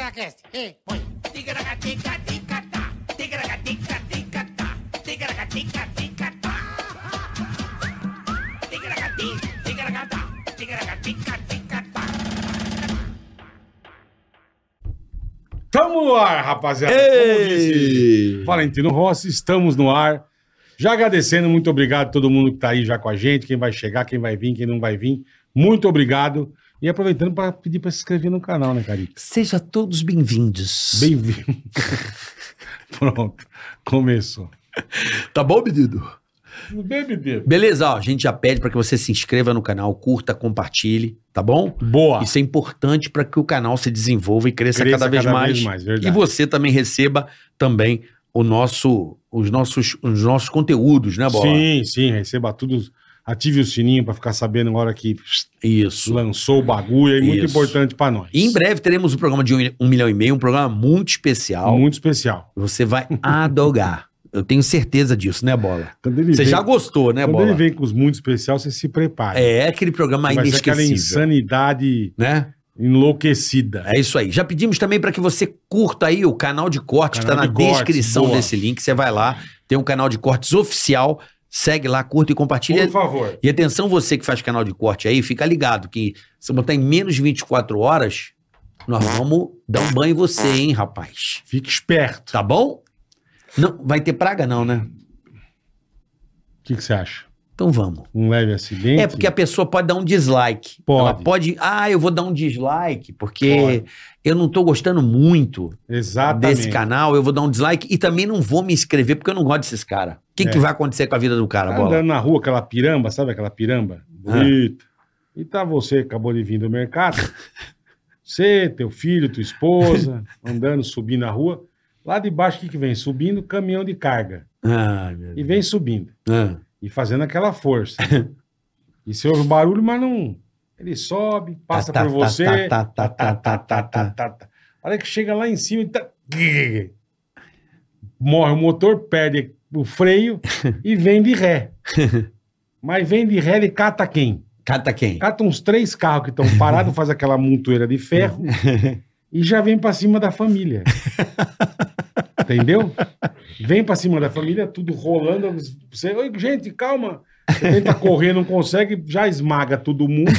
Ticaracast. Ei, põe. Ticaracatica-ticatá. Ticaracatica-ticatá. Ticaracatica-ticatá. Ticaracati, ticaracatá. Ticaracatica-ticatá. Tamo no ar, rapaziada. Como disse Valentino Rossi, estamos no ar. Já agradecendo, muito obrigado a todo mundo que tá aí já com a gente, quem vai chegar, quem vai vir, quem não vai vir. Muito obrigado. E aproveitando para pedir para se inscrever no canal, né, Carica? Sejam todos bem-vindos. Bem-vindo. Pronto, começou. Tá bom, menino? Tudo bem, bebê? Beleza, ó, a gente já pede pra que você se inscreva no canal, curta, compartilhe, tá bom? Boa. Isso é importante pra que o canal se desenvolva e cresça, Cresça cada, vez, cada mais. vez mais, verdade. E você também receba também o nosso, os, nossos, os nossos conteúdos, né, Bola? Sim, sim, receba tudo. Ative o sininho para ficar sabendo na hora que Isso. lançou o bagulho. É muito Isso. importante para nós. E em breve teremos um programa de um, um milhão e meio, um programa muito especial. Muito especial. Você vai adorar. Eu tenho certeza disso, né, Bola? Quando ele Você vem- já gostou, né, Quando ele Bola? vem com os muito especial, você se prepara. É aquele programa Vai ser aquela inesquecível, insanidade né? enlouquecida. É isso aí. Já pedimos também para que você curta aí o canal de corte que tá Canal na de cortes, descrição boa. desse link. Você vai lá, tem um canal de cortes oficial. Segue lá, curta e compartilha. Por favor. E atenção, você que faz canal de corte aí, fica ligado que se botar em menos de 24 horas, nós vamos dar um banho em você, hein, rapaz. Fique esperto. Tá bom? Não, vai ter praga não, né? O que, que você acha? Então vamos. Um leve acidente? É porque a pessoa pode dar um dislike. Pode. Ela pode, ah, eu vou dar um dislike porque Pode. eu não tô gostando muito. Exatamente. é desse canal, eu vou dar um dislike e também não vou me inscrever porque eu não gosto desses caras. O que, É. que vai acontecer com a vida do cara, Tá bola? Ah. andando na rua, aquela piramba, sabe aquela piramba? Bonita. E tá você, acabou de vir do mercado. você, teu filho, tua esposa, andando, subindo a rua. Lá de baixo, o que, que vem? Subindo caminhão de carga. Ai, meu E Deus. vem subindo. Ah, E fazendo aquela força. e você ouve o barulho, mas não. Ele sobe, passa tá, por tá, você. tá, tá, tá, tá, tá, tá, tá. tá, tá. A hora que chega lá em cima, ele tá... morre o motor, perde o freio e vem de ré. Mas vem de ré, ele cata quem? Cata quem? Cata uns três carros que estão parados, faz aquela montoeira de ferro e já vem pra cima da família. Entendeu? Vem pra cima da família, tudo rolando. Você, Oi, gente, calma. Você tenta correr, não consegue, já esmaga todo mundo.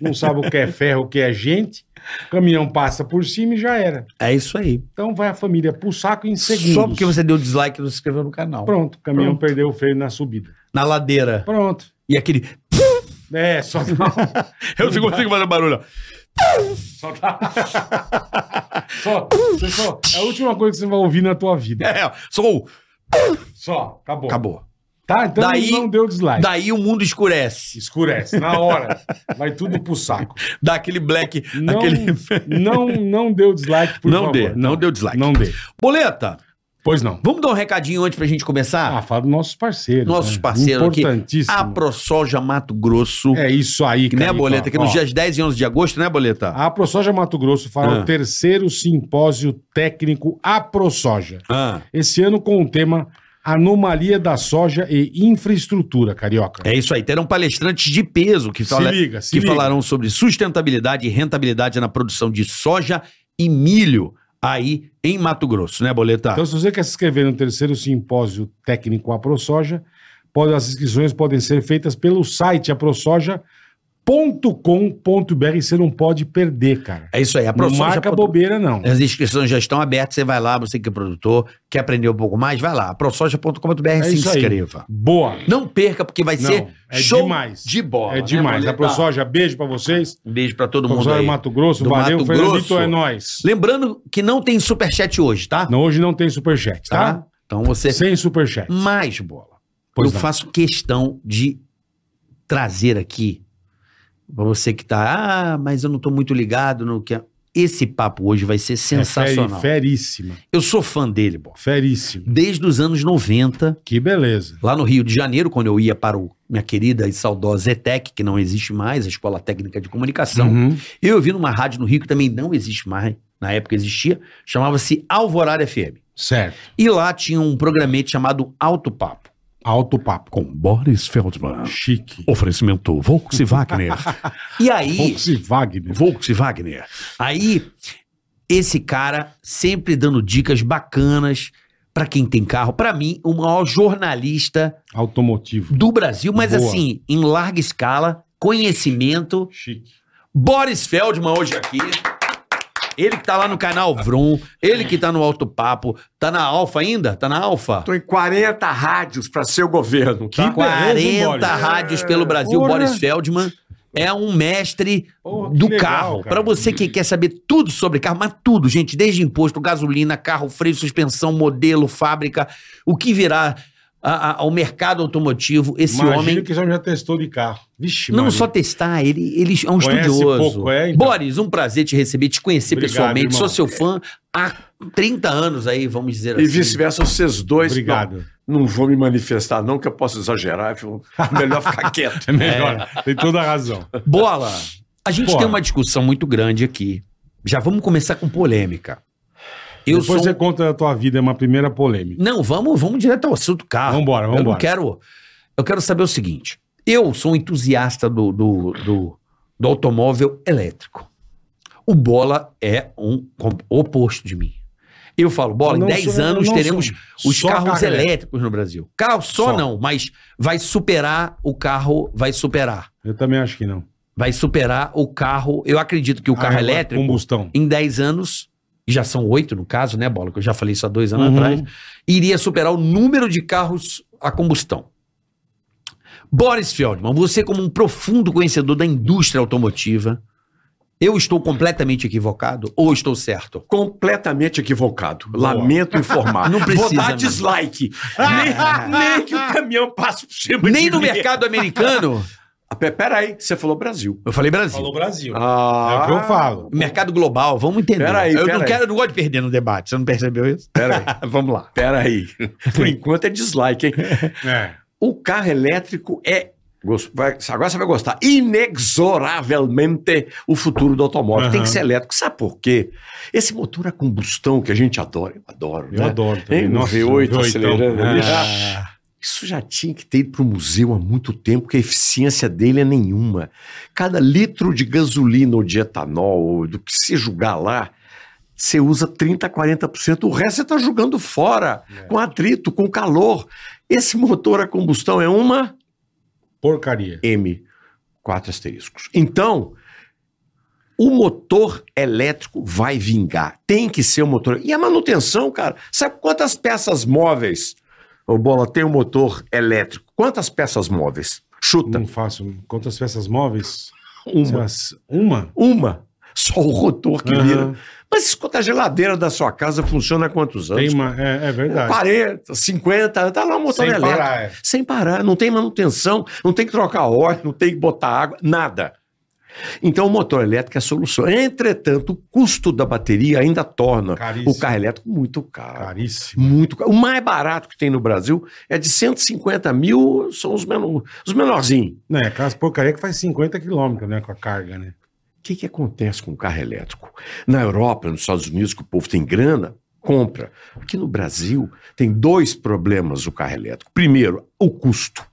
Não sabe o que é ferro, o que é gente. O caminhão passa por cima e já era. É isso aí. Então vai a família pro saco em segundos. Só porque você deu dislike e não se inscreveu no canal. Pronto, o caminhão Pronto. perdeu o freio na subida. Na ladeira. Pronto. E aquele. É, só dá. Eu não consigo fazer barulho. Só dá. Só, você só. É a última coisa que você vai ouvir na tua vida. É, só o. Só, acabou. Acabou. Tá? Então Daí- não deu dislike. Daí o mundo escurece. Escurece, na hora. Vai tudo pro saco. Dá aquele black. Não, aquele... não, não deu dislike, por Não favor. dê, não deu dislike. Não dê. Boleta, Pois não. vamos dar um recadinho antes pra gente começar? Ah, fala dos nossos parceiros. né? Nossos parceiros aqui. Importantíssimo. a ProSoja Mato Grosso. É isso aí, Que, né, Carica? Boleta? Que Ó, nos dias 10 e 11 de agosto, né, Boleta? A ProSoja Mato Grosso fará Ah. o terceiro simpósio técnico A ProSoja. Ah, Esse ano com o tema Anomalia da Soja e Infraestrutura, Carioca. é isso aí. Terão palestrantes de peso que, se fala- liga, se que liga. falarão sobre sustentabilidade e rentabilidade na produção de soja e milho aí em Mato Grosso, né, Boleta? Então, se você quer se inscrever no terceiro simpósio técnico AproSoja, pode, as inscrições podem ser feitas pelo site aprosoja.com.br. Você não pode perder, cara. é isso aí. A Não ProSoja. marca bobeira, não. As inscrições já estão abertas, você vai lá, você que é produtor, quer aprender um pouco mais, vai lá, prosoja.com.br É se isso aí. inscreva. Boa. Não perca, porque vai Não, ser é show demais. de bola. é né, demais. Boleta? a ProSoja, beijo pra vocês. Um beijo pra todo mundo ProSoja aí. Mato Grosso, Do valeu. Mato Fernandito, Grosso. é nóis. Lembrando que não tem superchat hoje, tá? Não, hoje não tem superchat, tá? tá? Então você. Sem superchat. Mais bola. Pois eu não. faço questão de trazer aqui pra você que tá, ah, mas eu não tô muito ligado no que é. Esse papo hoje vai ser sensacional. É feri- feríssima. Eu sou fã dele, bola. Feríssima. Desde os anos 90, Que beleza. lá no Rio de Janeiro, quando eu ia para o minha querida e saudosa ETEC, que não existe mais, a Escola Técnica de Comunicação, Uhum. eu vi numa rádio no Rio que também não existe mais, na época existia, chamava-se Alvorada FM. Certo. E lá tinha um programete chamado Alto Papo. Alto papo. com Boris Feldman. Chique. Oferecimento Volkswagen. E aí, Volkswagen. Volkswagen. aí Esse cara sempre dando dicas bacanas pra quem tem carro. Pra mim, o maior jornalista Automotivo. do Brasil, mas Boa. assim, em larga escala, conhecimento. Chique. Boris Feldman hoje aqui. Ele que tá lá no canal Vrum, ele que tá no Alto Papo, tá na Alfa ainda? Tá na Alfa? Tô em 40 rádios para ser o governo. Que Tá? beleza, hein, 40 Boris? rádios pelo Brasil, Porra. Boris Feldman. É um mestre Porra, que do legal, carro. cara. Pra você que quer saber tudo sobre carro, mas tudo, gente, desde imposto, gasolina, carro, freio, suspensão, modelo, fábrica, o que virá a- a- ao mercado automotivo, esse Imagino homem. que esse homem já testou de carro. Vixe, Não Maria. só testar, ele, ele é um Conhece estudioso. pouco, é, então. Boris, um prazer te receber, te conhecer Obrigado, pessoalmente. irmão. Sou seu fã há 30 anos aí, vamos dizer E assim. vice-versa, vocês dois. Obrigado. Não, não vou me manifestar, não, que eu posso exagerar. eu- Melhor ficar quieto. É melhor. Tem toda a razão. Bola, a gente Bora. tem uma discussão muito grande aqui. Já vamos começar com polêmica. Eu Depois sou. um você conta a tua vida, é uma primeira polêmica. Não, vamos, vamos direto ao assunto do carro. Vambora, Ah, Eu não vambora. quero. Eu quero saber o seguinte. Eu sou um entusiasta do, do, do, do automóvel elétrico. O Bola é um com- oposto de mim. Eu falo, Bola, Não em 10 sou- anos não teremos sou- os só carros carro elétrico. elétricos no Brasil. Carro só, Só. não, mas vai superar o carro, vai superar. Eu também acho que não. Vai superar o carro. Eu acredito que o carro Ah, elétrico, Combustão. em 10 anos, e já são 8 no caso, né, Bola? Que eu já falei isso há dois anos Uhum. atrás iria superar o número de carros a combustão. Boris Feldman, você como um profundo conhecedor da indústria automotiva, eu estou completamente equivocado ou estou certo? Completamente equivocado. Boa. Lamento informar. Não precisa, Vou dar mano. dislike. Nem, nem que o caminhão passe por cima Nem de no mim. mercado americano. Ah, pe- Peraí, você falou Brasil. Eu falei Brasil. Brasil. Ah, É o que eu falo. Mercado global, vamos entender. Peraí, eu não peraí. quero, eu não gosto de perder no debate. Você não percebeu isso? Peraí, vamos lá. peraí. Por enquanto é dislike, hein? É. O carro elétrico é. Gosto- vai- Agora você vai gostar. Inexoravelmente o futuro do automóvel. Aham. Tem que ser elétrico. Sabe por quê? Esse motor a combustão que a gente adora, eu adoro, Eu né? adoro também. Hein? Um Nossa, V8 um acelerando né? ali. Ah, Isso já tinha que ter ido para o museu há muito tempo, que a eficiência dele é nenhuma. Cada litro de gasolina ou de etanol, ou do que se julgar lá, você usa 30%, 40%. O resto você está jogando fora, É. com atrito, com calor. Esse motor a combustão é uma Porcaria. M, quatro asteriscos. Então, o motor elétrico vai vingar. Tem que ser o motor. E a manutenção, cara, sabe quantas peças móveis? Ô, Bola, tem um motor elétrico. Quantas peças móveis? Chuta. Não faço. Quantas peças móveis? Uma. Umas- Uma? Uma. Só o rotor que Aham. vira. Mas escuta, a geladeira da sua casa funciona há quantos Tem anos? uma. É, é verdade. 40, 50, tá lá o motor Sem elétrico. parar, é. Sem parar, não tem manutenção, não tem que trocar óleo, não tem que botar água, nada. Então o motor elétrico é a solução. Entretanto, o custo da bateria ainda torna Caríssimo. o carro elétrico muito caro. Caríssimo. Muito caro. O mais barato que tem no Brasil é de 150 mil, são os, menor, os menorzinhos. Não, é aquelas porcaria que faz 50 quilômetros, né? Com a carga, né? O que, que acontece com o carro elétrico? Na Europa, nos Estados Unidos, que o povo tem grana, compra. Aqui no Brasil, tem dois problemas o carro elétrico. Primeiro, o custo.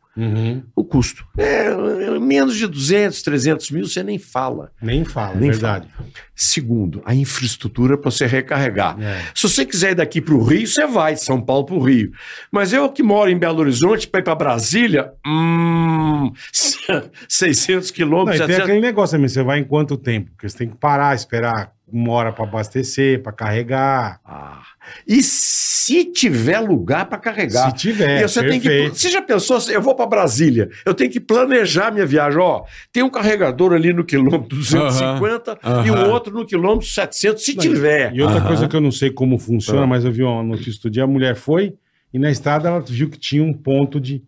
o custo. É, é, menos de 200, 300 mil, você nem fala. Nem fala, é Nem verdade. Segundo, a infraestrutura para você recarregar. É. Se você quiser ir daqui para o Rio, você vai, de São Paulo para o Rio. Mas eu que moro em Belo Horizonte, para ir para Brasília, hum, 600 Não, e quilômetros, tem 700 aquele negócio também, você vai em quanto tempo? Porque você tem que parar, esperar uma hora pra abastecer, pra carregar. Ah, e se tiver lugar para carregar? Se tiver, E você, tem que, É, perfeito. você já pensou, assim, eu vou para Brasília, eu tenho que planejar minha viagem. Ó, tem um carregador ali no quilômetro 250 e aham. um outro no quilômetro 700, se Não, tiver. E outra Aham. coisa que eu não sei como funciona, mas eu vi uma notícia outro dia, a mulher foi e na estrada ela viu que tinha um ponto de...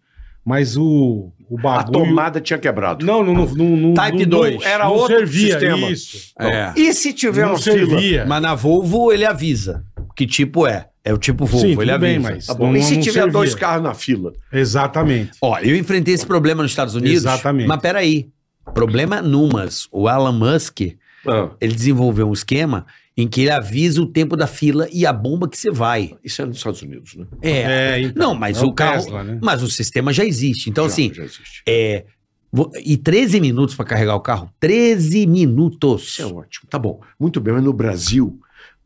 Mas o, o A bagulho... tomada tinha quebrado. Não, não, não, não, não- Type não- 2. não Era não outro servia sistema. isso. é. E se tiver não uma fila? servia. Mas na Volvo ele avisa. Que tipo é? É o tipo Volvo, Sim, ele tudo bem, avisa. mas- Tá bom. Não- e se não tiver servia. dois carros na fila? Exatamente. Ó, eu enfrentei esse problema nos Estados Unidos. Exatamente. Mas peraí. Problema numas. O Elon Musk, Ah, ele desenvolveu um esquema em que ele avisa o tempo da fila e a bomba que você vai. isso é nos Estados Unidos, né? É. então, Não, mas é o, carro. Tesla, né? Mas o sistema já existe. Então, Já- assim, já existe. é. vo- E 13 minutos pra carregar o carro? 13 minutos. é Isso é ótimo. Tá bom. Muito bem, mas no Brasil,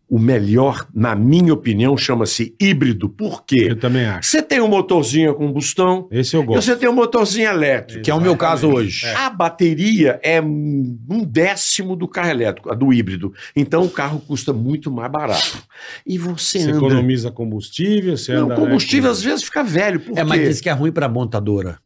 O melhor, na minha opinião, chama-se híbrido. Por quê? Eu também acho. Você tem um motorzinho a combustão Esse eu e gosto. você tem um motorzinho elétrico. Que é o meu caso hoje. A bateria é um um décimo do carro elétrico, a do híbrido. Então o carro custa muito mais barato. E você, Você anda. economiza né? combustível, você Não, anda. combustível às vezes fica velho. Por É, mas quê? diz que é ruim pra montadora.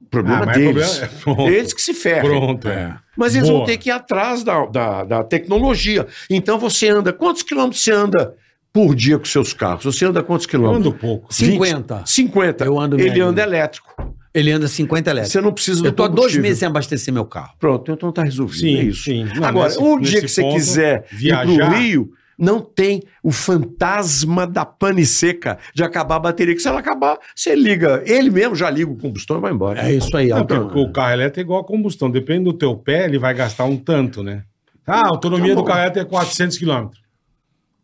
O problema Ah, mas deles. problema- Pronto. Eles que se ferram. Pronto, é. Mas eles vão Boa. ter que ir atrás da, da, da tecnologia. Então você anda. Quantos quilômetros você anda por dia com seus carros? Você anda quantos Eu quilômetros? ando pouco. 50. 50. Eu ando Ele médio. anda elétrico. Ele anda 50 elétrico. Você não precisa do Eu tô há dois combustível. meses sem abastecer meu carro. Pronto, então tá resolvido. Sim, é isso. sim. Não, Agora, nesse- um nesse dia que você ponto, quiser ir viajar- pro Rio, não tem o fantasma da pane seca de acabar a bateria. Que se ela acabar, você liga. Ele mesmo já liga o combustão e vai embora. É isso aí, Não, Alto. porque o carro elétrico é igual a combustão. Depende do teu pé, ele vai gastar um tanto, né? Ah, a autonomia Tá bom. do carro elétrico é 400 km.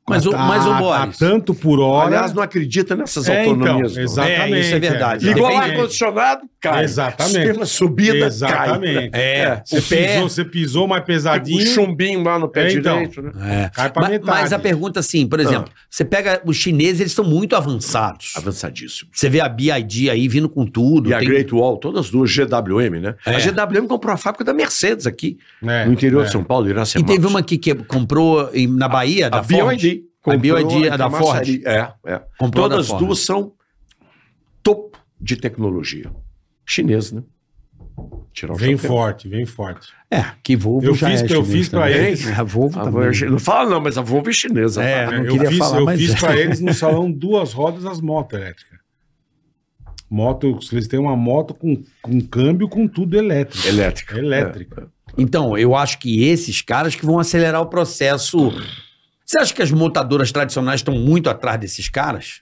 Mas o, mas Ah, tá, o Boris. tanto por hora. Aliás, não acredita nessas É, então, autonomias. não. exatamente. É, isso é verdade. Ligou o Depende- ar-condicionado, cai. Exatamente. Sistema subida, Exatamente. cai. É, Você o pé- pisou, você pisou mais O pesadinho. chumbinho lá no pé É, então. direito, né? É. Cai pra Ma- mas, metade. Ah. a pergunta, assim, por exemplo, você pega os chineses, eles estão muito avançados. Avançadíssimo. Você vê a BID aí vindo com tudo. E a tem- Great Wall, todas as duas, GWM, né? É. A GWM comprou a fábrica da Mercedes aqui, É, no interior é. de São Paulo, E Iracema. teve uma que, que comprou em- na Bahia, da a Ford. BYD. A BYD, Comprou a da Camaçari. Ford? É, é. Comprou Todas da Ford. duas são topo de tecnologia. Chinês, né? Tirar o Vem chapéu. forte, vem forte. É, que Volvo Eu já fiz- é eu chinês fiz pra também. eles. A Volvo A também. Volvo é chi- Não fala não, mas a Volvo é chinesa. É, tá? não eu queria fiz, falar, eu mas fiz é. pra eles no salão duas rodas as motos elétricas. Moto, eles têm uma moto com, com câmbio com tudo elétrico. Elétrica. Elétrica. Então, eu acho que esses caras que vão acelerar o processo. Você acha que as montadoras tradicionais estão muito atrás desses caras?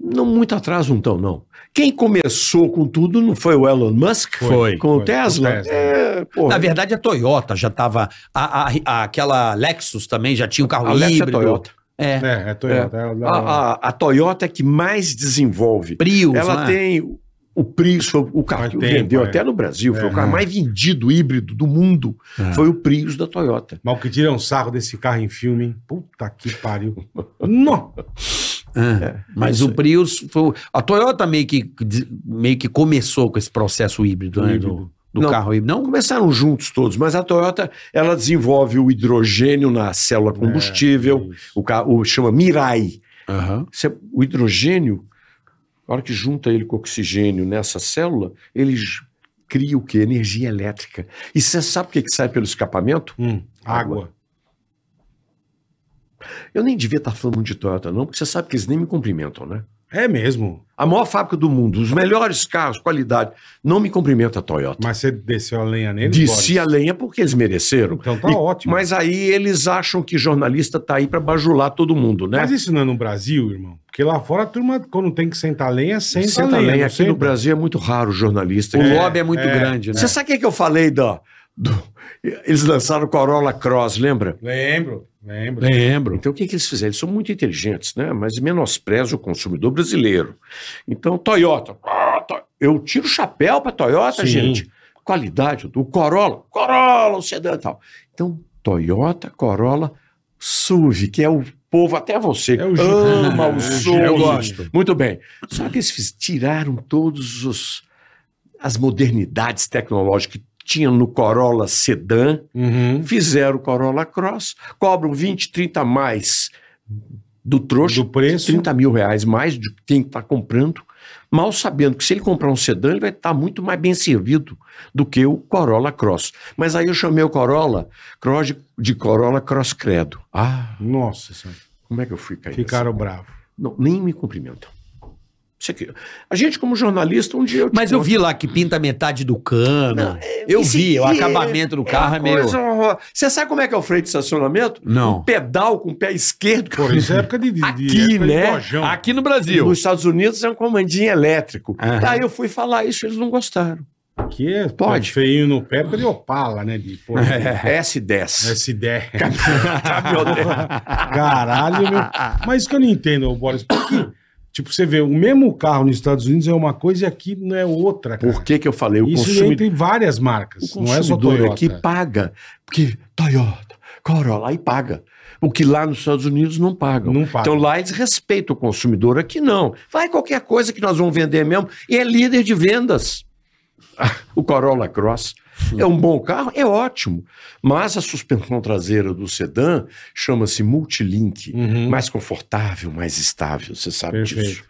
Não muito atrás, não tão, não. Quem começou com tudo não foi o Elon Musk? Foi. Com Foi, o Tesla? com o Tesla. É, pô. Na verdade, a Toyota já estava. A, a- a- aquela Lexus também já tinha um carro Alexa híbrido. é Toyota. É, É, é Toyota. é A, lá- a- a Toyota é que mais desenvolve. Prius. Ela né? tem o Prius, foi o carro Faz que tempo, vendeu é. até no Brasil, foi É. o carro mais vendido híbrido do mundo, É. foi o Prius da Toyota. Mal que tiram sarro desse carro em filme, hein? Puta que pariu. Não! É, mas o Prius. Foi, a Toyota meio que, meio que começou com esse processo híbrido, né, do, Híbrido. do Não. carro híbrido. Não? Então, Começaram juntos todos, mas a Toyota, ela desenvolve o hidrogênio na célula combustível, É, isso. o carro o chama Mirai. Aham. Isso é- o hidrogênio, na hora que junta ele com o oxigênio nessa célula, ele j- cria o quê? Energia elétrica. E você sabe o que, que sai pelo escapamento? Hum, água. Eu nem devia estar falando muito de Toyota não, porque você sabe que eles nem me cumprimentam, né? É mesmo. A maior fábrica do mundo, os melhores carros, qualidade. Não me cumprimenta a Toyota. Mas você desceu a lenha nele? Desci a Boris? lenha porque eles mereceram. Então tá E- ótimo. Mas aí eles acham que jornalista tá aí para bajular todo mundo, né? Mas isso não é no Brasil, irmão? Porque lá fora a turma, quando tem que sentar lenha, senta, Senta lenha. lenha. não Aqui senta? no Brasil é muito raro jornalista. O que- lobby é muito é, grande, né? Você sabe o que, que eu falei da. do- Eles lançaram o Corolla Cross, lembra? Lembro, lembro. Lembro. Então o que, que eles fizeram? Eles são muito inteligentes, né? Mas menosprezam o consumidor brasileiro. Então, Toyota. ah, to- Eu tiro o chapéu para Toyota, Sim. gente. Qualidade do Corolla. Corolla, o sedã e tal. Então, Toyota, Corolla, SUV, que é o povo, até você, É o Jeep. ama o É, SUV. eu gosto. Muito bem. Só que eles fiz- tiraram todos os as modernidades tecnológicas que tinha no Corolla Sedan, Uhum. fizeram o Corolla Cross, cobram 20, 30 a mais do trouxa, Do preço. 30 mil reais mais de quem está tá comprando, mal sabendo que se ele comprar um sedã, ele vai estar muito mais bem servido do que o Corolla Cross. Mas aí eu chamei o Corolla Cross de, de Corolla Cross Credo. Ah, Nossa senhora. como é que eu fui cair nessa? Ficaram bravos. Não, nem me cumprimentam. Isso aqui. A gente, como jornalista, um dia. Eu te Mas eu conto. vi lá que pinta metade do cano. Não, é, eu esse vi, o aqui acabamento do carro é, uma meio. coisa horrorosa. Você sabe como é que é o freio de estacionamento? Não. Um pedal com o pé esquerdo. Pô, isso é época de. de Aqui, época de né? bojão. Aqui no Brasil. Nos Estados Unidos é um comandinho elétrico. Aham. Aí eu fui falar isso, eles não gostaram. Aqui é Pode. É. feinho no pé, porque ele opala, né? De, É pô, S10. S10. Caminhonete. Caralho, meu. Mas isso que eu não entendo, ô, Boris, porque, tipo, você vê, o mesmo carro nos Estados Unidos é uma coisa e aqui não é outra, cara. Por que, que eu falei? O isso consumidor, entre várias o marcas, não é só consumidor Toyota. aqui paga. Porque Toyota, Corolla, aí paga. O que lá nos Estados Unidos não pagam. Não pagam. Então lá eles respeitam o consumidor, aqui não. Vai qualquer coisa que nós vamos vender mesmo. E é líder de vendas. O Corolla Cross é um bom carro, é ótimo. Mas a suspensão traseira do sedã chama-se Multilink. Uhum. Mais confortável, mais estável, você sabe Perfeito. disso.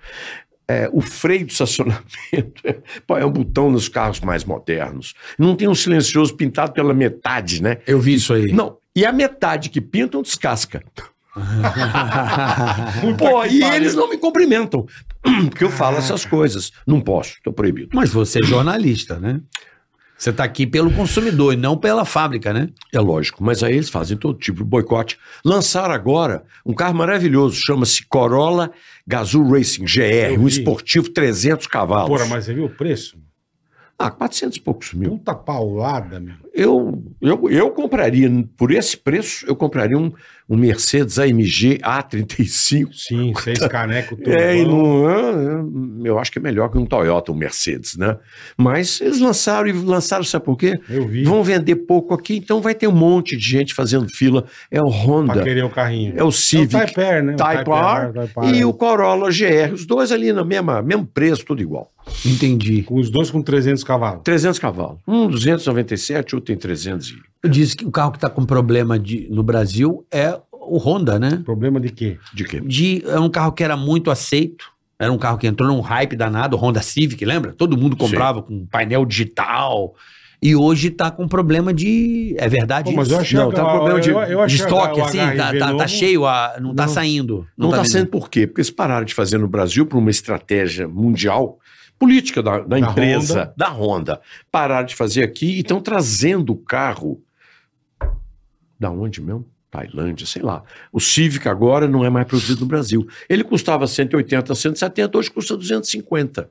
É, o freio de estacionamento é, pô, é um botão nos carros mais modernos. Não tem um silencioso pintado pela metade, né? Eu vi isso aí. Não. E a metade que pintam descasca. Puta Pô, que e pariu. eles não me cumprimentam. Porque eu falo essas coisas. Não posso, tô proibido. Mas você é jornalista, né? Você tá aqui pelo consumidor e não pela fábrica, né? É lógico, mas aí eles fazem todo tipo de boicote. Lançaram agora um carro maravilhoso, chama-se Corolla Gazoo Racing GR, Eu um vi. esportivo 300 cavalos. Porra, mas você viu o preço? Ah, 400 e poucos mil. Puta paulada, meu. Eu, eu, eu compraria, por esse preço, eu compraria um, um Mercedes AMG A35 Sim, seis canecos. É, e não, é, eu acho que é melhor que um Toyota, um Mercedes, né? Mas eles lançaram e lançaram, sabe por quê? Eu vi. Vão vender pouco aqui, então vai ter um monte de gente fazendo fila. É o Pra Honda, querer o carrinho. é o Civic, É o Type R, né? O Type Type R, R, Type R, é. e o Corolla GR. Os dois ali no mesmo, mesmo preço, tudo igual. Entendi. Com os dois com 300 cavalos. 300 cavalos. Um 297, outro tem 300 e... Eu disse que o carro que tá com problema de- no Brasil é o Honda, né? Problema de quê? De quê? de era um carro que era muito aceito. Era um carro que entrou num hype danado, Honda Civic, lembra? Todo mundo comprava com painel digital. E hoje tá com problema de. É verdade Pô, mas eu isso? achei não, tá problema de- de achei a- estoque, o assim, HRV tá, tá- novo. tá cheio, a- não tá Não. saindo. Não está tá sendo por quê? Porque eles pararam de fazer no Brasil por uma estratégia mundial, política da, da Da empresa, Honda. da Honda. Pararam de fazer aqui e estão trazendo o carro. Da onde mesmo? Tailândia, sei lá. O Civic agora não é mais produzido no Brasil. Ele custava 180, 170, hoje custa 250.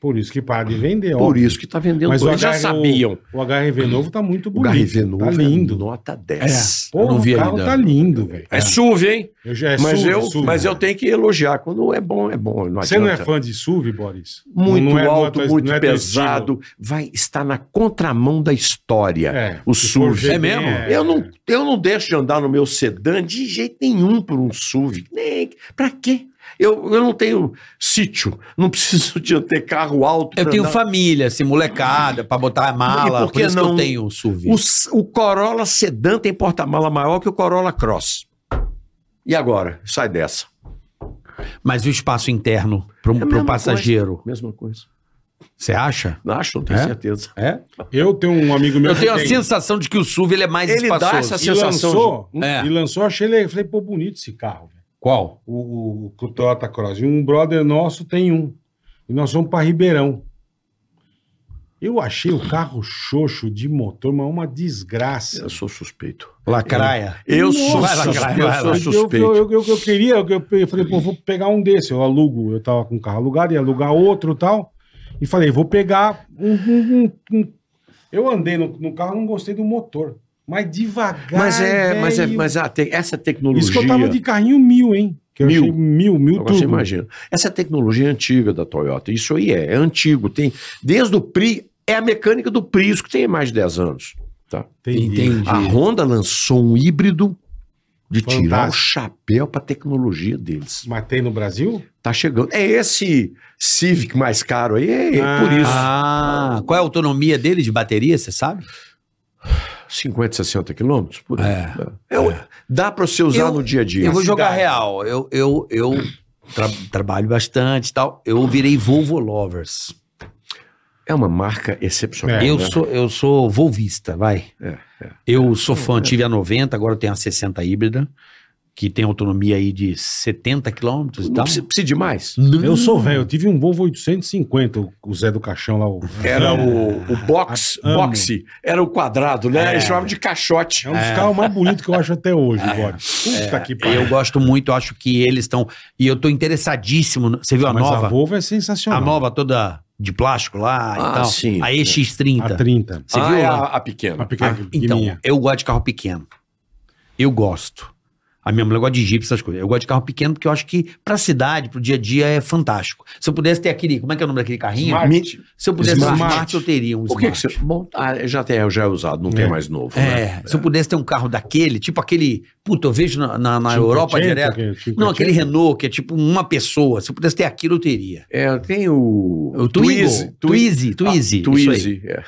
Por isso que para de vender, Por É óbvio. isso que está vendendo. Mas o, tudo. eles já HRV sabiam. o HRV novo tá muito O bonito. HRV novo Tá é lindo. nota 10. Pô, não vi o carro ainda. tá lindo, velho. É, SUV, hein? Eu já- é mas, SUV, eu, SUV. mas eu tenho que elogiar. Quando é bom, é bom. Não Você não é adianta. fã de SUV, Boris? muito Não é- não é alto, tua- muito não é teu pesado, vai estar na contramão da história. É, o se for SUV. ver É bem, mesmo? Eu, não, eu não deixo de andar no meu sedã de jeito nenhum por um SUV. Nem, pra quê? Eu, eu não tenho sítio, não preciso de ter carro alto. Eu pra tenho andar. família, assim, molecada, pra botar a mala. E Por, por que isso que eu não tenho o SUV. O, s- o Corolla sedã tem porta-mala maior que o Corolla Cross. E agora? Sai dessa. Mas e o espaço interno pro, É a pro mesma passageiro? Mesma coisa. Você acha? Acho, não tenho É? certeza. É? Eu tenho um amigo meu Eu que tenho a tem. sensação de que o SUV ele é mais Ele dá espaçoso. essa E sensação lançou, um de- um É. e lançou, achei ele, falei, pô, bonito esse carro. velho. Qual? O, o, o Toyota Cross. E um brother nosso tem um. E nós vamos para Ribeirão. Eu achei o carro xoxo de motor, mas uma desgraça. Eu sou suspeito. Lacraia. Eu Nossa, sou, vai lá, suspeito, vai lá, eu vai lá. sou Mas eu- suspeito. Eu, eu, eu, eu queria, eu, eu falei, pô, vou pegar um desse, eu alugo, eu tava com um carro alugado, ia alugar outro e tal. E falei, vou pegar um. um- um- um. Eu andei no, no carro, não gostei do motor. Mas devagar. Mas é, mas é, velho. mas a te- essa tecnologia. Isso que eu tava de carrinho mil, hein? Que eu Mil. achei mil, mil Agora você tudo. imagina. Essa tecnologia é antiga da Toyota, isso aí é, é antigo, tem desde o Pri, é a mecânica do Prius que tem mais de 10 anos, tá? Entendi. Ah, A Honda lançou um híbrido de tirar o Fantástico. chapéu para tecnologia deles. Matei no Brasil? Tá chegando. É esse Civic mais caro aí, é, é por Ah. isso. Ah, qual é a autonomia dele de bateria, você sabe? 50, 60 quilômetros? por aí. É. É, é. Dá para você usar Eu- no dia a dia. Eu vou jogar cidade. real. Eu, eu, eu tra- trabalho bastante e tal. Eu virei Volvo Lovers. É uma marca excepcional. É, eu, né? sou, eu sou volvista, vai. É, é. Eu sou fã, tive a 90, agora eu tenho a 60 híbrida, que tem autonomia aí de 70 quilômetros e Não tal. precisa, precisa de mais. Hum. Eu sou velho, eu tive um Volvo 850, o- o Zé do Caixão lá. O... É. Era o, o box, Amo. boxe, era o quadrado, né? Ah, É. Eles chamavam de caixote. É um dos carros mais bonitos que eu acho até hoje, É. Boris. Puta que Eu gosto muito, eu acho que eles estão. E eu tô interessadíssimo. no- Você viu a Mas nova? a Volvo é a sensacional. nova toda de plástico lá e Ah, tal. sim. A EX30. A 30. Você Ah, viu? né? é lá? a, a pequena. A pequena Ah, então, pequenininha. eu gosto de carro pequeno. Eu gosto. A minha mulher gosta de Jeep, essas coisas. Eu gosto de carro pequeno porque eu acho que pra cidade, pro dia a dia é fantástico. Se eu pudesse ter aquele, como é que é o nome daquele carrinho? Smart. Se eu pudesse ter um Smart. Smart, eu teria um O que, que Smart. você. Bom, ah, já, tem, já é usado, não É. tem mais novo. É, né? se eu pudesse ter um carro daquele, tipo aquele, puta, eu vejo na, na, na 580, Europa direto. que- 580. Não, aquele Renault, que é tipo uma pessoa. Se eu pudesse ter aquilo, eu teria. É, tem o. O Twizy. Twizy, Twizy. Twizy. isso aí. Ah, Twizy. É.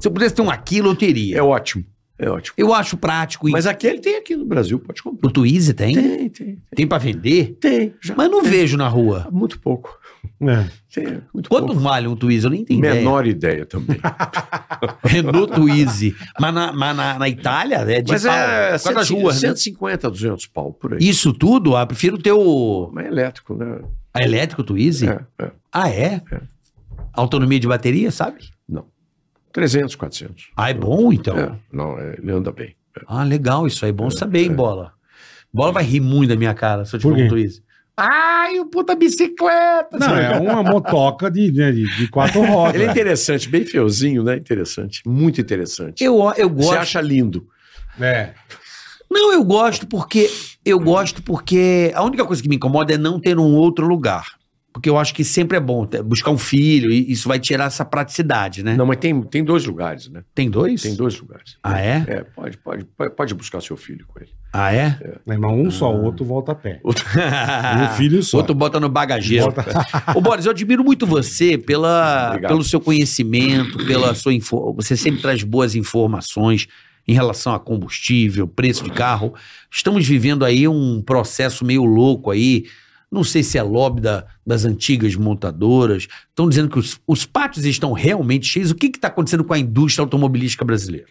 Se eu pudesse ter um aquilo, eu teria. é ótimo. É ótimo. Eu acho prático. e- Mas aquele tem aqui no Brasil, pode comprar. o Twizy tem? Tem, Tem, tem. pra vender? Tem. Já. Mas não vejo na rua. Muito pouco. É. Tem, muito Quanto pouco. vale um Twizy? Eu nem entendi. Menor ideia também. Renault Twizy. Mas na, mas na- na Itália é de Mas pau. é Por causa das 150, ruas, né? 150, 200 pau por aí. Isso tudo, ah, prefiro ter o Mas é elétrico, né? a elétrico Twizy. É, é. Ah, é? É. Autonomia de bateria, sabe? Não. 300, 400. Ah, é bom então. É, não, é, ele anda bem. Ah, legal, isso aí é bom saber, hein, Bola? Bola vai rir muito da minha cara se eu Por tiver um quê? Twizy. Ai, o puta bicicleta! Não, é uma motoca de, né, de, de quatro rodas. Ele é interessante, bem feiozinho, né? Interessante. Muito interessante. Eu, eu gosto. Você acha lindo. É. Não, eu gosto porque eu gosto porque a única coisa que me incomoda é não ter um outro lugar. Porque eu acho que sempre é bom ter- buscar um filho e isso vai tirar essa praticidade, né? Não, mas tem, tem dois lugares, né? Tem dois? Tem dois lugares. Ah, é? É, pode, pode, pode pode buscar seu filho com ele. Ah, é? Né, Mas um só, o outro volta a pé. um Um filho só. Outro bota no bagageiro. Bota- Ô, Boris, eu admiro muito você pela, Obrigado. pelo seu conhecimento, pela sua info... você sempre traz boas informações em relação a combustível, preço de carro. Estamos vivendo aí um processo meio louco aí. Não sei se é lobby da- das antigas montadoras. Estão dizendo que os, os pátios estão realmente cheios. O que está acontecendo com a indústria automobilística brasileira?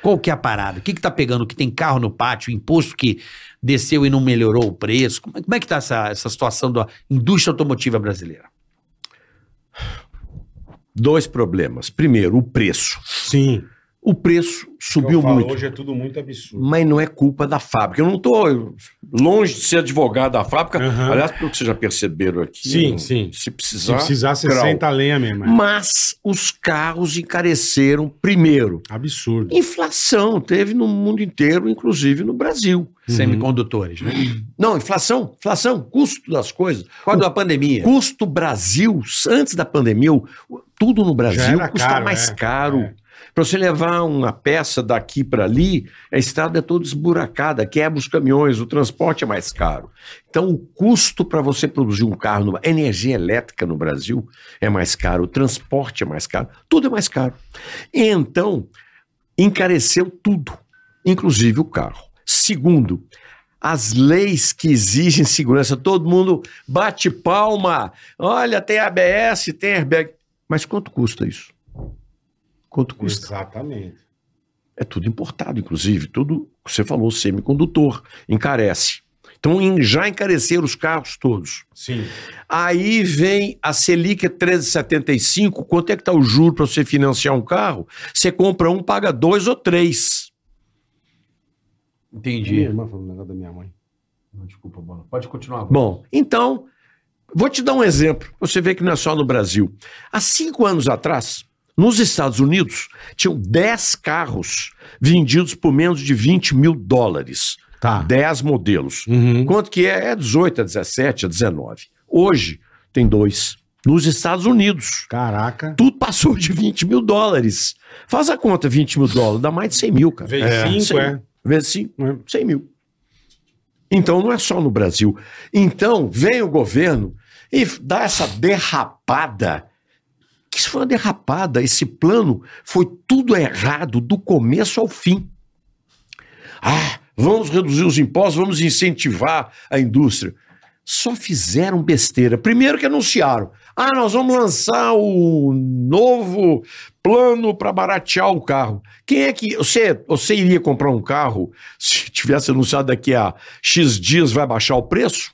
Qual que é a parada? O que está pegando? Que tem carro no pátio, imposto que desceu e não melhorou o preço? Como é, como é que está essa, essa situação da indústria automotiva brasileira? Dois problemas. Primeiro, o preço. Sim. O preço Eu subiu falo, muito. Hoje é tudo muito absurdo. Mas não é culpa da fábrica. Eu não estou longe de ser advogado da fábrica. Aham. Aliás, pelo que vocês já perceberam aqui. Sim, eu- sim. Se Se precisar. precisar, você grau. Hum. senta a lenha mesmo. é. Mas os carros encareceram primeiro. Absurdo. Inflação teve no mundo inteiro, inclusive no Brasil. Semicondutores, né? Não, inflação, inflação, custo das coisas. Quando a pandemia. Custo Brasil, antes da pandemia, o- tudo no Brasil era custa caro, mais é, caro. é. Para você levar uma peça daqui para ali, a estrada é toda esburacada, quebra os caminhões, o transporte é mais caro. Então, o custo para você produzir um carro, no- a energia elétrica no Brasil é mais caro, o transporte é mais caro, tudo é mais caro. Então, encareceu tudo, inclusive o carro. Segundo, as leis que exigem segurança, todo mundo bate palma. Olha, tem ABS, tem airbag. Mas quanto custa isso? Quanto custa? Exatamente. É tudo importado, inclusive, tudo, você falou, semicondutor, encarece. Então em- já encareceram os carros todos. Sim. Aí vem a Selic é 13,75. Quanto é que está o juro para você financiar um carro? Você compra um, paga dois ou três. Uhum. Minha Entendi. irmã falou um negócio da minha mãe. Desculpa, bola. Pode continuar. Bom, então, vou te dar um exemplo. Você vê que não é só no Brasil. Há cinco anos atrás, nos Estados Unidos, tinham 10 carros vendidos por menos de 20 mil dólares. Tá. 10 modelos. Uhum. Quanto que é? É 18, é 17, é 19. Hoje, tem dois. Nos Estados Unidos. Caraca. Tudo passou de 20 mil dólares. Faz a conta, 20 mil dólares, dá mais de 100 mil, cara. Vez Cem- cinco, é. Vezes 5, É. 100 mil. Então não é só no Brasil. Então vem o governo e f- dá essa derrapada. Que isso foi uma derrapada. Esse plano foi tudo errado do começo ao fim. Ah, vamos reduzir os impostos, vamos incentivar a indústria. Só fizeram besteira. Primeiro que anunciaram: ah, nós vamos lançar o novo plano para baratear o carro. Quem é que. Você, você iria comprar um carro se tivesse anunciado daqui a X dias vai baixar o preço?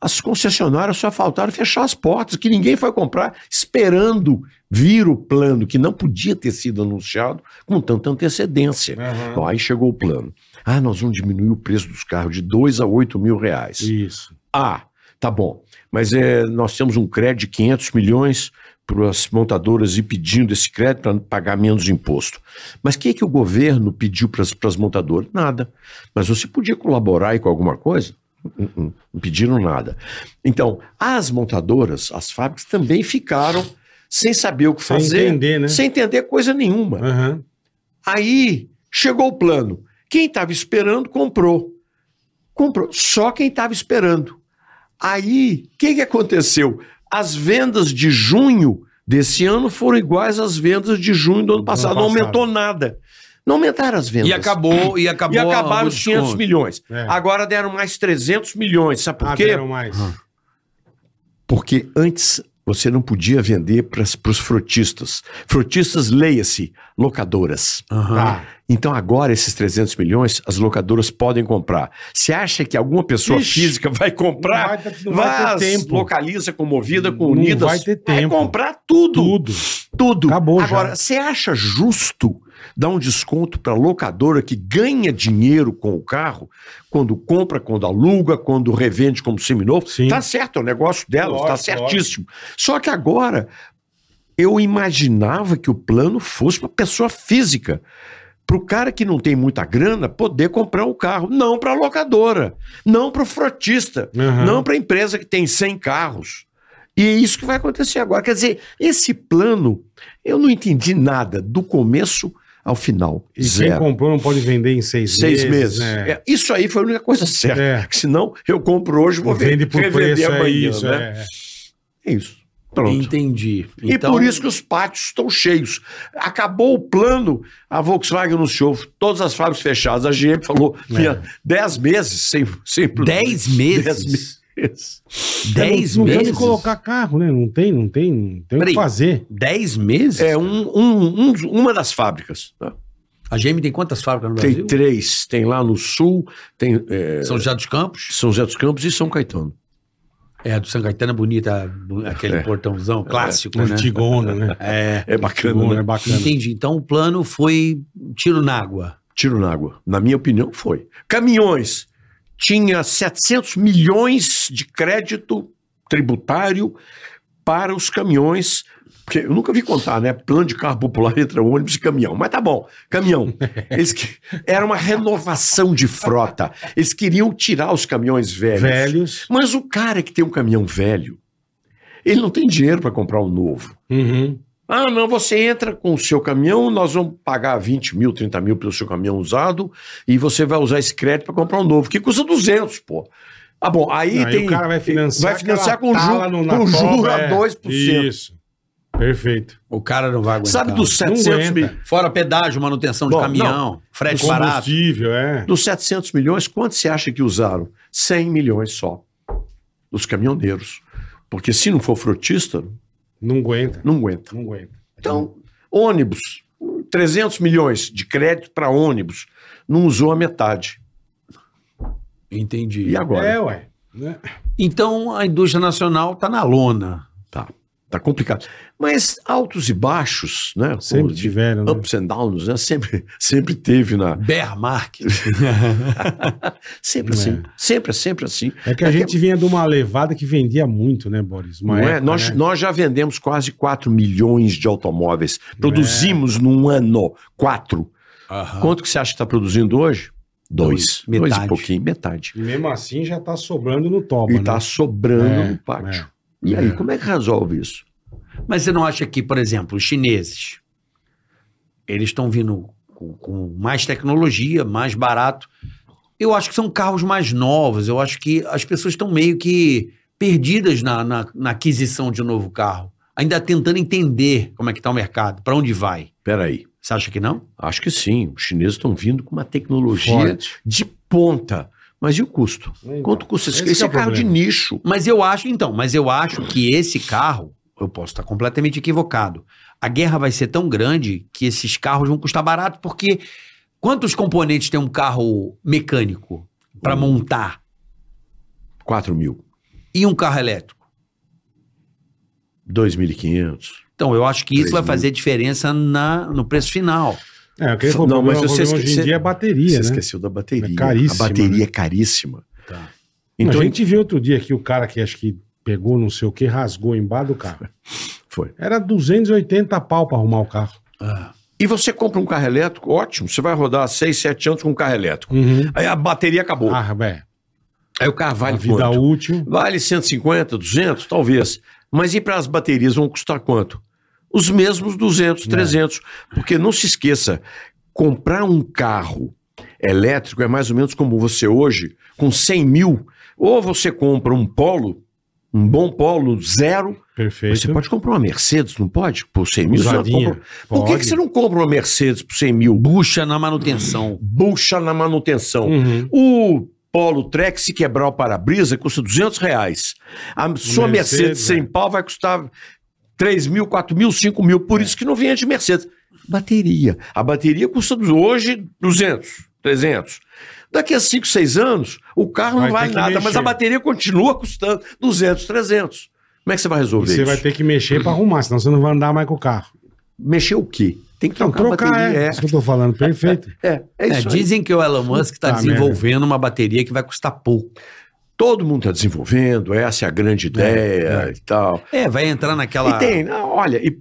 As concessionárias só faltaram fechar as portas, que ninguém foi comprar, esperando vir o plano, que não podia ter sido anunciado com tanta antecedência. Aham. Então, aí chegou o plano. Ah, nós vamos diminuir o preço dos carros de 2 a 8 mil reais. Isso. Ah, tá bom. Mas é, nós temos um crédito de 500 milhões para as montadoras e pedindo esse crédito para pagar menos imposto. Mas o que, é que o governo pediu para as- para as montadoras? Nada. Mas você podia colaborar aí com alguma coisa? Hum, hum, Não pediram nada. Então, as montadoras, as fábricas também ficaram sem saber o que Sem fazer, entender, né? sem entender coisa nenhuma. Aham. Aí chegou o plano. Quem estava esperando comprou. Comprou. Só quem estava esperando. Aí, o que, que aconteceu? As vendas de junho desse ano foram iguais às vendas de junho do ano passado. ano Não passado. aumentou nada. Não aumentaram as vendas. E acabou, e acabou. E acabaram o os 500 desconto. milhões. É. Agora deram mais 300 milhões. Sabe por Ah, quê? deram mais. Porque antes você não podia vender para os frotistas. Frotistas, leia-se, locadoras. Aham. Tá. Então agora esses 300 milhões as locadoras podem comprar. Você acha que alguma pessoa Ixi, física vai não comprar? vai ter- não vai ter Vaz, tempo. localiza com Movida, com Não Unidas. É vai ter tempo. comprar tudo. Tudo. Tudo. Acabou já. agora, você acha justo dar um desconto para locadora que ganha dinheiro com o carro quando compra, quando aluga, quando revende como seminovo? Sim. Tá certo, é o negócio dela, Lógico, tá certíssimo. Só que agora eu imaginava que o plano fosse para pessoa física. Para o cara que não tem muita grana poder comprar um carro. Não para a locadora. Não para o frotista. Aham. Não para a empresa que tem 100 carros. E é isso que vai acontecer agora. Quer dizer, esse plano, eu não entendi nada do começo ao final. E quem comprou não pode vender em seis, Seis meses. né? É, isso aí foi a única coisa certa. É. Porque Senão, eu compro hoje, vou Vende vender, por revender preço, é amanhã. isso. né? é. É. isso. Pronto. Entendi. Então, E por isso que os pátios estão cheios. Acabou o plano, a Volkswagen anunciou todas as fábricas fechadas. A GM falou: É. tinha 10 meses sem, sem produzir. 10 meses? meses. É, 10 não, não tem onde meses? colocar carro, né? Não tem, não tem, não tem o que Peraí. fazer. 10 meses? É um- um- um- uma das fábricas. né? A GM tem quantas fábricas no Tem Brasil? três: tem lá no sul, tem é, São José dos Campos? São José dos Campos e São Caetano. É, a do São Caetano é bonita, bu- aquele É. portãozão clássico, né? Antigona, né? É. Tipo, É Antigona, bacana, é né? bacana. Entendi. Então o plano foi tiro na água. Tiro na água. Na minha opinião, foi. Caminhões. Tinha 700 milhões de crédito tributário para os caminhões. Porque eu nunca vi contar, né? Plano de carro popular entre ônibus e caminhão. Mas tá bom, caminhão. Eles que... Era uma renovação de frota. Eles queriam tirar os caminhões velhos. Velhos. Mas o cara que tem um caminhão velho, ele não tem dinheiro para comprar um novo. Uhum. Ah, não, você entra com o seu caminhão, nós vamos pagar 20 mil, 30 mil pelo seu caminhão usado e você vai usar esse crédito para comprar um novo, que custa 200, pô. Ah, bom, aí Aí tem... o cara vai financiar. vai financiar aquela com ju- tala no- na com juro cobra, a é. 2%. Isso. Perfeito. O cara não vai aguentar. Sabe dos Não 700 aguenta. mil... Fora pedágio, manutenção de Bom, caminhão, frete barato. Combustível, é. Dos 700 milhões, quanto você acha que usaram? 100 milhões só, dos caminhoneiros. Porque se não for frotista, Não aguenta. não aguenta. Não aguenta. Então, ônibus, 300 milhões de crédito para ônibus, não usou a metade. Entendi. E agora? É, ué. Né? Então a indústria nacional tá na lona. Tá, tá complicado. Mas altos e baixos, né? Sempre Como de- tiveram, né? Ups and downs, né? Sempre, sempre teve na. Bear market. Sempre É. assim. Sempre, sempre assim. É que a gente vinha de uma levada que vendia muito, né, Boris? Uma Não é? época, Nós, né? nós já vendemos quase 4 milhões de automóveis. É. Produzimos num ano 4. Ah. Aham. Quanto que você acha que está produzindo hoje? Dois. Dois, Dois metade. e pouquinho, metade. E mesmo assim já tá sobrando no toba, E tá né? está sobrando É, no pátio. E aí, É. como é que resolve isso? Mas você não acha que, por exemplo, os chineses, eles estão vindo com, com mais tecnologia, mais barato. Eu acho que são carros mais novos. Eu acho que as pessoas estão meio que perdidas na, na, na aquisição de um novo carro. Ainda tentando entender como é que está o mercado, para onde vai. Peraí. Você acha que não? Acho que sim. Os chineses estão vindo com uma tecnologia Forte. de ponta. Mas e o custo? Então, Quanto custa esse, esse esse que é é o carro de problema. nicho? Mas eu acho, então, mas eu acho que esse carro, eu posso estar completamente equivocado. A guerra vai ser tão grande que esses carros vão custar barato, porque quantos componentes tem um carro mecânico para Um. montar 4 mil, e um carro elétrico? 2.500. Então, eu acho que isso Três vai mil. fazer diferença na, no preço final. É, aquele Não, problema, mas o você problema esque- hoje em você- dia é bateria, Você né? esqueceu da É bateria. caríssima, A bateria né? é caríssima. Tá. Então, a gente viu outro dia que o cara que acho que pegou não sei o que, rasgou embaixo do carro. Foi. Era 280 pau pra arrumar o carro. E você compra um carro elétrico, ótimo. Você vai rodar 6, 7 anos com um carro elétrico. Aí a bateria acabou. Ah, é. Aí o carro A vale vida quanto? útil. Vale 150, 200, talvez. Mas e para as baterias vão custar quanto? Os mesmos 200, 300. Porque não se esqueça, comprar um carro elétrico é mais ou menos como você hoje, com 100 mil. Ou você compra um Polo, um bom Polo, zero. Perfeito. mas Você pode comprar uma Mercedes, não pode? Por 100 mil? você não Usadinha. compra. Por que, Pode. que você não compra uma Mercedes por 100 mil? Bucha na manutenção. Bucha na manutenção. Uhum. O Polo Trek, se quebrar o para-brisa, custa 200 reais. A sua Mercedes, Mercedes, né? sem pau vai custar 3 mil, 4 mil, 5 mil. É. Por isso que não vinha de Mercedes. Bateria. A bateria custa du- hoje 200, 300. Daqui a 5, 6 anos, o carro Vai não ter vale que nada, mas mexer. a bateria continua custando 200, 300. Como é que você vai E resolver Você isso? vai ter que mexer pra arrumar, senão você não vai andar mais com o carro. Mexer o quê? Tem que Não, trocar, trocar, a bateria. é. É, Isso que eu tô falando, perfeito. é, é, É, isso aí. dizem que o Elon Musk está Puta desenvolvendo uma bateria que vai custar pouco. Todo mundo está desenvolvendo, essa é a grande ideia é. e tal. É, vai entrar naquela. E tem, não, olha, e,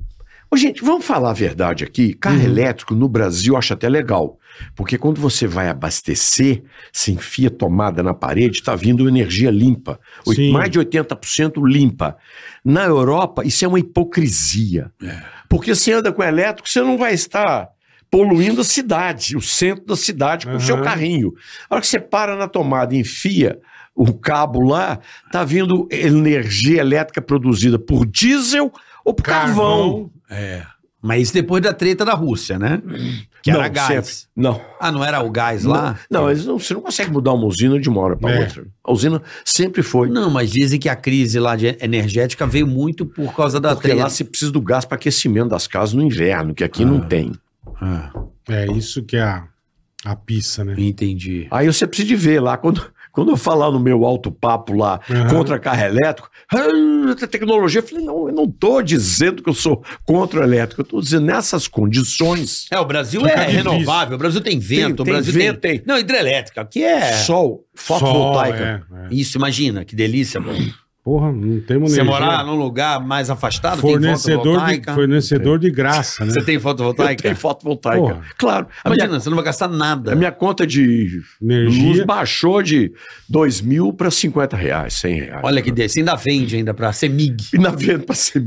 Ô, gente, vamos falar a verdade aqui. Carro elétrico no Brasil eu acho até legal, porque quando você vai abastecer, se enfia tomada na parede, está vindo energia limpa, Oit- Sim. mais de 80% limpa. Na Europa, isso é uma hipocrisia, porque você anda com elétrico, você não vai estar poluindo a cidade, o centro da cidade com o seu Aham. carrinho. A hora que você para na tomada e enfia o cabo lá, tá vindo energia elétrica produzida por diesel ou por carvão. Mas depois da treta da Rússia, né? Que Hum. Não, era gás. sempre. Não. Ah, não era o gás lá? Não, não, eles não, você não consegue mudar uma usina de uma hora para É. outra. A usina sempre foi. Não, mas dizem que a crise lá de energética veio muito por causa da Porque treta. lá você precisa do gás para aquecimento das casas no inverno, que aqui não tem. Ah, É isso que é a, a pizza, né? entendi. Aí você precisa de ver lá, quando, quando eu falar no meu alto papo lá Aham. contra carro elétrico, "Ah, essa tecnologia, eu falei, não, eu não estou dizendo que eu sou contra o elétrico, eu estou dizendo nessas condições, É, o Brasil Fica é difícil. renovável, o Brasil tem vento, tem o Brasil vento, tem... tem. Não, hidrelétrica, aqui é... sol, fotovoltaica. Sol, é, é. Isso, imagina, que delícia, pô. Porra, não temos Você energia. morar num lugar mais afastado, tem fornecedor, de, fotovoltaica. fornecedor de graça, né? Você tem Eu é. fotovoltaica? tenho fotovoltaica. Porra. Claro. A minha, Imagina, você não vai gastar nada. a minha conta de luz Energia. baixou de 2 mil para 50 reais, 100 reais. Olha que delícia, ainda vende ainda pra CEMIG. E na venda para ser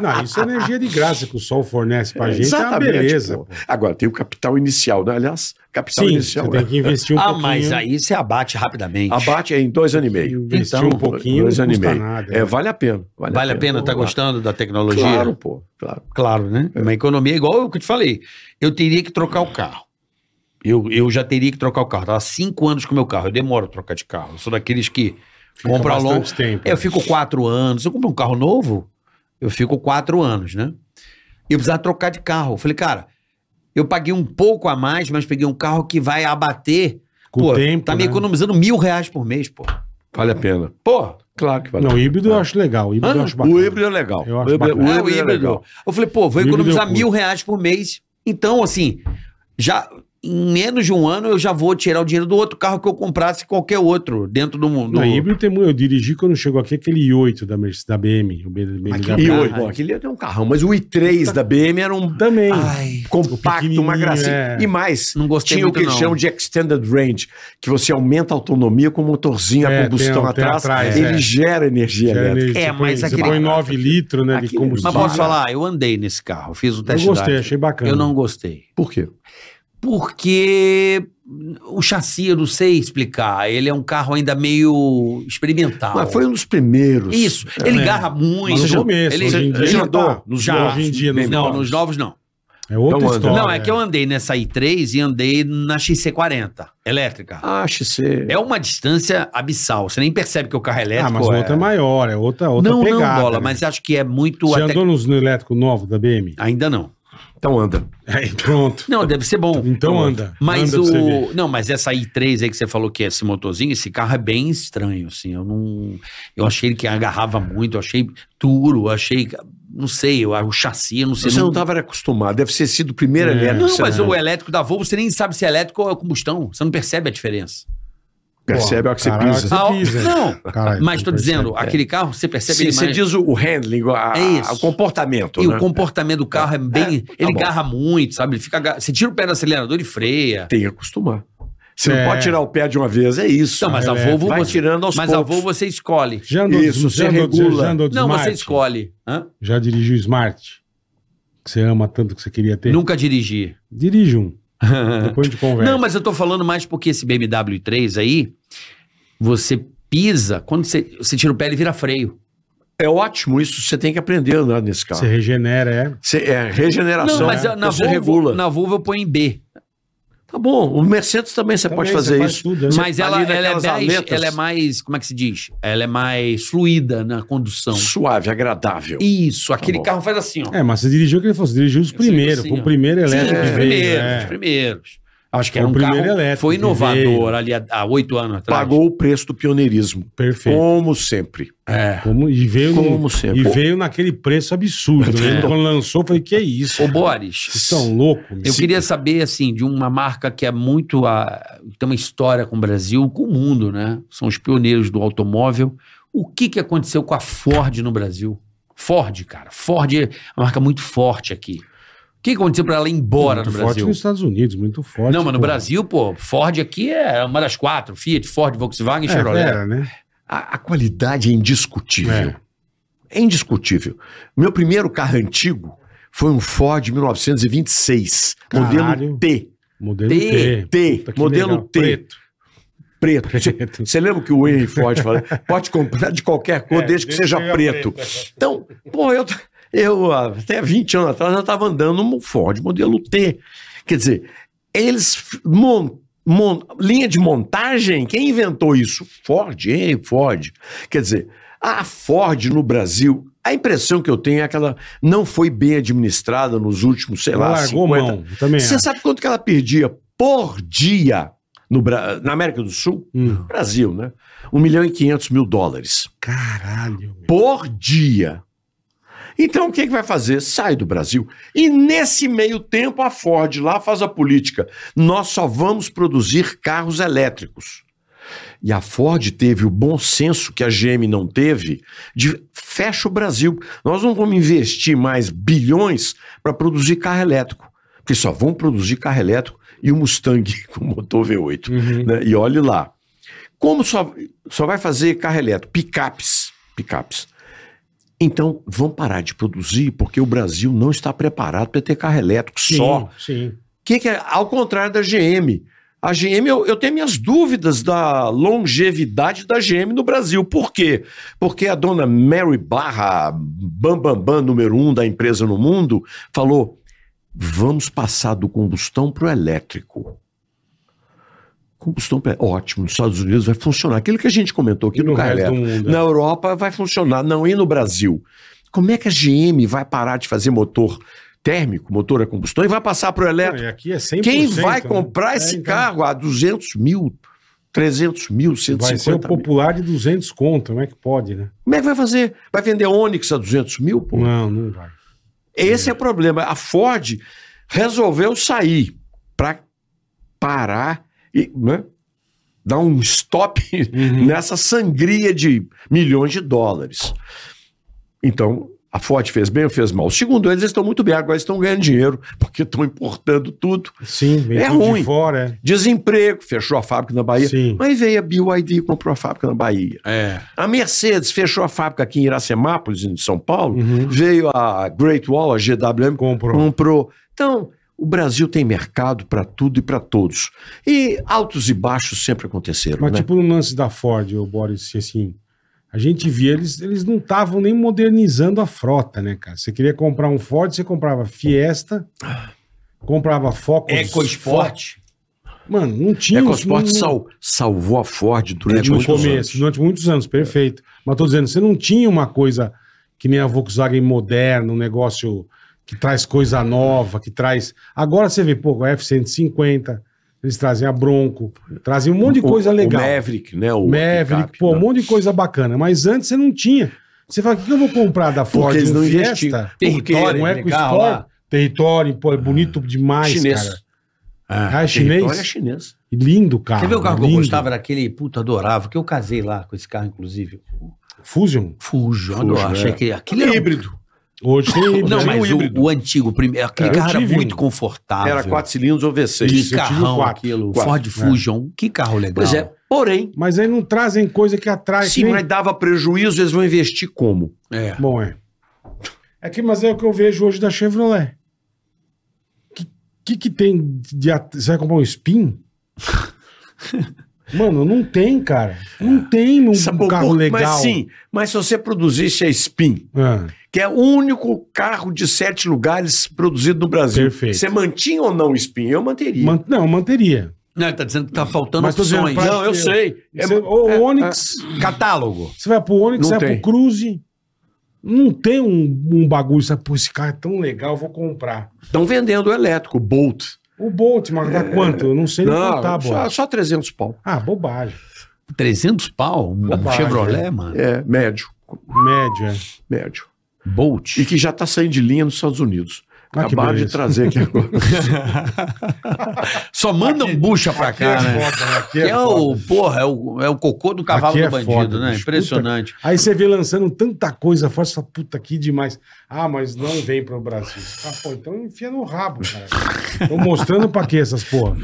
Não, isso é energia de graça que o sol fornece pra gente. É uma beleza. pô. pô. Agora, tem o capital inicial, né? Aliás, capital Sim, inicial. você tem né? que investir um Então ah, pouquinho. mas aí você abate rapidamente. Abate é em dois anos e meio. Investir Então, um pouquinho dois não anos e custa meio. nada. É, vale a pena. Vale, Vale a pena, tá Vamos lá. gostando da tecnologia? Claro, pô. Claro. Claro, né? É. Uma economia igual o que eu te falei. Eu teria que trocar o carro. Eu, eu já teria que trocar o carro. Tava cinco anos com o meu carro. Eu demoro a trocar de carro. Eu sou daqueles que Fica compra longo. É, bastante tempo. Eu fico quatro anos. Eu compro um carro novo, eu fico quatro anos, né? E eu precisava trocar de carro. Eu falei, cara, eu paguei um pouco a mais, mas peguei um carro que vai abater. Com pô, o tempo, tá me né? economizando mil reais por mês, pô. Vale a pena. Pô, Claro que vale Não, a o pena. híbrido eu acho legal. O híbrido eu Ah, acho O bacana. híbrido é legal. Eu acho O híbrido- bacana. É, o o híbrido é híbrido. legal. Eu falei, pô, vou O híbrido economizar eu curto. mil reais por mês. Então, assim, já em menos de um ano eu já vou tirar o dinheiro do outro carro que eu comprasse qualquer outro dentro do mundo. Não, híbrido tem muito. Eu dirigi quando chegou aqui aquele i8 da, Mercedes, da BM. O BMW. Aqui da E Ah, hoje, bom, aquele é um carrão, mas o i3 da BM era um Também. Ai, compacto, uma Tá. pequenininho, gracinha. é. E mais, não gostei tinha o muito, que eles não. chamam de extended range, que você aumenta a autonomia com o motorzinho É, a combustão tem- tem atrás, atrás, ele é. gera energia Gera elétrica. energia. É, Você põe- mas você aquele- põe 9 litros né, de Aquele- combustível. Mas posso falar, eu andei nesse carro, fiz o Eu teste gostei, drive. achei bacana. tá Eu não gostei. Por quê? Porque o chassi, eu não sei explicar, ele é um carro ainda meio experimental. Mas foi um dos primeiros. Isso, ele É. garra muito. Mas no começo, ele, hoje em ele dia já andou tá. nos Já. novos. Hoje em dia, nos Não, novos. nos novos não. É outra Então anda. história. Não, é que eu andei nessa i3 e andei na XC40, elétrica. Ah, XC. É uma distância abissal. Você nem percebe que o carro é Ah, elétrico mas é... outra é maior, é outra, outra não, pegada. não, bola, né? mas acho que é muito Você até- andou nos no elétrico novo da BM? Ainda não. Então anda. Aí, pronto. Não, deve ser bom. Então anda. Anda Mas pra você ver. o. Não, mas essa i3 aí que você falou que é esse motorzinho, esse carro é bem estranho, assim. Eu não. Eu achei ele que agarrava muito, eu achei duro, eu achei. Não sei, eu- o chassi, eu não sei. Você não tá estava acostumado, deve ter sido o primeiro É. elétrico. Não, que você mas andou. o elétrico da Volvo, você nem sabe se é elétrico ou é combustão. Você não percebe a diferença. Percebe a hora que você caralho, pisa. Você Ah, pisa, hein? não, Caralho, mas tô você É. dizendo, percebe. aquele carro, você percebe Sim, ele você mais- diz o handling, a- É isso. o comportamento. E né? tá o comportamento do carro é bem. ele bom. garra muito, sabe? Ele fica. ga- Você tira o pé do acelerador e freia. Tem que acostumar. Você É. não pode tirar o pé de uma vez, é isso. Não, mas a é, Volvo. Vai Você, tirando aos mas a poucos. Volvo você escolhe. Já andou, Isso, já você andou, regula. Já andou de Não, mas Smart? você escolhe. Hã? Já dirigiu Smart? Que você ama tanto que você queria ter? Nunca dirigi. Dirige um. Depois a gente conversa. Não, mas eu tô falando mais porque esse BMW 3 aí, você pisa, quando você, você tira o pé, ele vira freio. É ótimo isso, você tem que aprender a andar nesse carro. Você regenera, é. Você- é regeneração. Não, mas ah, é, na você Volvo, regula. na Volvo eu ponho em B. Tá bom, o Mercedes também você pode Também, fazer faz isso. tudo, né? Mas ela, ali ela é naquelas mais, aletas. ela é mais, como é que se diz? Ela é mais fluida na condução. Suave, agradável. Isso, aquele Tá bom. carro faz assim, ó. É, mas você dirigiu o que ele falou, você dirigiu os Eu sei que primeiros, assim, foi ó. o primeiro elétrico Sim, tipo, que os veio. primeiros, os é. primeiros. Acho que Foi era o um primeiro carro, elétrico foi que veio. inovador ali há- há oito anos atrás. Pagou o preço do pioneirismo. Perfeito. Como sempre. É. Como, e veio, num- Como sempre. e veio naquele preço absurdo. né? É. Quando lançou, eu falei, que é isso? Ô, Boris. Vocês são loucos. meu? Eu queria saber, assim, de uma marca que é muito. A, tem uma história com o Brasil, com o mundo, né? São os pioneiros do automóvel. O que, que aconteceu com a Ford no Brasil? Ford, cara. Ford é uma marca muito forte aqui. O que que aconteceu para ela ir embora muito no forte Brasil? nos Estados Unidos, muito forte. Não, mas no pô. Brasil, pô, Ford aqui é uma das quatro: Fiat, Ford, Volkswagen, É, Chevrolet. era, né? A, a qualidade é indiscutível. É. É. indiscutível. Meu primeiro carro antigo foi um Ford 1926, Caralho. modelo T. Modelo T, T. T, Puta, que modelo legal. T, preto. Preto. Você- Preto. Você lembra que o Henry Ford fala, pode comprar de qualquer cor, É, desde que desde seja que seja é. preto. Então, pô, eu, eu ah, até 20 anos atrás eu estava andando num Ford modelo T. Quer dizer, eles. f- mon- mon- linha de montagem, quem inventou isso? Ford, Henry Ford. Quer dizer, a Ford no Brasil. A impressão que eu tenho é que ela não foi bem administrada nos últimos, sei Ela lá, largou 50 mão. eu Também Você acho. sabe quanto que ela perdia por dia no Bra- na América do Sul? Hum. Brasil, né? 1 milhão e 500 mil dólares Caralho. meu. por dia. Então, o que, que vai fazer? Sai do Brasil. E nesse meio tempo, a Ford lá faz a política. Nós só vamos produzir carros elétricos. E a Ford teve o bom senso que a GM não teve de fecha o Brasil. Nós não vamos investir mais bilhões para produzir carro elétrico. Porque só vão produzir carro elétrico e o Mustang com motor V8. Uhum. Né? E olhe lá. Como só, só vai fazer carro elétrico? Picapes. Picapes. Então, vão parar de produzir porque o Brasil não está preparado para ter carro elétrico só. Sim. Que que é? Ao contrário da GM. A GM, eu, eu tenho minhas dúvidas da longevidade da GM no Brasil. Por quê? Porque a dona Mary Barra, bambambam bam, bam, número um da empresa no mundo, falou: vamos passar do combustão para o elétrico. Combustão para ótimo, nos Estados Unidos vai funcionar. Aquilo que a gente comentou aqui E no no resto do Carreira. mundo. é. né? Na Europa vai funcionar, não, e no Brasil? Como é que a GM vai parar de fazer motor térmico, motor a combustão, e vai passar para o elétrico? Não, e aqui é 100%. Quem vai né? comprar É, esse então, carro a 200 mil, 300 mil, Vai ser o 150 mil? popular de 200 conto, como é que pode, né? Como é que vai fazer? Vai vender Onix a 200 mil? Pô? Não, não vai. Esse é o problema. A Ford resolveu sair para parar e né, dar um stop Uhum. nessa sangria de milhões de dólares. Então, a Ford fez bem ou fez mal? Segundo eles, eles estão muito bem, agora eles estão ganhando dinheiro, porque estão importando tudo. Sim, vem É tudo de ruim. fora, é. Desemprego, fechou a fábrica na Bahia. Sim. Mas veio a BYD e comprou a fábrica na Bahia. É. A Mercedes fechou a fábrica aqui em Iracemápolis, em São Paulo. Uhum. Veio a Great Wall, a GWM, Comprou. comprou. Então, o Brasil tem mercado para tudo e para todos. E altos e baixos sempre aconteceram, Mas né? tipo no lance da Ford, o Boris, se assim, a gente via, eles, eles não estavam nem modernizando a frota, né, cara? Você queria comprar um Ford, você comprava Fiesta, comprava Focus. EcoSport. Mano, não A tinha... EcoSport não- sal- salvou a Ford durante no muitos né? começo, anos. durante muitos anos, perfeito. Mas tô dizendo, você não tinha uma coisa que nem a Volkswagen moderna, um negócio que traz coisa nova, que traz. Agora você vê, pô, a F-150, eles trazem a Bronco, trazem um monte de coisa o, legal. O Maverick, né? O Maverick, picape, pô, né? um monte de coisa bacana. Mas antes você não tinha. Você fala, o que que eu vou comprar da Ford? Porque eles Um não Fiesta? investiam. Território, um aquele carro EcoSport? né? lá. Ah, Território, pô, é bonito demais, Chinês. cara. Ah, é Território é chinês? chinês. Lindo carro. Você viu o carro que eu Ah, lindo. gostava? Era aquele, puta, adorava, que eu casei lá com esse carro, inclusive. Fusion? Fujo, eu adorava. Fusion, é. Achei que aquilo era um- híbrido. Hoje tem um híbrido. né? Não, tem mas o, o antigo, o primeiro, aquele É, eu carro era tive muito um. confortável. Era quatro cilindros ou V6. Isso, Que eu tive um carrão quatro, aquilo. quatro, Ford é. Fusion, que carro legal. Pois é, porém, Mas aí não trazem coisa que atrai. se que nem- mas dava prejuízo, eles vão investir como? É. Bom, é. É que, mas é o que eu vejo hoje da Chevrolet. Que que, que tem de. at- Você vai comprar um spin? Mano, não tem, cara. Não tem um, É. Sabe, carro por- legal. Mas sim, mas se você produzisse a Spin, Ah, que é o único carro de sete lugares produzido no Brasil, Perfeito. você mantinha ou não o Spin? Eu manteria. man- não, manteria. Não, ele tá dizendo que tá faltando Mas tô dizendo, opções. pra- Não, eu sei. É- Você- o é- Onix, Catálogo. você vai pro Onix, Não você vai tem. pro Cruze. Não tem um, um bagulho, sabe? Pô, esse carro é tão legal, eu vou comprar. Estão vendendo o elétrico, o Bolt. O Bolt, mas dá quanto? Eu não sei nem Não, contar, só, boa. só 300 pau. Ah, bobagem. 300 pau? Um Bobagem, Chevrolet, mano. É, médio. Médio, é. Médio. Bolt. E que já está saindo de linha nos Estados Unidos. Ah, que Acabaram de beleza. trazer aqui agora. Só mandam bucha pra cá, né? foda, né? Aqui Que é o, porra, é o, é o cocô do cavalo Aqui é do bandido, foda, né? bicho. Impressionante. Aí você vê lançando tanta coisa fora, você fala, puta, que demais. Ah, mas não vem pro Brasil. Ah, pô, então enfia no rabo, cara. Tô mostrando pra quê essas porra?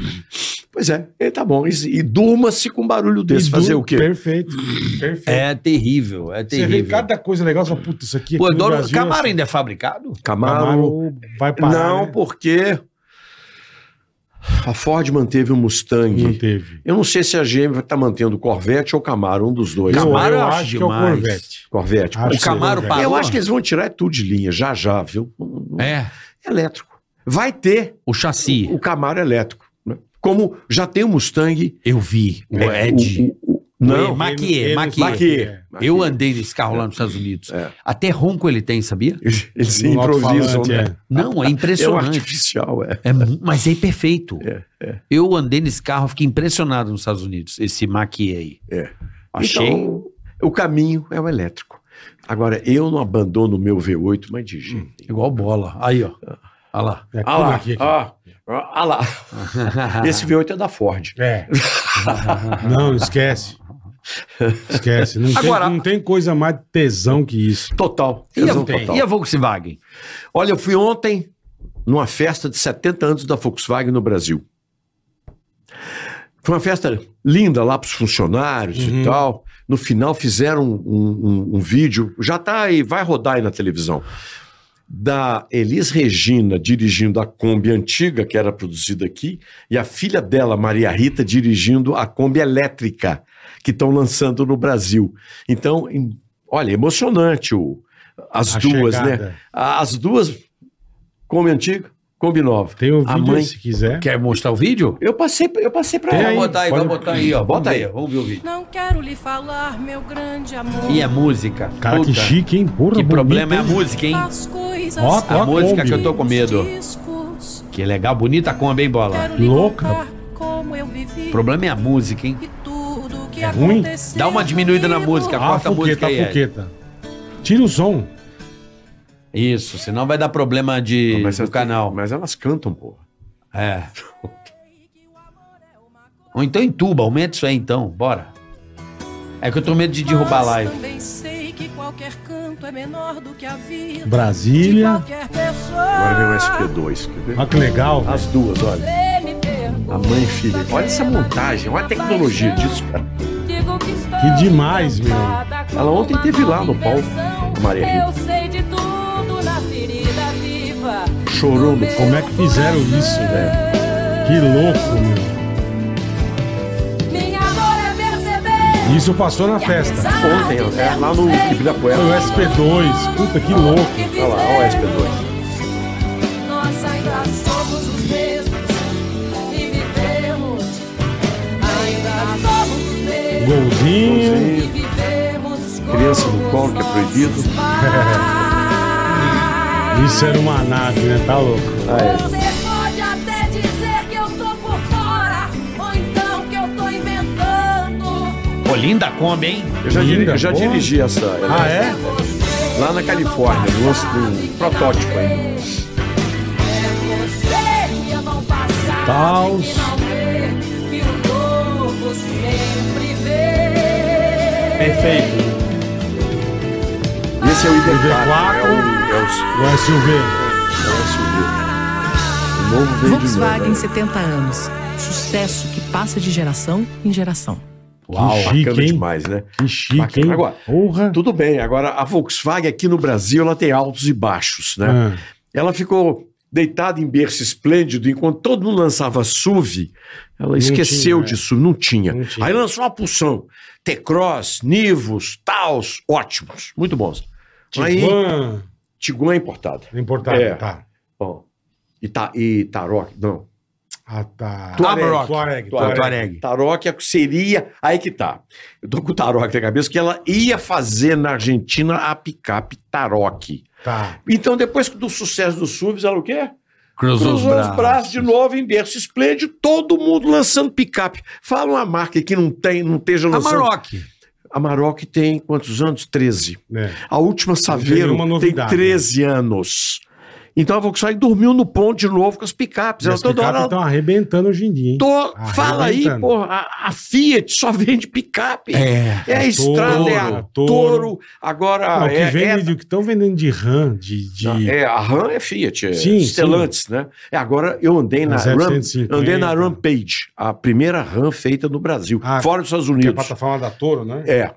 Pois é, e tá bom. E, e durma-se com um barulho desse. E Fazer du- o quê? Perfeito, perfeito. É terrível, é você vê terrível. cada coisa legal, você fala, puta, isso aqui, Pô, aqui no adoro. Brasil, assim, Camaro ainda é fabricado? Camaro. Camaro vai parar, não, né? porque a Ford manteve o Mustang. Manteve. Eu não sei se a GM está tá mantendo o Corvette ou o Camaro, um dos dois. Camaro eu eu acho acho que é o demais. Corvette. Corvette. Acho pode que ser. Camaro é, parou? Eu acho que eles vão tirar é tudo de linha, já já, viu? É, Elétrico. Vai ter o chassi. o Camaro elétrico. né? Como já tem o Mustang. Eu vi, o é, Ed. o- o- O não, E- Maquiê, Ele- É. ele- Maquiê. Maquiê. Eu andei nesse carro lá nos Estados Unidos. É. Até ronco ele tem, sabia? Eles, eles No improvisam, alto-falante, né? Não, é É, um impressionante. artificial, é. É mu- mas é perfeito. É, Eu andei nesse carro, fiquei impressionado nos Estados Unidos, esse Mach-E aí. É. Achei. Então, o caminho é o elétrico. Agora, eu não abandono o meu V8, mas de jeito. Igual bola. Aí, ó. Olha lá. É, Ah tudo lá, aqui, aqui. ah, ah lá. Esse V8 é da Ford. É. Não, esquece. Esquece. Não, Agora- tem, não tem coisa mais tesão que isso. Total. E Tesão tem. a, total. e a Volkswagen? Olha, eu fui ontem numa festa de 70 anos da Volkswagen no Brasil. Foi uma festa linda lá para os funcionários Uhum. e tal. No final fizeram um, um- um vídeo, já tá aí, vai rodar aí na televisão, da Elis Regina dirigindo a Kombi antiga, que era produzida aqui, e a filha dela, Maria Rita, dirigindo a Kombi elétrica, que estão lançando no Brasil. Então, em- olha, emocionante o, as A duas, né? chegada. A- As duas, Kombi antiga, Kombi nova. Tem um- o A vídeo mãe- aí, se quiser. Quer mostrar o vídeo? Eu passei, eu passei pra Tem ela. aí. Vamos botar aí, pode- vamos botar aí, ó. Bota Vamos aí. ver, Vamos ver o vídeo. Não quero lhe falar, meu grande amor. E a música? Cara, que é Puta, chique, hein? Porra, Que bonito, problema é a hein? música, hein? As coisas Ó, A a música Kombi. que eu tô com medo. Discos. Que legal, bonita a Kombi, hein, Bola? Quero lhe Louca. contar como eu vivi O problema é a música, hein? e tudo que É ruim? aconteceu Dá uma diminuída na comigo. música. Ah, a Corta a música fuqueta, aí, a Ed. fuqueta. Tira o som. Isso, senão vai dar problema de, Mas do elas- canal. Mas elas cantam, porra. É. Ou então entuba, aumenta isso aí então, bora. É que eu tô medo de derrubar a Mas live. também sei que qualquer canto é menor do que a vida Brasília. de qualquer pessoa. Agora vem o SP2. Quer ver? Olha Ah, que legal. As duas, olha. Você me pergunta A mãe e filha. Olha essa montagem, olha a tecnologia disso, cara. Digo que estou Que demais, meu. encantada com Ela ontem uma teve lá no palco, convenção. a Maria Rita. Eu sei de tudo na ferida viva. Chorou no Como é que fizeram isso, velho? Que louco, meu. Minha dor é perceber. Isso passou na que festa. apesar Ontem, de ela- é, lá no termos Ibirapuera. Foi o SP2. Puta, que louco. feito o que Olha lá, olha o fizemos, SP2. Nós ainda somos os mesmos e vivemos. Ainda somos os mesmos Golzinho. e vivemos. como Criança no colo, que é os proibido. nossos pais. Isso era uma nave, né? Tá louco. Ah, Você pode até dizer que eu tô por fora, ou então que eu tô inventando. Pô, linda a Kombi, hein? é. Eu já, diri- Linda, eu já porra. dirigi essa. Ah, é? Você Lá na Califórnia, no lance do protótipo ainda. É você que eu não passava. Taus. que não vê, que o novo sempre vê. Perfeito. E esse é o ID4. É o, é o, O SUV. é o novo veio de novo. Volkswagen 70 anos. Sucesso que passa de geração em geração. Uau, que chique, bacana hein? demais, né? Que chique, hein? Bacana. Agora, Porra. Tudo bem, agora a Volkswagen aqui no Brasil ela tem altos e baixos, né? Ah. Ela ficou deitada em berço esplêndido, enquanto todo mundo lançava SUV, ela esqueceu tinha, de SUV, não tinha. Não tinha. Aí lançou uma pulsão, T-Cross, Nivus, Taos, ótimos, muito bons. Aí, Tiguan. Tiguan é importado. Importado, É. tá. Ó, e, ta, e Tarok, não. Ah, tá. Tuareg. Tuareg. Tuareg. Tuareg. Tuareg. Tarok é- seria. Aí que tá. Eu tô com o Tarok na cabeça, que ela ia fazer na Argentina a picape Tarok. Tá. Então, depois do sucesso do SUVs, ela o quê? Cruzou, Cruzou os braços. de novo em berço esplêndido, todo mundo lançando picape. Fala uma marca que não tem, não esteja A lançando. Maroc. A Maroc tem quantos anos? 13. É. A última Saveiro nenhuma tem novidade, né? 13 anos. Então a Volkswagen dormiu no ponto de novo com as picapes. Ela As toda hora picapes estão arrebentando hoje em dia, hein? Tô- Ah, fala aí, arrebentando. porra, a, a Fiat só vende picape. É, É. a é estrada, é a Toro, Toro, Toro. agora Não, o que é, é, vende, o que estão vendendo de RAM, de... de... é, a RAM é Fiat, é Sim, Stellantis, né? É, agora eu andei na As RAM, F-150. andei na Rampage, a primeira RAM feita no Brasil, Ah, fora dos Estados que é a Unidos. plataforma da Toro, né? É.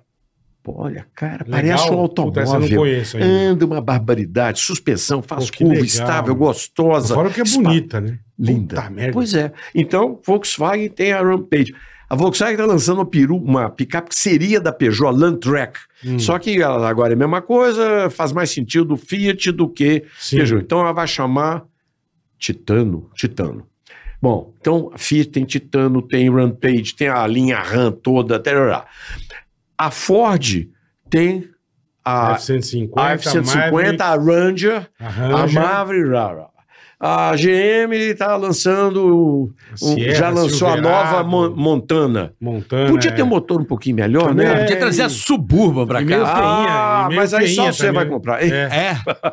Pô, Olha, cara, Legal. parece um Puta, essa eu não automóvel. conheço ainda. Anda uma barbaridade, suspensão, faz Pô, que curva legal. estável, gostosa. Fora que é espa- bonita, né? Linda. Puta merda. Pois é. Então, Volkswagen tem a Rampage. A Volkswagen está lançando uma, peru, uma picape que seria da Peugeot, a Landtrek. Hum. Só que ela agora é a mesma coisa, faz mais sentido do Fiat do que Sim. Peugeot. Então ela vai chamar Titano, Titano. Bom, então a Fiat tem Titano, tem Rampage, tem a linha RAM toda, até lá. A Ford tem a F-150, a F-150, a Ranger, a a Ranger, Maverick Rara. A GM está lançando. a um- Sierra, já lançou a Silverado, nova Mon- Montana. Montana. Podia ter é. um motor um pouquinho melhor, Também né? é. Podia trazer a Suburban pra E meio cá. Ah, feinha, e meio mas aí só feinha você também. vai comprar. É.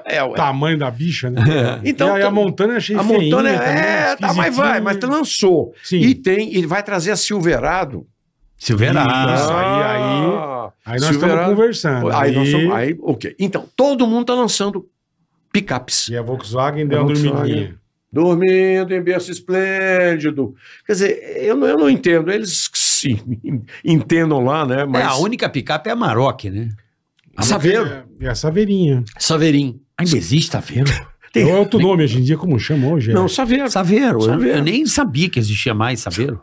É. É, ué. Tamanho da bicha, né? Então, e aí a Montana eu achei a feinha Montana também, é, tá, mas esquisitinha. vai, mas lançou. Sim. E tem, e vai trazer a Silverado. Isso, Silverado. aí- aí- Ah, Aí nós estamos Silverado. conversando. Aí, nós somos- aí, ok. Então, todo mundo tá lançando picapes. E a Volkswagen deu A uma é Volkswagen. dormidinha. dormindo em berço esplêndido. Quer dizer, eu não, eu não entendo. Eles que se entendam lá, né? Mas É, a única picape é a Maroc, né? Saveiro. E a Saveirinha. Saveirinho. Ainda existe Saveiro? Tem- Ou é outro nome hoje em dia, como chama hoje? é? Não, Saveiro. Saveiro. Eu, Saveiro. eu nem sabia que existia mais Saveiro.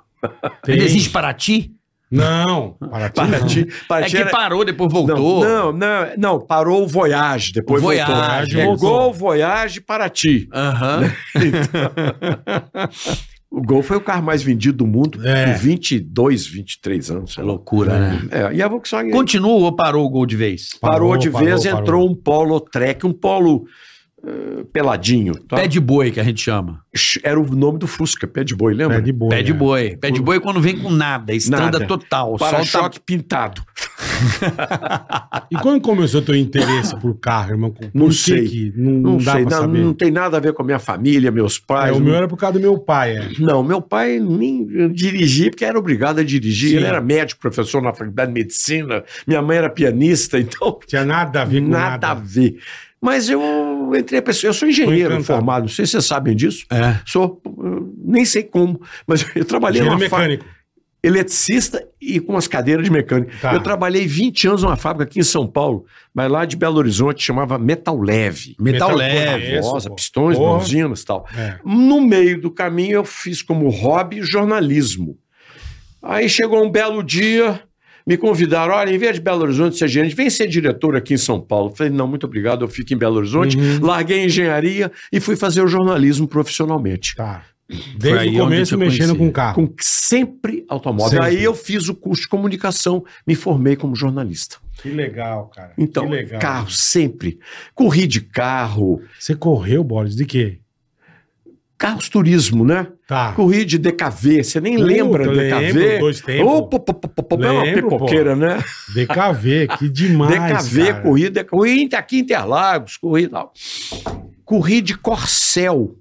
Tem- Ainda existe Paraty? Não, Paraty. Paraty. É Paraty que era- parou, depois não, voltou. não, não, é, não, parou o Voyage, depois O Voyage, voltou. é, Gol, voltou. Voyage, Paraty. Então. Aham. O Gol foi o carro mais vendido do mundo É. por 22, 23 anos. É sei lá. loucura, né? É, e a Volkswagen Continuou ou parou o gol de vez? parou, Parou, de parou, vez, parou. entrou um polo track, um polo eh, peladinho. tá? Pé de boi, que a gente chama. Era o nome do Fusca, pé de boi, lembra? Pé de boi. Pé de é. boi. Pé de boi é quando vem com nada, estrada Nada. total. tá- Solta Para-choque pintado. E quando começou o teu interesse por carro, irmão? Por Não que sei. que não, Não, dá sei, pra não, saber. não tem nada a ver com a minha família, meus É, pais. o meu era por causa do meu pai, é. Não, meu pai nem dirigia, porque era obrigado a dirigir. Sim. Ele era médico, professor na faculdade de medicina. Minha mãe era pianista, então Tinha nada a ver com nada, nada. a ver. Mas eu entrei a pessoa. Eu sou Foi engenheiro encantado. formado, não sei se vocês sabem disso. É. Sou, eu nem sei como, mas eu trabalhei Engenheiro numa fábrica. mecânico. eletricista e com as cadeiras de mecânica. Tá. Eu trabalhei 20 anos numa fábrica aqui em São Paulo, mas lá de Belo Horizonte chamava Metal Leve. metal, Metal leve. leve. Isso, Rosa, pô. pistões, Porra. buzinas e tal. É. No meio do caminho eu fiz como hobby jornalismo. Aí chegou um belo dia, me convidaram, olha, em vez de Belo Horizonte ser gerente, vem ser diretor aqui em São Paulo. Falei, não, muito obrigado, eu fico em Belo Horizonte. Uhum. Larguei a engenharia e fui fazer o jornalismo profissionalmente. Tá. Foi aí Desde onde o começo eu mexendo conheci. com carro. com sempre automóvel. Sempre. Aí eu fiz o curso de comunicação, me formei como jornalista. Que legal, cara. Então, que legal. carro sempre. Corri de carro, Você correu, Boris, de quê? carros turismo, né? Tá. Corri de DKV, você nem Puta, lembra eu do lembro, DKV? dois tempos. Ô, pô, pô, pô, pô, pô, é uma Lembro, pô. pipoqueira, né? DKV, que demais, DKV, cara. corrida, corri aqui em Interlagos, corri e tal. Corri de Corcel.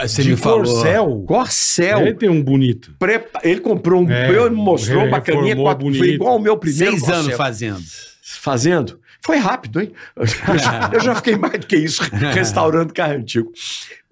Você me falou. Corcel. Corcel. Ele tem um bonito. Prepa- Ele comprou um. É, meu, ele me reformou mostrou uma bacaninha. Quatro, foi bonito. igual ao meu primeiro. é Seis anos Corcel. fazendo. fazendo. Foi rápido, hein? Eu já, eu já fiquei mais do que isso restaurando carro antigo.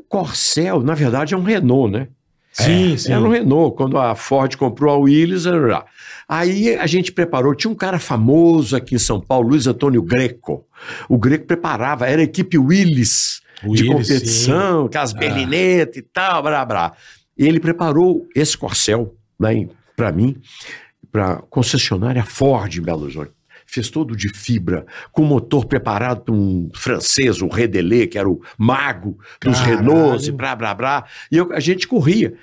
Corcel, na verdade, é um Renault, né? Sim, sim. Era um Renault. Quando a Ford comprou a Willys, era lá. aí a gente preparou. Tinha um cara famoso aqui em São Paulo, Luiz Antônio Greco. O Greco preparava, era a equipe Willys, de Willys, Ah. competição, com as berlinetas e tal, blá, blá. E ele preparou esse Corcel né, para mim, para concessionária Ford em Belo Horizonte. Fez todo de fibra, com motor preparado por um francês, o Redelé, que era o mago dos Caralho. Renaults, e blá, blá, blá. E eu- a gente corria.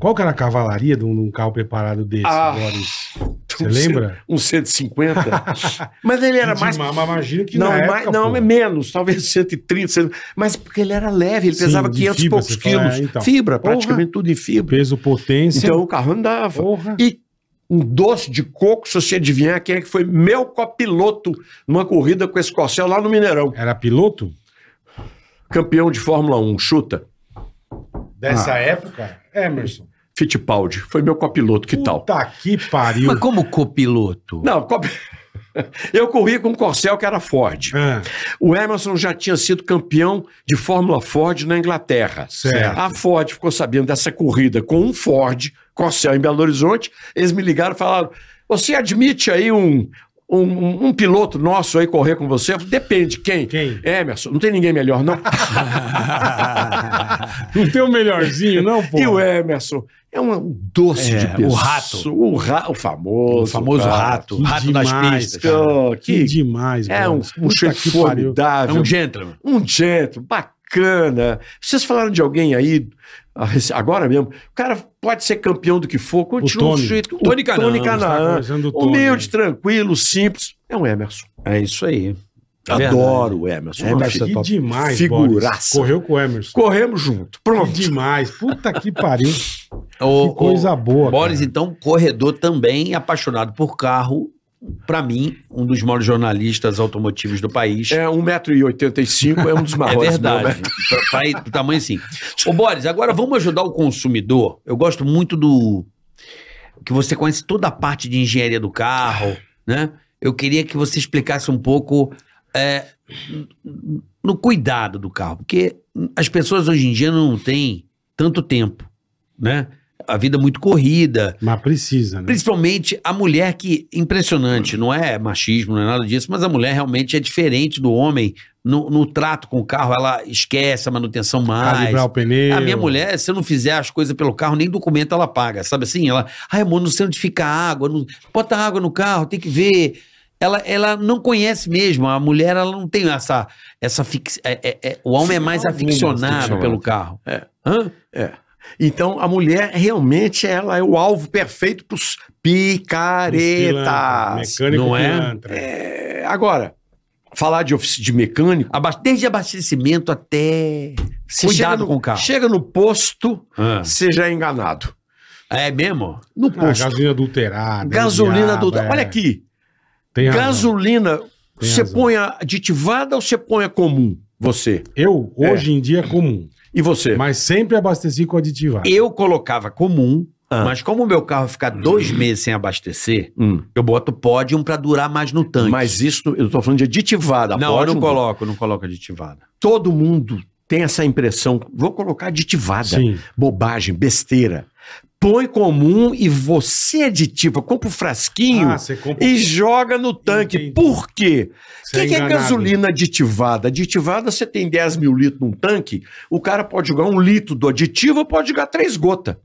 Qual que era a cavalaria de um, de um carro preparado desse, Ah, Boris? Você um lembra? Um 150. mas ele era De mais. ma- Mas imagino que não, na mais- época, não pô. é menos, talvez 130, 100, mas porque ele era leve, ele Sim, pesava de 500 e fibra, poucos você fala, quilos. é, então. Fibra, Porra. praticamente tudo em fibra. Peso, potência. Então o carro andava. porra. E um doce de coco, se você adivinhar quem é que foi meu copiloto numa corrida com esse Corcel lá no Mineirão. Era piloto? Campeão de Fórmula 1, chuta. Ah. Dessa época? É, Emerson. Fittipaldi. Foi meu copiloto, que tal? Puta que pariu. Mas como copiloto? Não, cop... eu corri com um Corcel que era Ford. Ah, O Emerson já tinha sido campeão de Fórmula Ford na Inglaterra. Certo. A Ford ficou sabendo dessa corrida com um Ford Corcel em Belo Horizonte. Eles me ligaram e falaram: Você admite aí um, um, um piloto nosso aí correr com você? Eu falei, Depende, quem? Quem? Emerson. Não tem ninguém melhor, não. Ah, não tem o melhorzinho, não, pô? e o Emerson é um doce É, de o pessoa. rato. O, ra- o famoso. o famoso cara. rato. Ah, que rato das demais, pistas. cara. Oh, Que que, demais, é um, Boris. um Puta que chefe pariu. É formidável. um gentleman. um jeito bacana. Vocês falaram de alguém aí ah, rec- agora mesmo. O cara pode ser campeão do que for, continua Tony. um sujeito. O Tony Canaan, Tony está Canaan. tá conversando do Tony, Humilde, né? tranquilo, simples. É um Emerson. É isso aí. É Tá Adoro o Emerson. É, Uma mas- fi- Que demais, Boris. Figuraça. Correu com o Emerson. Corremos junto. Pronto. Que demais. Puta que pariu. O, Que coisa o boa, Boris, cara. então, corredor também, apaixonado por carro. Pra mim, um dos maiores jornalistas automotivos do país. É 1,85m, é um dos É maiores. meu, verdade. né? Pra- pra ir do tamanho assim. Ô, Boris, agora vamos ajudar o consumidor. Eu gosto muito do. Que você conhece toda a parte de engenharia do carro, né? Eu queria que você explicasse um pouco é, no cuidado do carro, porque as pessoas hoje em dia não têm tanto tempo, né? A vida é muito corrida, Mas precisa, né? Principalmente a mulher que, impressionante, não é machismo, não é nada disso, mas a mulher realmente é diferente do homem no, no trato com o carro, ela esquece a manutenção mais. Calibrar o pneu. A minha mulher, se eu não fizer as coisas pelo carro, nem documento ela paga, sabe assim? Ela, ai amor, não sei onde fica a água, não- bota água no carro, tem que ver. Ela, ela não conhece mesmo, a mulher ela não tem essa... essa fix... é- é- é- o homem é mais um aficionado aficionado. pelo carro. Hã? É. Então, a mulher realmente ela é o alvo perfeito para os Pilantra, picaretas. Mecânico não é? pilantra. É, agora, falar de, ofici- de mecânico. Aba- Desde abastecimento até... Você Cuidado chega no- com o carro. Chega no posto, Hã? você já é enganado. É mesmo? No Ah, posto. gasolina adulterada. gasolina diabo, do. é. Olha aqui. Tem razão. gasolina, Tem você razão. põe a aditivada ou você põe a comum? Você. Eu, hoje em dia, é comum. E você? Mas sempre abasteci com aditivado. Eu colocava comum, Ah. Uhum. mas como o meu carro ficar dois meses sem abastecer, Hum. eu boto pódium pra durar mais no tanque. Mas isso, eu tô falando de aditivada. não, pode eu não um- coloco, não coloco aditivada. Todo mundo tem essa impressão. Vou colocar aditivada. Sim. Bobagem, besteira. Põe comum e você aditiva. Compra o frasquinho Ah, você compra. e joga no tanque. Entendi. Por quê? O você que, que é enganado. gasolina aditivada? Aditivada, você tem 10 mil litros num tanque, o cara pode jogar um litro do aditivo ou pode jogar três gotas.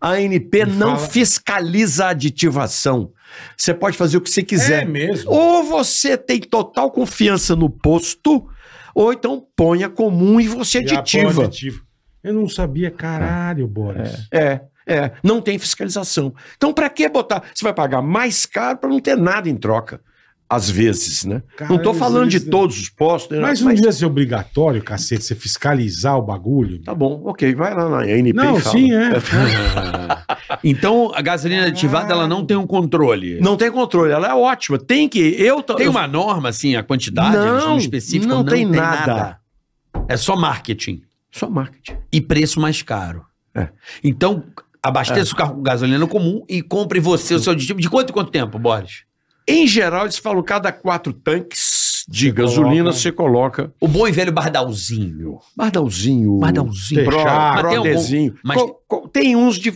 A ANP Me não fala. fiscaliza a aditivação. Você pode fazer o que você É quiser. mesmo. Ou você tem total confiança no posto, ou então ponha comum e você Já põe é aditiva. aditivo. Eu não sabia, caralho, Boris. É, é. Não tem fiscalização. Então, pra que botar? Você vai pagar mais caro pra não ter nada em troca. Às vezes, né? Cara, não tô às falando de vezes, né? todos os postos. né? Mas um não devia ser obrigatório, cacete, você fiscalizar o bagulho. Tá bom, ok, vai lá na ANP não, e fala. sim, é. Então, a gasolina aditivada, ela não tem um controle. Tá. Não tem controle, ela é ótima. Tem que. Eu tô- Tem uma norma, assim, a quantidade, Não, eles específica, não tem nada. É só marketing. Só marketing. e preço mais caro. É. Então, abasteça o carro com gasolina comum e compre você o seu aditivo. De quanto em quanto tempo, Boris? Em geral, eles falam cada quatro tanques de gasolina coloca- você coloca O bom e velho bardalzinho. bardalzinho, Bardalzinho. pro, Fechar. Mas tem algum- prodezinho. Co- co- mas- Tem, uns de...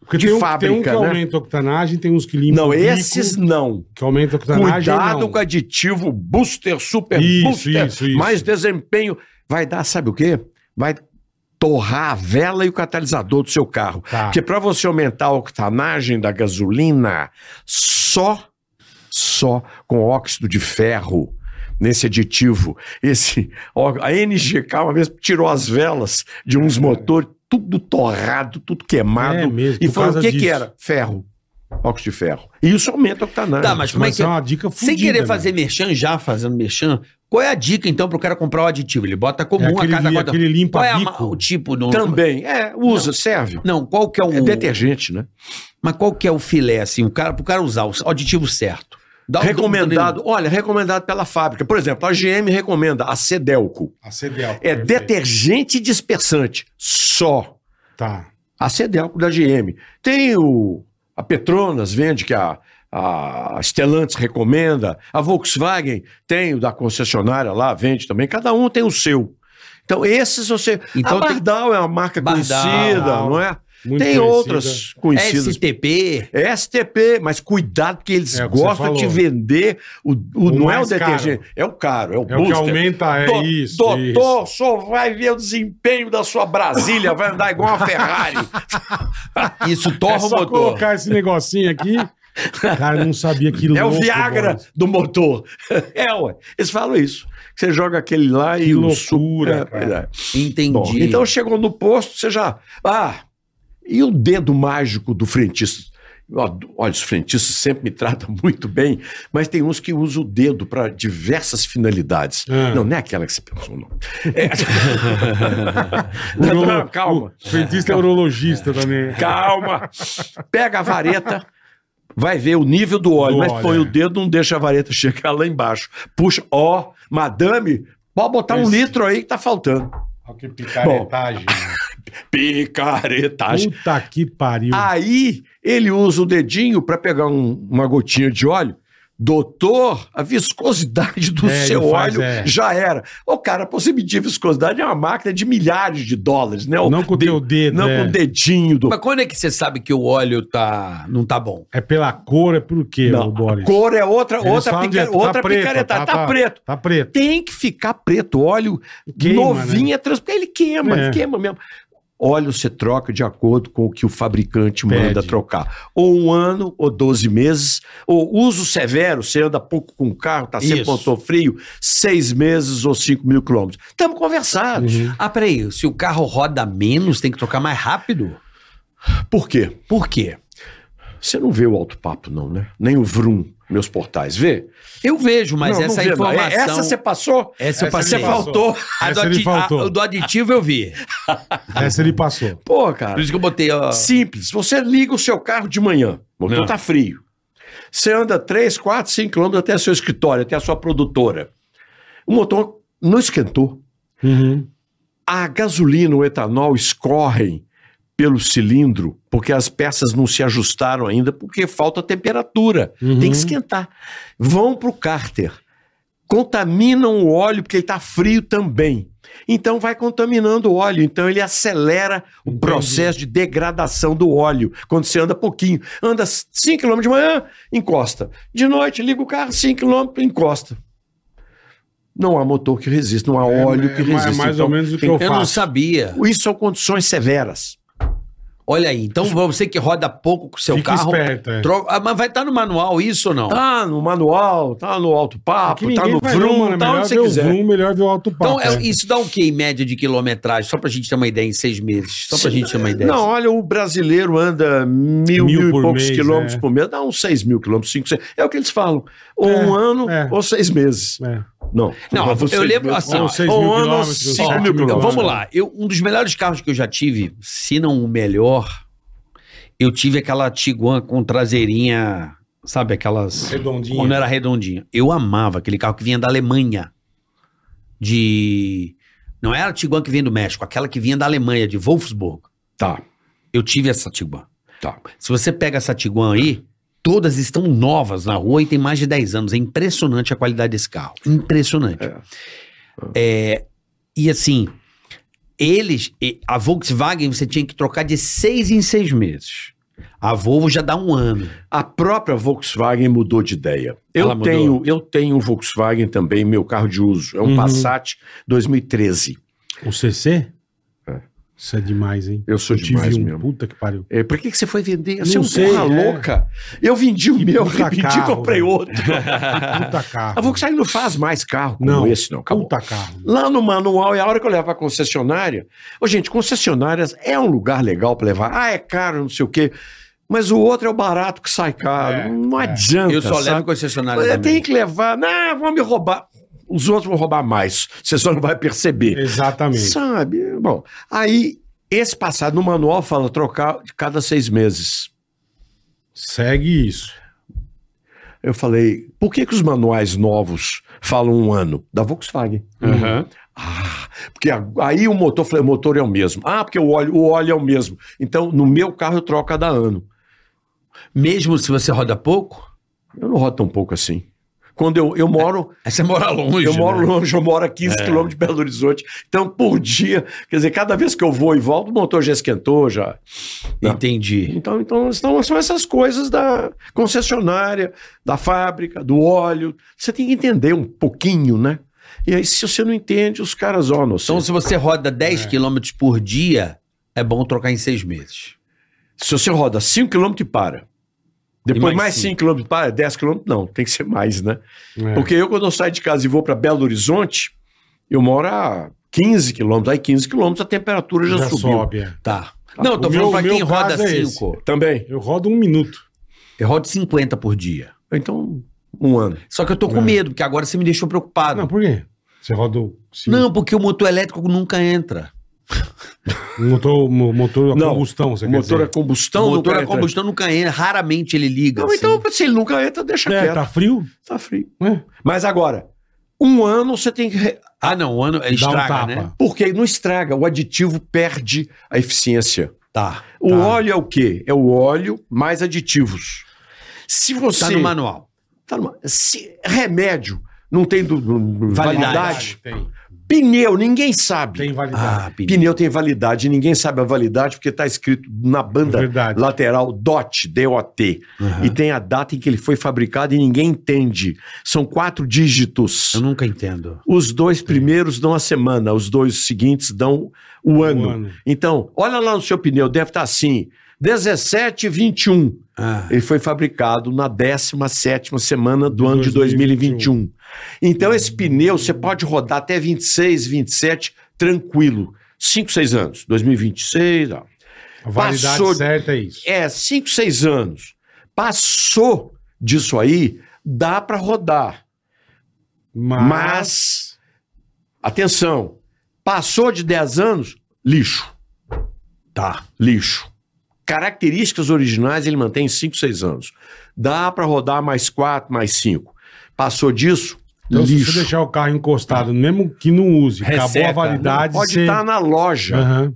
Porque De tem, um, fábrica, tem um que né? aumenta a octanagem, tem uns que limpam Não, o bico, esses não. que aumenta a octanagem é Cuidado não. com aditivo booster, super Isso, booster, isso, isso. mais desempenho. Vai dar, sabe o quê? Vai torrar a vela e o catalisador do seu carro. Tá. Porque para você aumentar a octanagem da gasolina, só, só com óxido de ferro nesse aditivo. Esse, ó, a NGK uma vez tirou as velas de uns motores, tudo torrado, tudo queimado. É mesmo, e por foi causa o que, que disso. era? Ferro. Óxido de ferro. E isso aumenta a octanagem. Tá, mas como é Mas que. é uma dica Sem fudida, querer né? fazer merchan, já fazendo merchan, qual é a dica então pro cara comprar o aditivo? Ele bota comum É um, aquele, a cada quanto? aquele Qual é a ma- limpa-bico. o tipo do. Também. É, usa, serve. Não, qual que é o. É detergente, né? Mas qual que é o filé, assim, o cara, pro cara usar o aditivo certo? Dá um- o- recomendado. Olha, recomendado pela fábrica. Por exemplo, a GM recomenda a Cedelco. A CDL. É detergente dispersante. Só. Tá. A Cedelco da GM. Tem o. A Petronas vende, que a, a Stellantis recomenda. A Volkswagen tem o da concessionária lá, vende também. Cada um tem o seu. Então, esses você. Então Então, a tem- Bardal é uma marca Bardal. conhecida, não é? Muito tem conhecida. outras conhecidas. É, STP. STP, mas cuidado que eles É o que você gostam de falou. vender o, o- O não é o mais detergente, é o caro, é o É o que booster. aumenta, é Do- isso. doutor, só vai ver o desempenho da sua Brasília, vai andar igual uma Ferrari. Isso isso. torra É o só motor. colocar esse negocinho aqui. Cara, eu não sabia que é o louco, Viagra Boris. do motor. É, ué. Eles falam isso. Você joga aquele lá Que e o loucura, suco- cara. pois é. Entendi. Bom, então chegou no posto, você já. Ah, e o dedo mágico do frentista? Eu ado- Olha, os frentistas sempre me tratam muito bem, mas tem uns que usam o dedo para diversas finalidades. Ah. Não, não é aquela que você pensou, não. É- Uro- Não, não, calma, O frentista é urologista também. calma. Pega a vareta, vai ver o nível do óleo, Do mas óleo, põe é. o dedo, não deixa a vareta chegar lá embaixo. Puxa, ó, madame, pode botar um Esse- litro aí que tá faltando. Olha que picaretagem. Picaretagem. Puta que pariu. Ah, Aí ele usa o dedinho para pegar um- uma gotinha de óleo. Doutor, a viscosidade do É, ele seu faz, óleo é. já era. Ô, cara, pra você medir a viscosidade é uma máquina de milhares de dólares, né? O Não com o de- teu dedo, Não é. com o dedinho do. Mas quando é que você sabe que o óleo tá não tá bom? É pela cor, é por quê, Não, ô, a Boris? cor é outra, Eles outra, falam pica, direto, tá outra preto, picaretagem. tá- Tá, tá- preto. Tá preto. Tem que ficar preto. O óleo né? Queima, novinho é trans... Ele queima, É. ele queima mesmo. Óleo você troca de acordo com o que o fabricante Pede. manda trocar. Ou um ano, ou 12 meses, ou uso severo, você anda pouco com o carro, tá sempre Isso. com motor frio, seis meses ou 5 mil quilômetros. Estamos conversados. Uhum. Ah, peraí, se o carro roda menos, tem que trocar mais rápido? Por quê? Por quê? Você não vê o alto papo, não, né? Nem o Vrum, meus portais. Vê? Eu vejo, mas Não, não essa vê, não. É- informação. Essa você passou? essa eu Essa passei. Você ele passou. faltou. A do, Essa ele adi- a- faltou. o do aditivo eu vi. Essa ele passou. Pô, cara. Por isso que eu botei. Ó, Simples. Você liga o seu carro de manhã. O motor Não. tá frio. Você anda 3, 4, 5 quilômetros até seu escritório, até a sua produtora. O motor não esquentou. Uhum. A gasolina, o etanol escorrem pelo cilindro porque as peças não se ajustaram ainda porque falta temperatura. Uhum. Tem que esquentar. Vão para o cárter. Contaminam o óleo porque ele está frio também. Então vai contaminando o óleo. Então ele acelera o Entendi. processo de degradação do óleo. Quando você anda pouquinho, anda 5 km de manhã, encosta. De noite, liga o carro, 5 km, encosta. Não há motor que resista, não há É, óleo é que mais- resista. mais ou Então, menos o que tem- eu eu não faço. sabia. Isso são condições severas. Olha aí, então pra você que roda pouco com o seu Fica carro. esperto, é. tro- Ah, mas vai estar no manual isso ou não? Tá no manual, tá no alto Aqui papo, tá ninguém no vai não, vroom, mano. tá é Melhor onde ver você o quiser. Vroom, melhor ver o alto papo. Então, é- é. isso dá o que em média de quilometragem? Só pra gente ter uma ideia, em seis meses. Só pra Sim. gente ter uma ideia. Não, olha, o brasileiro anda Mil mil, mil, e por poucos mês, quilômetros é. por mês, dá uns seis mil quilômetros, cinco, seis. É o que eles falam. Ou É, um ano, é. ou seis meses. É. Não, Não, ou eu seis lembro, meses. assim, Ou ó, 6 ou mil um ano, quilômetros, cinco 7 mil mil quilômetros. quilômetros. Vamos lá. Eu, um dos melhores carros que eu já tive, se não o melhor, eu tive aquela Tiguan com traseirinha, sabe, aquelas. Redondinho. Quando era redondinha. Eu amava aquele carro que vinha da Alemanha. De Não era a Tiguan que vinha do México, aquela que vinha da Alemanha, de Wolfsburg. Tá, Eu tive essa Tiguan. tá. Se você pega essa Tiguan aí, todas estão novas na rua e tem mais de 10 anos. É impressionante a qualidade desse carro. Impressionante. É. É, e assim, eles. e- A Volkswagen você tinha que trocar de seis em seis meses. A Volvo já dá um ano. A própria Volkswagen mudou de ideia. Ela Eu mudou. tenho, eu tenho um Volkswagen também, meu carro de uso. É um Uhum. Passat 2013. O CC? É. Isso é demais, hein? Eu sou Eu demais tive um mesmo. puta que pariu. É, pra que, que você foi vender? Não Você é um sei, porra é. louca. Eu vendi o Que meu, puta rependi, carro, comprei velho. Puta outro. carro. A Volkswagen não faz mais carro como Não. esse, não. Acabou. Puta carro. Lá no manual, é a hora que eu levo pra concessionária. Ô, gente, concessionárias é um lugar legal pra levar. Ah, é caro, não sei o quê. Mas o outro é o barato que sai caro. É, não é. adianta. Eu só sabe? levo concessionária. Eu também. tenho que levar. Não, vão me roubar. Os outros vão roubar mais. Você só não vai perceber. Exatamente. Sabe? Bom, aí, esse passado no manual fala trocar de cada seis meses. Segue isso. Eu falei, por que, que os manuais novos falam um ano? Da Volkswagen. Ah, porque a- aí o motor, falei, o motor é o mesmo. Ah, porque o óleo, o óleo é o mesmo. Então, no meu carro eu troco a cada ano. Mesmo se você roda pouco, Eu não rodo tão pouco assim. Quando eu, eu moro, aí você mora longe. eu moro né? longe, eu moro a 15 quilômetros de Belo Horizonte. Então, por dia, quer dizer, cada vez que eu vou e volto, o motor já esquentou, já. Não. Entendi. Então, então são, são essas coisas da concessionária, da fábrica, do óleo. Você tem que entender um pouquinho, né? E aí, se você não entende, os caras, ó, não sei. Então, se você roda 10 km por dia, é bom trocar em seis meses. Se você roda 5km e para. Depois E mais mais cinco. 5km para, 10km não, tem que ser mais, né? É. Porque eu, quando eu saio de casa e vou para Belo Horizonte, eu moro a 15 quilômetros. Aí 15 quilômetros a temperatura já, Já subiu. sobe. é. Tá. Tá. Não, eu tô O falando meu- pra quem meu roda caso é 5. Também. Eu rodo um minuto. eu rodo 50 por dia. Então, um ano. Só que eu tô com É. medo, porque agora você me deixou preocupado. Não, Não, por quê? Você roda o sim, porque o motor elétrico nunca entra. o motor, mo- motor a Não, Então, combustão, você O quer motor a dizer? é combustão. Então, o motor nunca a entra. combustão nunca entra. Raramente ele liga. Não, assim. então, se ele nunca entra, deixa É, quieto. tá frio? Tá frio. É. Mas agora, um ano você tem que. re- Ah, não. O ano é Dá estraga, um né? tapa. Porque aí não estraga, o aditivo perde a eficiência. Tá. O Tá. óleo é o quê? É o óleo mais aditivos. Se você. Tá no manual. tá numa- se remédio não tem du- validade. Validade. Tem, pneu, ninguém sabe. tem validade. Ah, pneu. pneu. tem validade, ninguém sabe a validade porque está escrito na banda Verdade. lateral DOT, DOT. Aham. E tem a data em que ele foi fabricado e ninguém entende. São quatro dígitos. Eu nunca entendo. Os dois primeiros dão a semana, os dois seguintes dão o ano. ano. Então, olha lá no seu pneu, deve estar assim: 1721. Ah, Ele foi fabricado na 17ª semana do ano de 2021. 2021. Então, esse pneu você pode rodar até 26, 27, tranquilo. 5, 6 anos. 2026, ó. A validade Passou- certa é isso. É, 5, 6 anos. Passou disso aí, dá para rodar. Mas, Mas, atenção, passou de 10 anos, lixo. tá. lixo. Características originais ele mantém 5, 6 anos. Dá para rodar mais 4, mais 5. Passou disso, então, se lixo. né? você deixar o carro encostado, mesmo que não use, acabou Reseta. a validade. Pode tá você- estar na loja. Aham,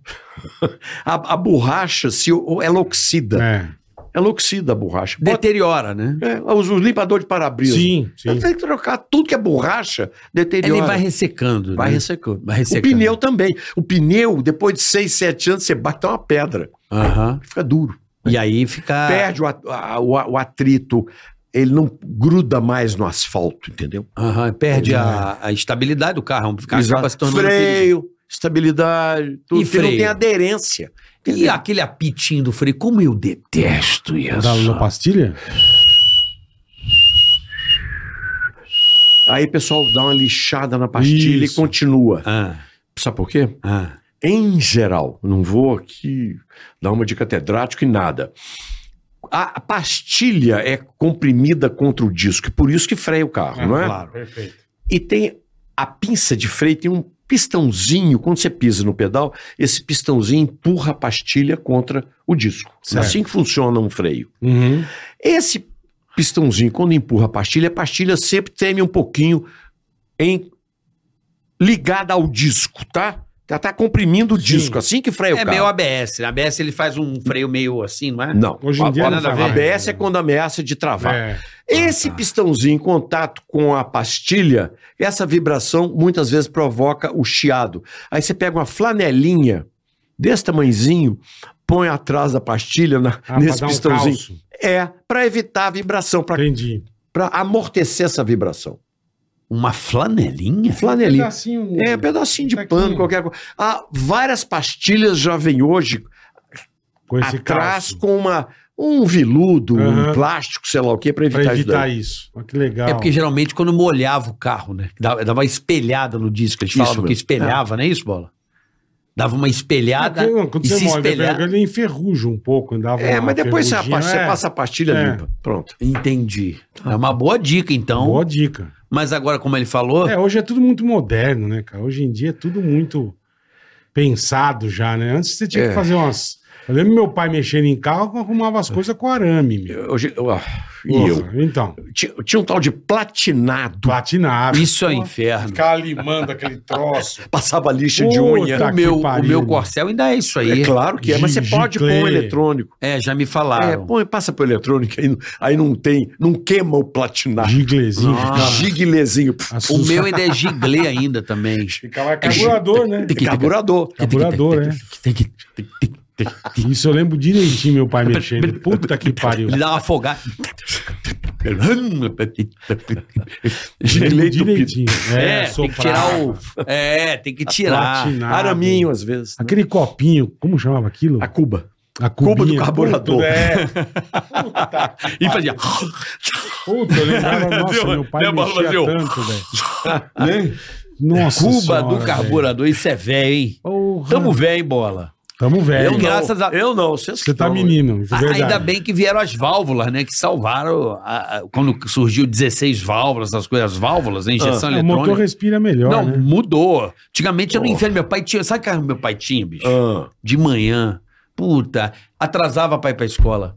A, a borracha, se o- ela oxida. é. Ela oxida a borracha. Bota, Deteriora, né? é, os, os limpadores de para-brisa. Sim, sim. Tem que trocar tudo que é borracha, deteriora. Ele vai ressecando. Vai né? ressecando. Vai ressecando. O pneu também. O pneu, depois de 6, 7 anos, você bate uma pedra. Aham. Fica duro. E aí fica. perde o, at- a- o a- o atrito, ele não gruda mais no asfalto, entendeu? Aham, perde a, a estabilidade do carro. Fica, acaba se tornando um perigo. Freio, estabilidade, tudo. E porque não freio? tem aderência. E aquele apitinho do freio, como eu detesto isso. Da na pastilha? Aí o pessoal dá uma lixada na pastilha Isso. e continua. Ah, Sabe por quê? ah. Em geral, não vou aqui dar uma de catedrático e nada. A a pastilha é comprimida contra o disco, e por isso que freia o carro, não é? Claro. Perfeito. E tem a pinça de freio, tem um pistãozinho, quando você pisa no pedal, esse pistãozinho empurra a pastilha contra o disco. Certo. Assim que funciona um freio. Uhum. Esse pistãozinho, quando empurra a pastilha, a pastilha sempre treme um pouquinho em ligada ao disco, tá? Tá, tá comprimindo o disco, assim que freia o É carro. meio ABS. né? ABS ele faz um freio meio assim, não é? Não. Hoje em dia a, não a, faz mais. ABS é quando ameaça de travar. É. Esse pistãozinho em contato com a pastilha, essa vibração muitas vezes provoca o chiado. Aí você pega uma flanelinha desse tamanhozinho, põe atrás da pastilha na- Ah, pra nesse dar um pistãozinho. calço. é, para evitar a vibração, para Entendi. amortecer essa vibração. Uma flanelinha? Flanelinha. Pedacinho. É, pedacinho de Pequinho. pano, qualquer coisa. Ah, várias pastilhas já vêm hoje com esse atrás calço. com uma, um veludo, Aham. um plástico, sei lá o quê, para evitar, Pra isso daí. evitar isso. Olha que legal. É porque geralmente quando molhava o carro, né? Dava, dava uma espelhada no disco. Eles Isso falavam que mesmo. espelhava, não é isso, Bola? Dava uma espelhada Porque, não, quando e você se molha, espelhar. ele enferruja um pouco. Dava É, uma mas depois você, ferrugem, apa- você é. passa a pastilha É. limpa. Pronto. Entendi. É uma boa dica, então. Boa dica. Mas agora, como ele falou, É, hoje é tudo muito moderno, né, cara? Hoje em dia é tudo muito pensado já, né? Antes você tinha que É. fazer umas. Eu lembro meu pai mexendo em carro, arrumava as coisas com arame, meu. Hoje, eu- ah, e eu? Porra, Então, Tinha, tinha um tal de platinado. platinado. isso é um inferno. Ficar limando aquele troço. Passava lixa de Puta unha. Tá O meu, que o pariu. meu corcel ainda é isso aí. É claro que é, mas você Gigi pode pôr Clay. um eletrônico. É, já me É, falaram. põe, passa pro eletrônico, aí, não- aí não tem, não queima o platinado. Giglezinho. Nossa. ficava- Giglezinho. Assusta. Ah. o meu ainda é giglê ainda também. Ficava é carburador, né? Carburador. Carburador, né? Isso eu lembro direitinho meu pai mexendo. Puta que pariu. Ele dá uma afogada. hum, Lembro Gigley entupido. direitinho. É, tem que soprava. tirar o. É, tem que tirar. Platinado. Araminho, às vezes. né? Aquele copinho, como chamava aquilo? A Cuba. A Cuba do cubinha. carburador. Puta, é. Puta que E fazia. Puta, eu lembrava, nossa, Entendeu? meu pai Lembra, mexia Brasil? tanto, velho. Nossa Né? Cuba senhora, do carburador, isso é velho, hein? velho. Porra. Tamo velho, hein, bola. Tamo Eu velho. não. É, Graças a- Eu não, vocês que Você tá estão, menino, isso é verdade. Ainda bem que vieram as válvulas, né? Que salvaram. a- a- quando surgiu 16 válvulas, essas coisas, as válvulas, a injeção Ah, o eletrônica. motor respira melhor, Não, né? mudou. Antigamente era um inferno. Meu pai tinha. Sabe o que meu pai tinha, bicho? Ah, De manhã. Puta. Atrasava pra ir pra escola.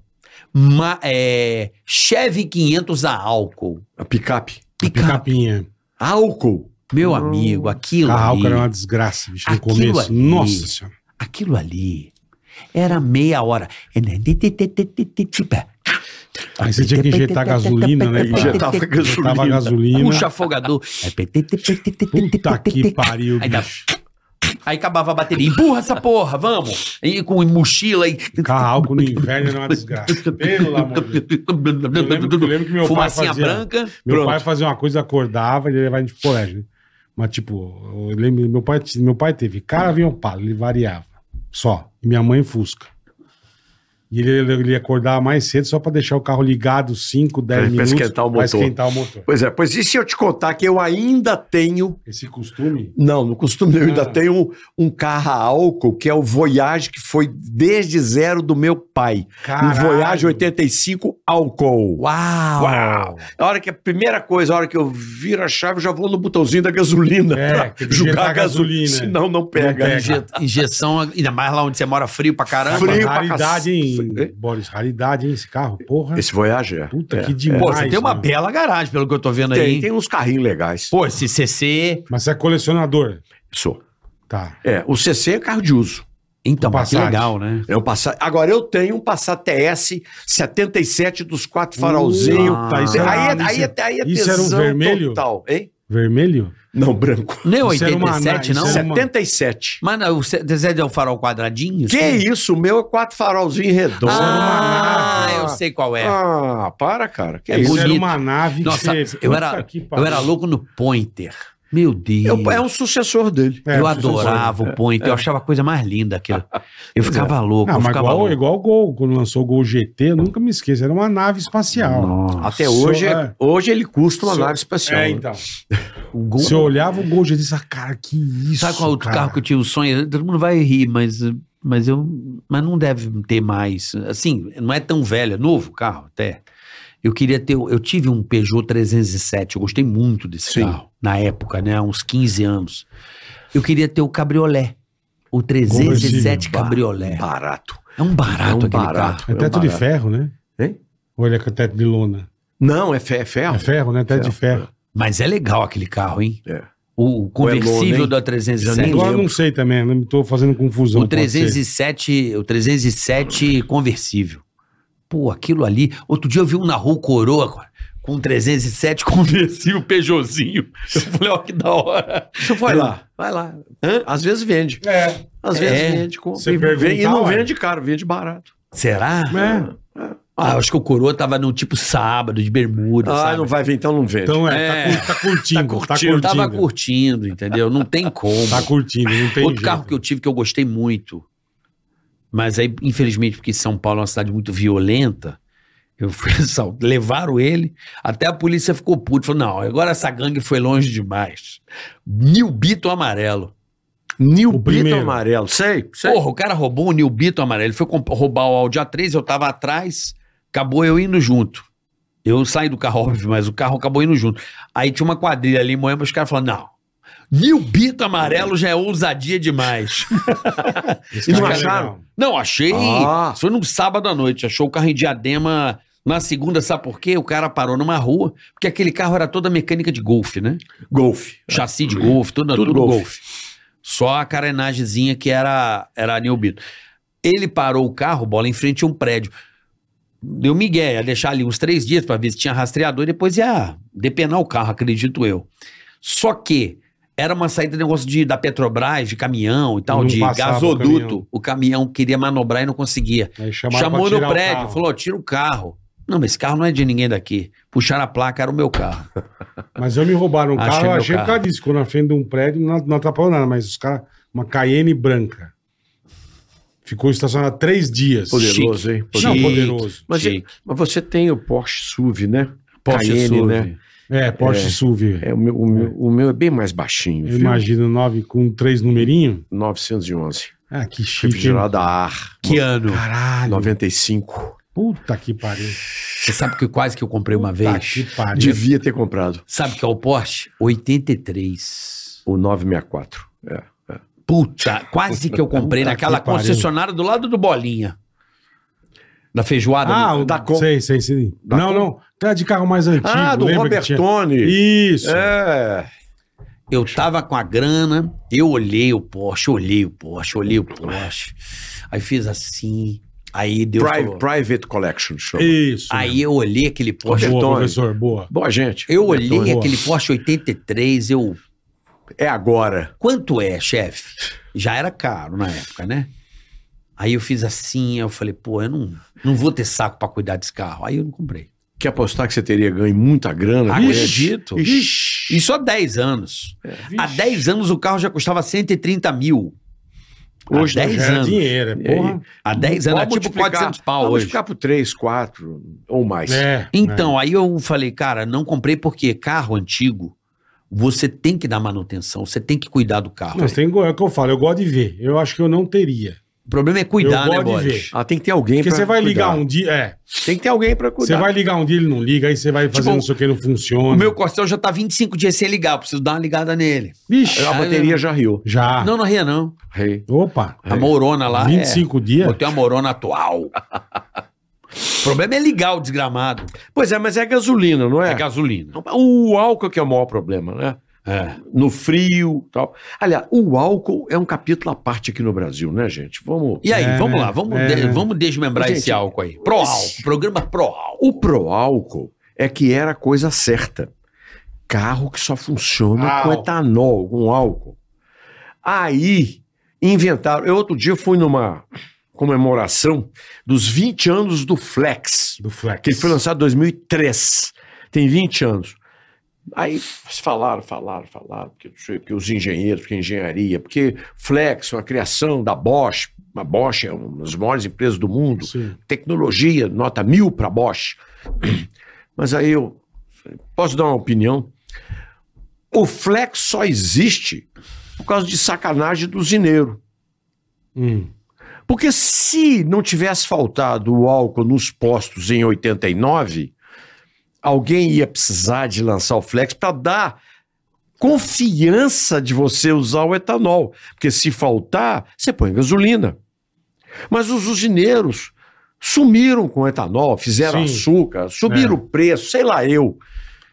Ma, é, Chevy 500 a álcool. a picape. Pica, Picapinha. Álcool. meu amigo, aquilo ali. Carro era uma desgraça, bicho, no Aquilo começo. ali. Nossa senhora. Aquilo ali. Era meia hora. Aí você tinha que injetar gasolina, né? pra- Injetava gasolina. Injetava gasolina. Puxa afogador. Puta que pariu, Aí dá- bicho. Aí acabava a bateria. Empurra essa porra, vamos. E com mochila e. Carro álcool no inverno era uma desgraça. Pelo amor de Deus. Eu lembro, eu lembro que meu Fumacinha pai fazia... branca. Meu Pronto. pai fazia uma coisa, acordava, ele levava a gente pro colégio, né? Mas, tipo, eu lembro, meu pai, meu pai teve cara, vinha Opala, ele variava. Só. E minha mãe Fusca. E ele, ele, ele acordava mais cedo só pra deixar o carro ligado 5, 10 Pra- pra minutos. esquentar o Pra motor. esquentar o motor. Pois é, pois e se eu te contar que eu ainda tenho. Esse costume. Não, no costume eu ainda Ah. tenho um, um carro a álcool, que é o Voyage, que foi desde zero do meu pai. Caralho. Um Voyage 85 álcool. Uau! Uau! A hora que a primeira coisa, a hora que eu viro a chave, eu já vou no botãozinho da gasolina. É, pra tem que injetar jogar a gasolina. gasolina. Senão não pega. Não pega. Inje- Injeção, ainda mais lá onde você mora frio pra caramba. Frio. pra raridade, hein, cacete. Boris? Raridade, hein, esse carro? Porra. Esse Voyage é. Puta é. que demais. Pô, você tem uma né? bela garagem, pelo que eu tô vendo aí. Tem, hein? tem uns carrinhos legais. Pô, esse CC. Mas você é colecionador. Sou. Tá. É, o CC é carro de uso. Então, mas que Passat. legal, né? É um Passat. Agora eu tenho um Passat TS 77 dos quatro farolzinho. Puta, isso era- aí, é, aí, isso- é, aí é isso era um tesão vermelho? total, hein? Vermelho? Não, branco. Não é Isso era uma análise, 87, não? né? é isso era- 77. Mas não, o CZ é um farol quadradinho? Que assim? isso? O meu é quatro farolzinho redondo. Ah, Isso era uma nave. eu sei qual é. Ah, para, cara. Que É isso? Isso era bonito. uma nave Nossa, eu Puta era, que pariu. eu era louco no Pointer. Meu É Deus. um- é um sucessor dele. É, eu o sucessor. adorava o Pointer. Eu achava a coisa mais linda aquilo. Eu ficava louco. Ah, eu mas ficava igual, louco. igual o Gol, quando lançou o Gol GT, eu nunca me esqueço, era uma nave espacial. Nossa. Até Só- hoje, é. hoje ele custa uma Só- nave espacial. É, então. O gol- Você olhava o Gol GT e disse, ah, cara, que isso, Sabe qual outro cara? carro que eu tinha o sonho? Todo mundo vai rir, mas, mas eu. Mas não deve ter mais. Assim, não é tão velho, é novo o carro até. Eu queria ter. Eu tive um Peugeot 307, eu gostei muito desse Sim. carro. Na época, né? Há uns 15 anos. Eu queria ter o cabriolé. O 307 Conversível. cabriolé. Barato. assim? É um barato É um aquele barato. carro. É teto de ferro, né? Hein? Ou ele é com teto de lona? Não, é, fe- é ferro. É ferro, né? Teto de ferro. Mas é legal aquele carro, hein? É. O conversível hein? da 307. Agora eu não sei também, não estou fazendo confusão. O pode ser. 307, o 307 conversível. Pô, aquilo ali. Outro dia eu vi um na rua Coroa cara, com um 307 conversível Peugeotzinho. Eu falei, ó, que da hora. Você vai lá. Vai lá. Hã? Às vezes vende. É, Às É. vezes vende. compra. Você E, perguntar, e não ué. vende caro, vende barato. Será? é. Ah, eu acho que o Coroa tava no tipo sábado, de bermuda, Ah, sabe? não vai vir, então não vende. Então é, Tá, É. cur- tá curtindo, tá curtindo. Tá Eu curtindo, tava curtindo, entendeu? Não tem como. tá curtindo não tem Outro jeito. carro que eu tive que eu gostei muito, mas aí, infelizmente, porque São Paulo é uma cidade muito violenta, eu fui assalt- levaram ele, até a polícia ficou puto, falou, não, agora essa gangue foi longe demais. Nilbito amarelo. New O Beetle primeiro. amarelo. Sei, sei. Porra, o cara roubou o Nilbito amarelo, ele foi comp- roubar o Audi A3, eu tava atrás, acabou eu indo junto. Eu saí do carro, óbvio, mas o carro acabou indo junto. Aí tinha uma quadrilha ali em Moema, os caras falaram, não, Nilbito amarelo já é ousadia demais. Esse E não carro é acharam? legal. Não, achei. Ah. Foi num sábado à noite. Achou o carro em diadema na segunda, sabe por quê? O cara parou numa rua, porque aquele carro era toda mecânica de golfe, né? Golfe. Chassi de golfe, tudo, Tudo tudo, golfe. golfe. Só a carenagemzinha que era, era Nilbito. Ele parou o carro, bola, em frente a um prédio. Deu migué, ia deixar ali uns três dias pra ver se tinha rastreador e depois ia depenar o carro, acredito eu. Só que era uma saída de negócio de, da Petrobras, de caminhão e tal, Não de passava o caminhão. gasoduto. O caminhão queria manobrar e não conseguia. Aí chamaram Chamou pra no tirar o prédio, carro. falou: ó, tira o carro. Não, mas esse carro não é de ninguém daqui. Puxaram a placa, era o meu carro. Mas eu me roubaram o Achei carro, eu meu achei por carro. causa disso. Ficou na frente de um prédio, não, não atrapalhou nada, mas os caras, uma Cayenne branca. Ficou estacionado três dias. Poderoso, hein? Não, Poderoso. Chique. poderoso. Mas, é, Chique. mas você tem o Porsche SUV, né? Porsche Cayenne, SUV. né? É, Porsche É. SUV. É, o, meu, o, meu, o meu é bem mais baixinho, Eu viu? imagino nove com três numerinho. 911. Ah, que chique. hein? Refrigerada a ar. Que ano? Caralho. 95. Puta que pariu. Você sabe que quase que eu comprei uma Puta vez? que pariu. Devia ter comprado Sabe que é o Porsche? 83. o 964. É. Puta, quase que eu comprei Puta naquela que pariu. concessionária do lado do Bolinha. Da feijoada. Ah, o Dacom. Sei, sei, sei. Dacom. Não, não. Tá de carro mais antigo. Ah, do lembra que tinha? Robertone. Isso. É. Eu tava com a grana, eu olhei o Porsche, olhei o Porsche, olhei o Porsche. Aí fiz assim, aí deu... Private, Private Collection Show. Isso. Aí eu olhei aquele Porsche... boa, Robertone. professor, boa. Boa, gente. Eu olhei Boa. aquele Porsche 83, eu. É agora. Quanto é, chefe? Já era caro na época, né? Aí eu fiz assim, eu falei, pô, eu não, não vou ter saco pra cuidar desse carro. Aí eu não comprei. Quer apostar que você teria ganho muita grana? com ele? Acredito. Ixi. Isso há 10 anos. Há 10 anos o carro já custava 130 mil. Hoje há não, 10 Já era anos. dinheiro, é E aí? porra. Há 10 anos, é Vamos tipo multiplicar- 400 pau vamos hoje. multiplicar por 3, 4 ou mais. É, Então, aí eu falei, cara, não comprei porque carro antigo, você tem que dar manutenção, você tem que cuidar do carro. Mas tem, go- é o que eu falo, eu gosto de ver. Eu acho que eu não teria. O problema é cuidar, eu né, gosto de Boris? ver. Ah, tem que ter alguém Porque pra você vai ligar cuidar. um dia. É. Tem que ter alguém pra Você cuidar. vai ligar um dia, ele não liga, aí você vai fazer Tipo, não sei o que, não funciona. O meu Corsel já tá 25 dias sem ligar, eu preciso dar uma ligada nele. Vixe, A bateria já riu. já. Não, não ria não. Rei. Opa, A morona lá 25 é... dias? Botei a morona atual. o problema é ligar o desgramado. Pois é, mas é gasolina, não É, é? gasolina. O álcool que é o maior problema, né? É. No frio e tal. Aliás, o álcool é um capítulo à parte aqui no Brasil, né, gente? Vamos. E aí, É, vamos né? lá, vamos, É, de- né? vamos desmembrar Gente, esse álcool aí. Pro álcool, programa pro álcool. O pro álcool é que era a coisa certa. Carro que só funciona com Álcool. etanol, com álcool. Aí inventaram. Eu outro dia fui numa comemoração dos 20 anos do Flex, Do Flex. que ele foi lançado em 2003. Tem 20 anos. Aí eles falaram, falaram, falaram, porque, não sei, porque os engenheiros, porque engenharia, porque Flex, é uma criação da Bosch, a Bosch é uma das maiores empresas do mundo Sim. tecnologia, nota mil para Bosch. Mas aí eu falei, posso dar uma opinião? O Flex só existe por causa de sacanagem do zineiro. Hum. Porque se não tivesse faltado o álcool nos postos em 89, alguém ia precisar de lançar o Flex para dar confiança de você usar o etanol. Porque se faltar, você põe gasolina. Mas os usineiros sumiram com o etanol, fizeram Sim. É. açúcar, subiram o preço, sei lá eu.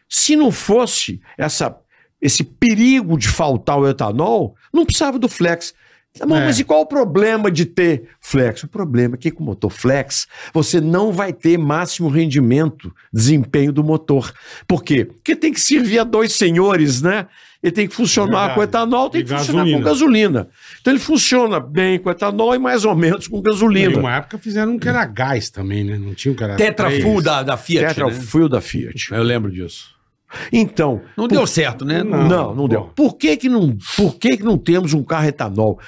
Se não fosse essa esse perigo de faltar o etanol, não precisava do flex. Tá bom, É. Mas e qual o problema de ter flex? O problema é que com o motor flex, você não vai ter máximo rendimento, desempenho do motor. Por quê? Porque tem que servir a dois senhores, né? Ele tem que funcionar Verdade. com etanol, tem E que funcionar com gasolina. gasolina. Então ele funciona bem com etanol e mais ou menos com Em gasolina. uma época fizeram um que era gás também, né? Não tinha um que era. Tetrafull três. da, da Fiat. Tetra né? fuel da Fiat. Eu lembro disso. Então, Não deu certo, né? É. Não. É, Não, não, pô. deu. Por que que não, por que que não temos um carro etanol?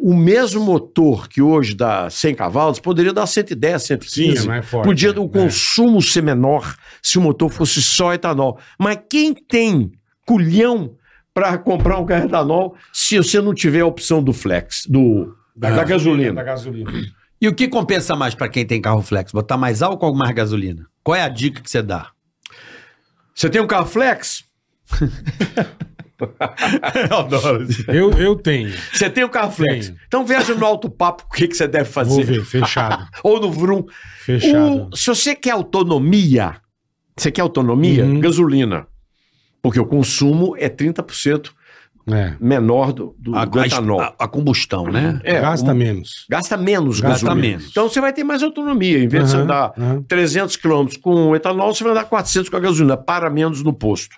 O mesmo motor que hoje dá 100 cavalos poderia dar 110, 115. Sim, é mais forte, Podia né? o É. consumo ser menor se o motor fosse só etanol. Mas quem tem culhão para comprar um carro etanol se você não tiver a opção do flex, do da, É, Da gasolina? gasolina. E o que compensa mais pra quem tem carro flex? Botar mais álcool ou mais gasolina? Qual é a dica que você dá? Você tem um carro flex? Eu adoro. Eu, eu tenho. Você tem um carro flex. Tenho. Então veja no alto papo o que, que você deve Vou fazer. ver, fechado. Ou no Vroom. Fechado. O- se você quer autonomia, você quer autonomia? Uhum. Gasolina. Porque o consumo é 30% É. menor do, do, A, do etanol. a, a combustão, né? É, Gasta o- menos. gasta menos Gasta gasolina. menos. Então você vai ter mais autonomia. Em vez de você Aham, andar aham. 300 quilômetros com o etanol, você vai andar 400 com a gasolina. Para menos no posto.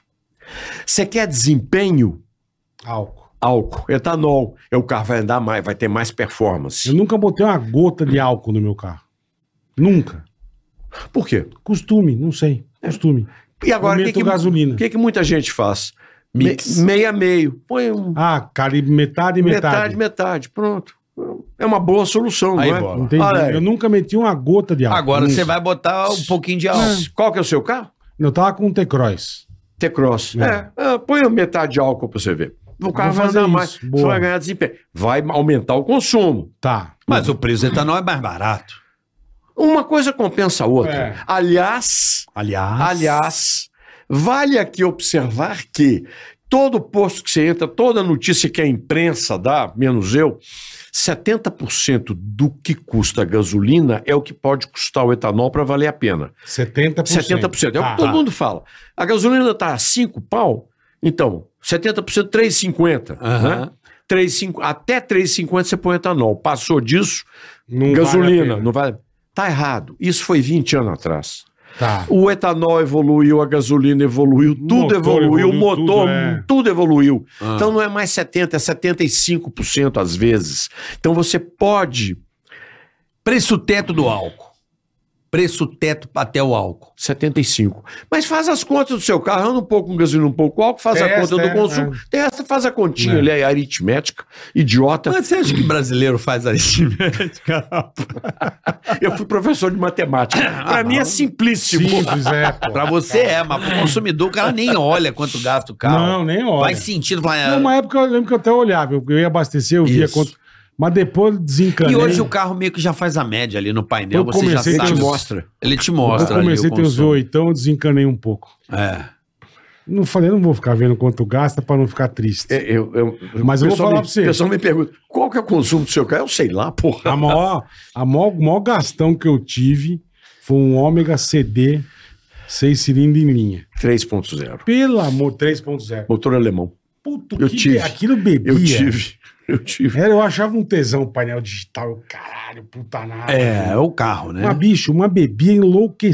Você quer desempenho? Álcool. Álcool, etanol. E O carro vai andar mais, vai ter mais performance. Eu nunca botei uma gota de álcool no meu carro. Nunca. Por quê? Costume, não sei. Costume. E agora, o que, Aumento que, gasolina. o que que muita gente faz? Mix. Me- meia meio. Põe um Ah, cara, e metade, metade. Metade, metade, pronto. É uma boa solução, Aí, não é? bola. Entendi. Olha aí. Eu nunca meti uma gota de álcool. Agora Nunca. você vai botar um pouquinho de álcool. Mas Qual que é o seu carro? Eu tava com um T-Cross. T-Cross. É. É. Ah, põe metade de álcool pra você ver. O carro vai fazer andar isso. mais, Boa. você vai ganhar desempenho. Vai aumentar o consumo. Tá. Mas o preço do etanol é mais barato. Uma coisa compensa a outra. É. Aliás, Aliás. aliás, vale aqui observar que todo posto que você entra, toda notícia que a imprensa dá, menos eu, 70% do que custa a gasolina é o que pode custar o etanol para valer a pena. 70%. 70%. É o Tá. que todo mundo fala. A gasolina está a 5 pau, então 70%, 3,50. Aham. né? 3,5 Até 3,50 você põe etanol. Passou disso, Não gasolina. vale a pena. não vale. Tá errado. Isso foi 20 anos atrás. Tá. O etanol evoluiu, a gasolina evoluiu, tudo motor evoluiu, evoluiu, o motor, tudo, é. tudo evoluiu. Ah. Então não é mais 70%, é 75% às vezes. Então você pode Preço teto do álcool. Preço teto até o álcool. 75. Mas faz as contas do seu carro, anda um pouco com gasolina, um pouco com álcool, faz a Testa, conta do é, consumo, testa, faz a continha É. ali, a aritmética, idiota. Mas você acha que brasileiro faz aritmética? Eu fui professor de matemática. Para mim é tipo- simplíssimo. Simples, é, pô. pra você é, mas pro consumidor o cara nem olha quanto gasta o carro. Não, nem olha. Faz sentido. Fala, Não, uma época eu lembro que eu até olhava, eu eu ia abastecer, eu via Isso. quanto. Mas depois desencanei. "Ah, E hoje o carro meio que já faz a média ali no painel, Eu você já comecei sabe. Ele te Simples. mostra. Ele te eu mostra. comecei a ali ter o uns consumo. oitão, eu desencanei um pouco. É. Não falei, eu não vou ficar vendo quanto gasta pra não ficar triste. É, Eu, eu, Mas eu vou o pessoal falar me- pra você. O pessoal me pergunta, qual que é o consumo do seu carro? Eu sei lá, porra. A maior, a maior, o maior gastão que eu tive foi um Ômega CD 6 cilindros em linha. 3.0. Pelo amor, 3.0. Motor alemão. Puto, Eu que tive. be- aquilo bebia. Eu tive. Eu tive. Era, eu achava um tesão painel digital. Eu, caralho, puta nada. É, é o carro, né? Uma bicho, uma bebia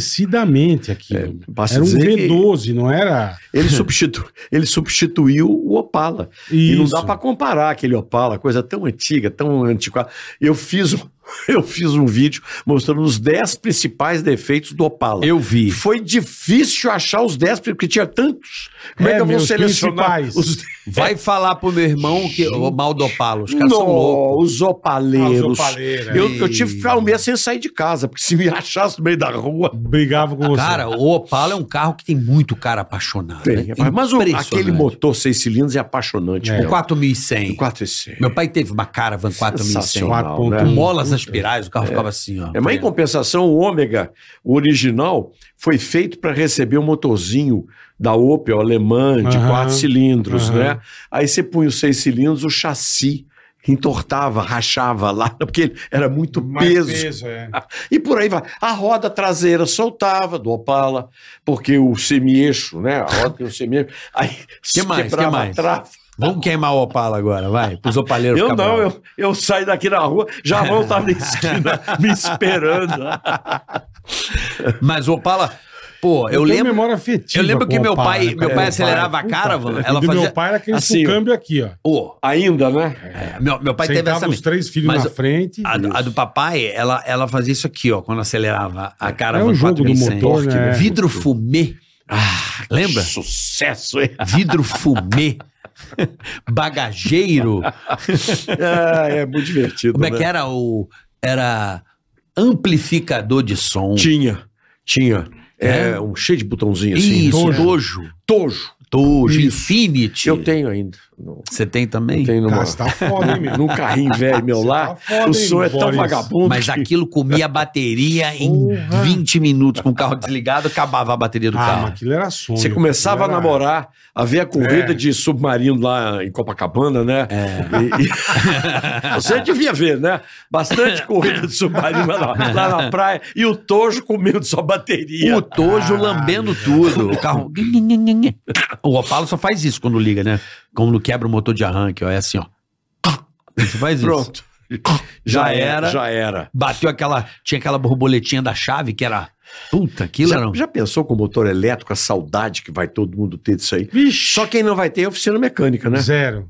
enlouquecidamente aquilo. É, basta era um dizer que- V12, não era? Ele, substitu... ele substituiu o Opala. E não dá Isso. para comparar aquele Opala, coisa tão antiga, tão antiquada. Eu fiz, um- eu fiz um vídeo mostrando os 10 principais defeitos do Opala. Eu vi. Foi difícil achar os 10, porque tinha tantos. Como é, É, que eu vou meus selecionar principais. os Vai falar pro meu irmão que o mal do Opala. Os caras são loucos. Não, os Ah, os opaleiros. opaleiros, eu, é. eu tive que ficar um mês sem sair de casa, porque se me achasse no meio da rua. Brigava com você. Cara, o Opala é um carro que tem muito cara apaixonado. Tem, né? rapaz, mas o- Impressionante. aquele motor seis cilindros é apaixonante. É. mesmo. O 4100. 4,6. Meu pai teve uma Caravan 4100. Sensacional, Quatro né? Com molas aspirais, o carro ficava assim, ó. É, mas em compensação, o ômega o original foi feito para receber um motorzinho da Opel alemã de Aham, quatro cilindros, aham. né? Aí você punha os seis cilindros, o chassi entortava, rachava lá, porque ele era muito Mais peso. é. E por aí vai. A roda traseira soltava do Opala, porque o semi-eixo, né? A roda tem o semi-eixo. Aí Que mais, que quebrava mais? a trava. Vamos queimar o Opala agora, vai. Pros opaleiros Eu ficar não, bravos. eu, eu saio daqui na rua, já vão estar na esquina me esperando. Mas o Opala... Pô, eu tenho lembro... Então, memória afetiva Eu lembro com que o meu Opala, pai, né, meu cara? pai acelerava a Caravan, ela E do fazia... né? meu pai era aquele assim, ó. câmbio aqui, ó. Ô, Ainda, né? é, meu, meu pai teve Sentava essa... os três filhos Mas na frente. A, do- a do papai, ela, ela fazia isso aqui, ó, quando acelerava a cara. É um jogo do 4100. motor, né? Ah, Vidro fumê. lembra? Sucesso, hein? Vidro fumê. Bagageiro. É, é muito divertido. Como é né? que era o. Era amplificador de som. Tinha, tinha. É, um cheio de botãozinho assim. Isso, Tojo. dojo. Tojo. Dojo, Isso. Infinity. Eu tenho ainda. Não, Você tem também? tenho numa, Cara, você tá foda, hein, meu? num carrinho velho meu Você lá. tá foda, o som hein, é tão Boris? vagabundo. Mas que- aquilo comia a bateria em 20 minutos com o carro desligado, acabava a bateria do Ah, mas carro. aquilo era sonho. Você começava a Aquilo era- namorar, a ver a corrida É. de submarino lá em Copacabana, né? É. E- e- Você devia ver, né? Bastante corrida de submarino lá, na- lá na praia e o Tojo comendo sua bateria. O Tojo lambendo tudo. O carro. O Opala só faz isso quando liga, né? Quando quebra o motor de arranque, ó. É assim, ó. Você faz isso. Pronto. Já era. Já era. Bateu aquela. Tinha aquela borboletinha da chave que era. Puta, aquilo era. Já, um- já pensou com o motor elétrico, a saudade que vai todo mundo ter disso aí? Vixe, Só quem não vai ter é a oficina mecânica, né? zero.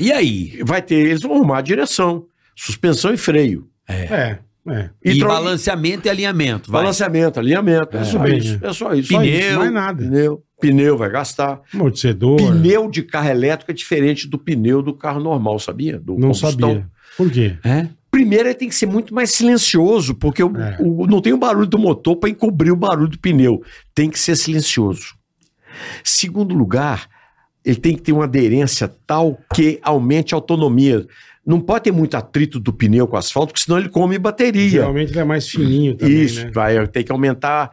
E aí? Vai ter, eles vão arrumar a direção, suspensão e freio. É, é. E, tro- balanceamento e alinhamento. Vai. Balanceamento, alinhamento. É, só bem, isso. É só isso. Só Pneu. isso, Mais nada. Pneu, pneu vai gastar. Amortecedor. Pneu de carro elétrico é diferente do pneu do carro normal, sabia? Do Não combustão. então sabia. Por quê? É? Primeiro, ele tem que ser muito mais silencioso, porque o- É. o- não tem o barulho do motor para encobrir o barulho do pneu. Tem que ser silencioso. Segundo lugar, ele tem que ter uma aderência tal que aumente a autonomia. Não pode ter muito atrito do pneu com o asfalto, porque senão ele come bateria. Geralmente ele é mais fininho também, Isso, né? vai ter que aumentar,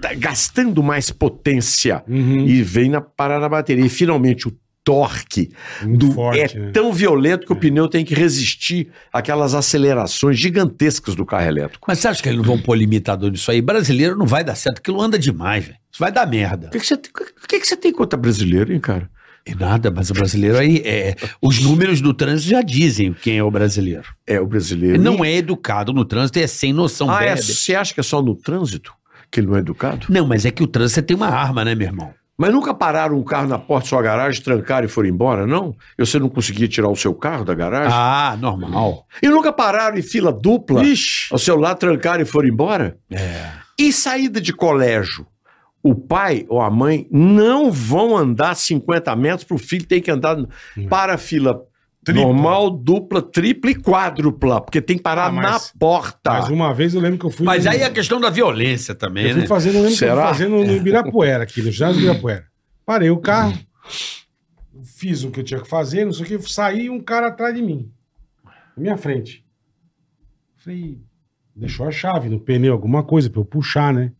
tá gastando mais potência. Uhum. E vem na, parar na bateria. E finalmente o torque Muito do- forte, é né? tão violento que o pneu tem que resistir àquelas acelerações gigantescas do carro elétrico. Mas você acha que eles não vão pôr limitador nisso aí? Brasileiro não vai dar certo. Aquilo anda demais, velho. Isso vai dar merda. O que, que, você, tem- o que, que você tem contra brasileiro, hein, cara? E nada, mas o brasileiro aí. É, os números do trânsito já dizem quem é o brasileiro. É o Ele brasileiro. não é educado no trânsito, é sem noção. Ah, é, bebe. você acha que é só no trânsito que ele não é educado? Não, mas é que o trânsito você tem uma arma, né, meu irmão? Mas nunca pararam um carro na porta da sua garagem, trancaram e foram embora, não? E você não conseguia tirar o seu carro da garagem? Ah, normal. E nunca pararam em fila dupla? Ixi. ao seu lado, trancaram e foram embora? É. E saída de colégio? O pai ou a mãe não vão andar 50 metros para o filho tem que andar para a fila Hum. Tripla. normal, dupla, tripla e quádrupla, porque tem que parar Ah, mas- na porta. Mas uma vez eu lembro que eu fui. Mas no- aí é a questão da violência também, Eu né? fui fazendo, eu lembro que eu fui Será? fazendo no Ibirapuera, aqui, no ginásio do Ibirapuera. Parei o carro, fiz o que eu tinha que fazer, não sei o que, saí um cara atrás de mim, na minha frente. Falei, deixou a chave no pneu, alguma coisa pra eu puxar, né?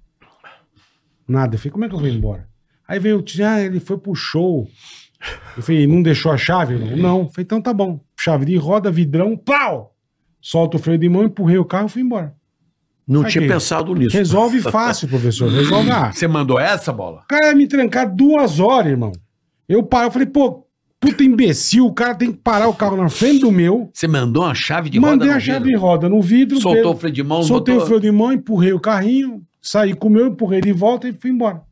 Nada. Eu falei, como é que eu vou embora? Aí veio o tio, ah, ele foi pro show. Eu falei, não deixou a chave? Não. não. Eu falei, então tá bom. Chave de roda, vidrão, pau! Solta o freio de mão, empurrei o carro e fui embora. Não Aqui. tinha pensado nisso. Resolve fácil, professor. Resolve ah, a. Você mandou essa bola? O cara ia me trancar duas horas, irmão. Eu paro, eu falei, pô, puta imbecil, o cara tem que parar o carro na frente do meu. Você mandou uma chave de roda mandei no a chave de vidro? roda no vidro. Soltou o pe- freio de mão, soltei botou- o freio de mão, empurrei o carrinho, saí com o meu, empurrei de volta e fui embora.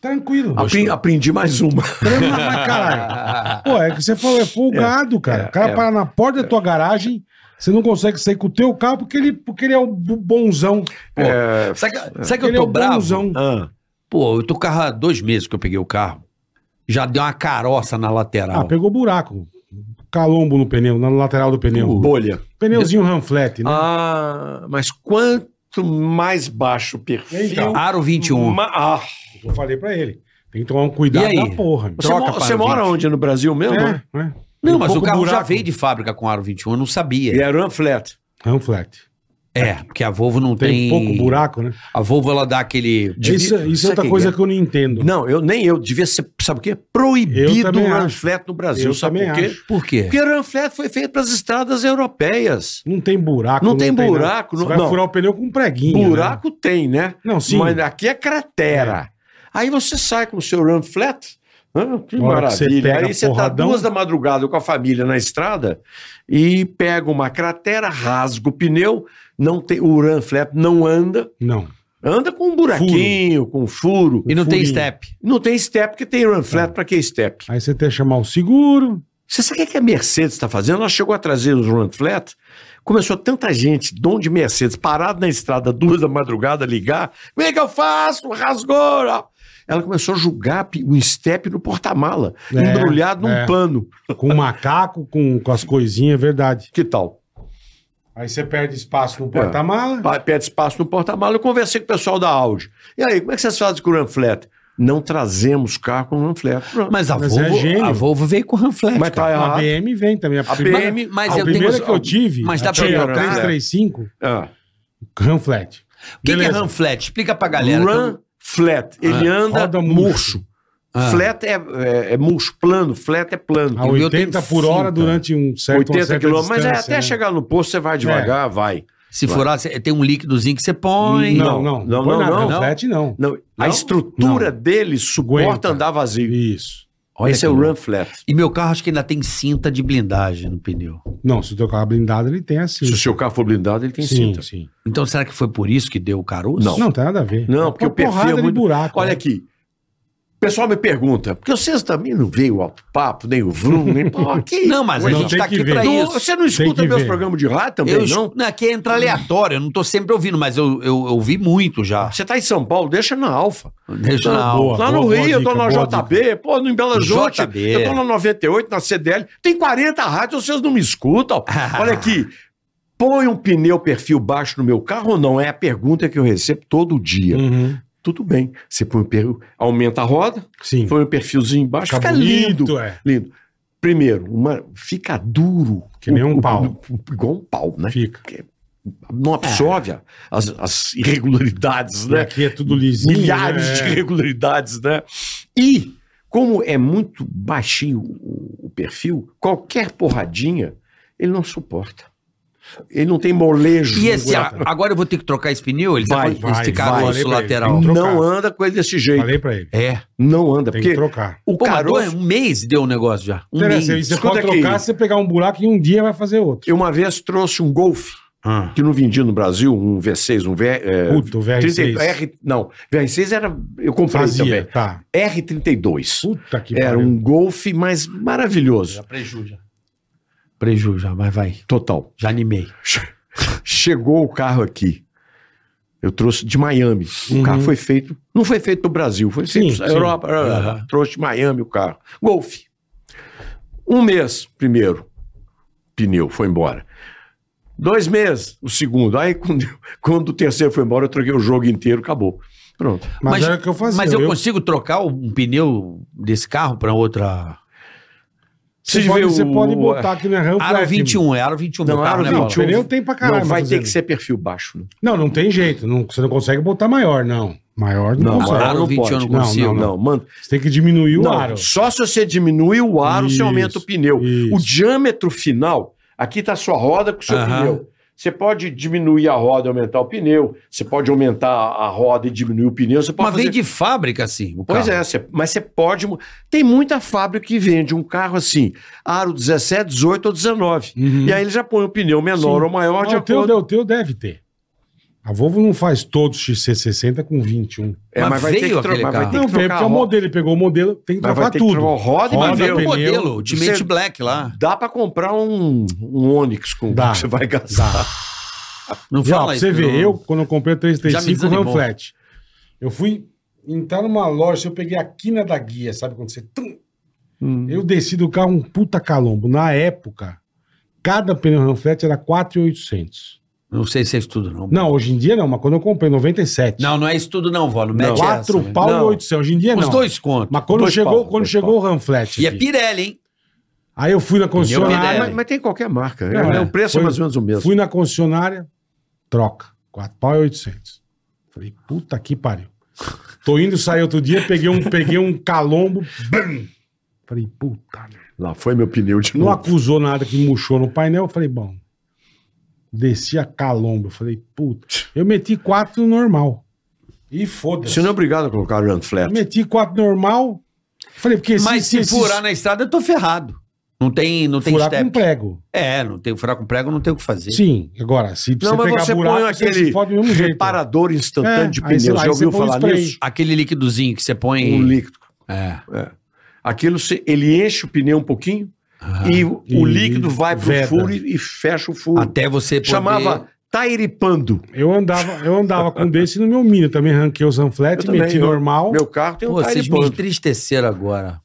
Tranquilo. Ah. Apre- aprendi mais uma. Trama na caralho. Pô, é que você falou, é folgado, cara. o cara é. para na porta da tua garagem, você não consegue sair com o teu carro porque ele, porque ele é o bo- bonzão. Pô, Sabe, que- É. sabe que é eu tô um bravo? Tá Ah, Pô, eu tô com o carro há dois meses que eu peguei o carro. Já deu uma caroça na lateral. Ah, pegou buraco. Calombo no pneu, na lateral do pneu. Bolha. Pneuzinho ramflete, né? Ah, mas quanto mais baixo o perfil... Então, Aro 21. ma- ah, Eu falei pra ele. Tem que tomar um cuidado E aí? da porra. você Troca mo- para você mora 20. onde? No Brasil mesmo? né? É, é. Não, mas o pouco carro já buraco. veio de fábrica com aro 21, eu não um, sabia. E era um flat. Ramflete. É, porque a Volvo não Tem, tem. pouco buraco, né? A Volvo ela dá aquele. De- Isso, isso Sabe é outra que coisa é? que eu não entendo. Não, eu nem eu. Devia ser, sabe o quê? Eu Proibido também o acho. Ranflet no Brasil. Eu sabe também por quê? acho. Por quê? Porque o Ranflet foi feito para as estradas europeias. Não tem buraco. Não tem nada. buraco, Você não- vai não. furar o pneu com um preguinho. né? Buraco tem, né? Não, sim. Mas aqui é cratera. Aí você sai com o seu run flat. ah, que Na hora que você maravilha. pega Aí você porradão. tá duas da madrugada com a família na estrada e pega uma cratera, rasga o pneu, não tem, o run flat não anda, Não. anda com um buraquinho, com um furo. E não tem furinho. step. Não tem step, porque tem run É. flat, pra que step? Aí você tem que chamar o seguro. Você sabe o que a Mercedes está fazendo? Ela chegou a trazer os run flat, começou tanta gente, dono de Mercedes, parado na estrada, duas da madrugada, ligar. Como é que eu faço? Rasgou! ó." Ela começou a julgar pi- um step no porta-mala, É, embrulhado num é. pano. Com macaco, com, com as coisinhas, é verdade. Que tal? Aí você perde espaço no porta-mala. Pa- Pede espaço no porta-mala. Eu conversei com o pessoal da Audi. E aí, como é que vocês fazem com o run flat? Não trazemos carro com run flat. Mas a Mas é Volvo. gênio. a Volvo veio com ranflex. Mas tá A errado. BM vem também. A, primeira, BM, mas a eu primeira tenho- que eu tive, é um Mas dá a pra Tia melhorar? 335, Ah. Ramflat. O que, que é Beleza. ranflex? Explica pra galera. um- Run flat. Ele anda Ah, Roda murcho. murcho. Ah. Flat é, é, é murcho, plano, flat é plano. A o meu tem 80 por hora cinta. durante um certo 80 quilômetros, mas é, até né? É. chegar no posto você vai devagar, vai. Se furar, cê- tem um líquidozinho que você põe. Não, não. Não, põe não, nada, não. Ramflat não. Não, a estrutura dele Aguenta. suporta andar vazio. Isso. Olha Esse é que o louco. run flat. E meu carro acho que ainda tem cinta de blindagem no pneu. Não, se o teu carro é blindado, ele tem assim. Se o seu carro for blindado, ele tem sim, cinta. assim. sim. Então será que foi por isso que deu o caroço? Não, tem nada a ver. Não, É porque uma o perfil é porrada de muito- buraco. Olha né? aqui. O pessoal me pergunta, porque vocês também não veem o alto papo, nem o vrum, nem... Pô, que... Não, mas a Não, gente tem tá que aqui ver. pra Não, isso. Você não escuta que meus ver. programas de rádio também, Eu, não? não? Aqui entra aleatório, eu não tô sempre ouvindo, mas eu, eu, eu ouvi muito já. Você tá em São Paulo, deixa na Alfa. Tá Deixa na boa. aula. Lá no boa Rio, eu tô dica, na boa JB, pô, no em Belo Horizonte, JB. eu tô na 98, na CDL. Tem 40 rádios, vocês não me escutam. Olha aqui, põe um pneu perfil baixo no meu carro ou não? É a pergunta que eu recebo todo dia. Uhum. Tudo bem, você põe o perfil, aumenta a roda, Sim. põe um perfilzinho embaixo, fica, bonito, lindo. É. Lindo. Primeiro, uma, fica duro. Que nem O- um o- pau. o- igual um pau, né? Fica. Não absorve a- as, as irregularidades, E né? aqui é tudo lisinho. milhares de né? irregularidades, né? E, como é muito baixinho o, o perfil, qualquer porradinha ele não suporta. Ele não tem molejo. E esse, não, a- agora eu vou ter que trocar esse pneu? Ele Vai, tá com esse vai, caroço vai. lateral. Tem que não trocar. anda com ele desse jeito. Falei pra ele. É. Não anda, Tem que porque trocar. o Pô, mas dois- caroço... um mês deu o negócio já. Um Interessa, mês. e você Escuta pode aqui. trocar se você pegar um buraco e um dia vai fazer outro. Eu uma vez trouxe um Golf, Ah. que não vendia no Brasil, um V6, um V... É, Puta, o VR6. 30 R, não, VR6 era... Eu comprei Fazia, também. tá. R32. Puta que era pariu. um Golf, mas maravilhoso. preju já. Preju já, mas É. vai. Total. Já animei. Chegou o carro aqui. Eu trouxe de Miami. O Uhum. carro foi feito. Não foi feito no Brasil, foi Sim, feito na sim. Europa. Ah, Uhum. Trouxe de Miami o carro. Golf. Um mês, primeiro. Pneu, foi embora. Dois meses, o segundo. Aí, quando, quando o terceiro foi embora, eu troquei o jogo inteiro, acabou. Pronto. Mas, era o que eu fazia. mas eu, eu consigo trocar um pneu desse carro pra outra. Você, Se pode, vê você o- Ah, pode botar aqui na rampa. Aro 21, é Aro 21. Não, meu Aro né, 21. O Bola? pneu tem pra caralho. não, vai mas ter fazendo. que ser perfil baixo. né? Não, não tem jeito. não- você não consegue botar maior, não. Maior não, Não, consegue. maior Aro não 21 eu não pode. Não, consigo. Não, não, mano. Você tem que diminuir o Não, aro. Só se você diminui o aro, Isso, você aumenta o pneu. isso. O diâmetro final, aqui está a sua roda com o seu Aham. pneu. Você pode diminuir a roda e aumentar o pneu. Você pode aumentar a roda e diminuir o pneu. Você pode Mas fazer... um veio de fábrica, assim. o Pois carro. é, você- mas você pode. mu- Tem muita fábrica que vende um carro assim, aro 17, 18 ou 19. Uhum. E aí ele já põe o pneu menor Sim. ou maior de Ah, o, teu, acordo. o teu deve ter. A Volvo não faz todos XC60 com 21. É, Mas veio aquele trocar- carro. Não, porque trocar é a o roda. modelo. Ele pegou o modelo, tem que Mas trocar vai ter que tudo. trocar roda e Roda, pneu. O pneu. é um modelo, Ultimate Você- Black lá. Dá pra comprar um, um Onix com o Dá. que você vai gastar. Dá. Não Já, fala pra isso. você não. vê, eu, quando eu comprei o Já me 335, desanimou. RAM flat, eu fui entrar numa loja, eu peguei a quina da guia, sabe quando você... tum? Eu desci do carro um puta calombo. Na época, cada pneu RAM flat era 4,800. Não sei se é isso tudo, não. Não, hoje em dia não, mas quando eu comprei, 97. Não, não é isso tudo, não, vó. Não mete essa, 4 né? pau e Não. 800. Hoje em dia Os não. dois contos. Mas quando Dois chegou, pau, quando dois chegou o RAM flat E é aqui, Pirelli, hein? aí eu fui na Pirelli. Ah, concessionária, Mas, mas tem qualquer marca. Não, é, é. O preço Foi- né? é mais ou menos o mesmo. fui na concessionária, troca. Quatro pau é 800. Falei, puta que pariu. Tô indo sair outro dia, peguei um, peguei um calombo, bam! Falei, puta, meu. Lá foi meu pneu de Não novo. acusou nada que murchou no painel. Eu falei, bom. Desci a calombo. Eu falei, puta. Eu meti quatro no normal. E foda-se. Você não é obrigado a colocar run flat. Meti quatro normal. Falei, porque Mas se esses- né, furar na estrada, eu tô ferrado. Não tem, não tem furar step. com prego. É, não tem furar com prego, não tem o que fazer. Sim, agora, se Não, mas você põe aquele fode do mesmo jeito. reparador instantâneo de É, aí pneus. você- aí Já você ouviu põe falar spray. nisso? Aquele líquidozinho que você põe. Um líquido. É. É. Aquilo, se- ele enche o pneu um pouquinho e o, o Ah, E líquido vai pro veda. furo e, e fecha o furo. Até você poder... Chamava tairipando. Eu andava, eu andava com um desse no meu mini, também ranquei os Eu Zanflat, também, meti eu- normal. Meu carro tem um Pô, vocês me tairipando. entristeceram agora.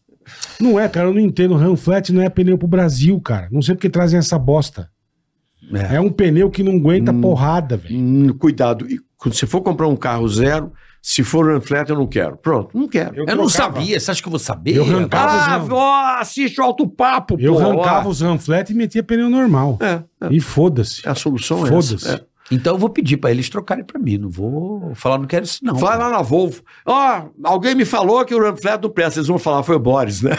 Não é, cara, eu não entendo. Ranflat não é pneu pro Brasil, cara. Não sei porque trazem essa bosta. É. É um pneu que não aguenta porrada, velho. Hum, cuidado. E quando você for comprar um carro zero, se for run flat, eu não quero. Pronto, não quero. Eu não trocava- sabia, você acha que eu vou saber? Eu arrancava- Ah, não. vó, assiste o Alto Papo, Eu pô, arrancava ó. os Zanflat e metia pneu normal. É, é. E foda-se. A solução é Foda-se. essa. É. Então eu vou pedir pra eles trocarem pra mim. Não vou falar, não quero isso não. Vai lá na Volvo. Ó, alguém me falou que o run flat não presta. Vocês vão falar, foi o Boris, né?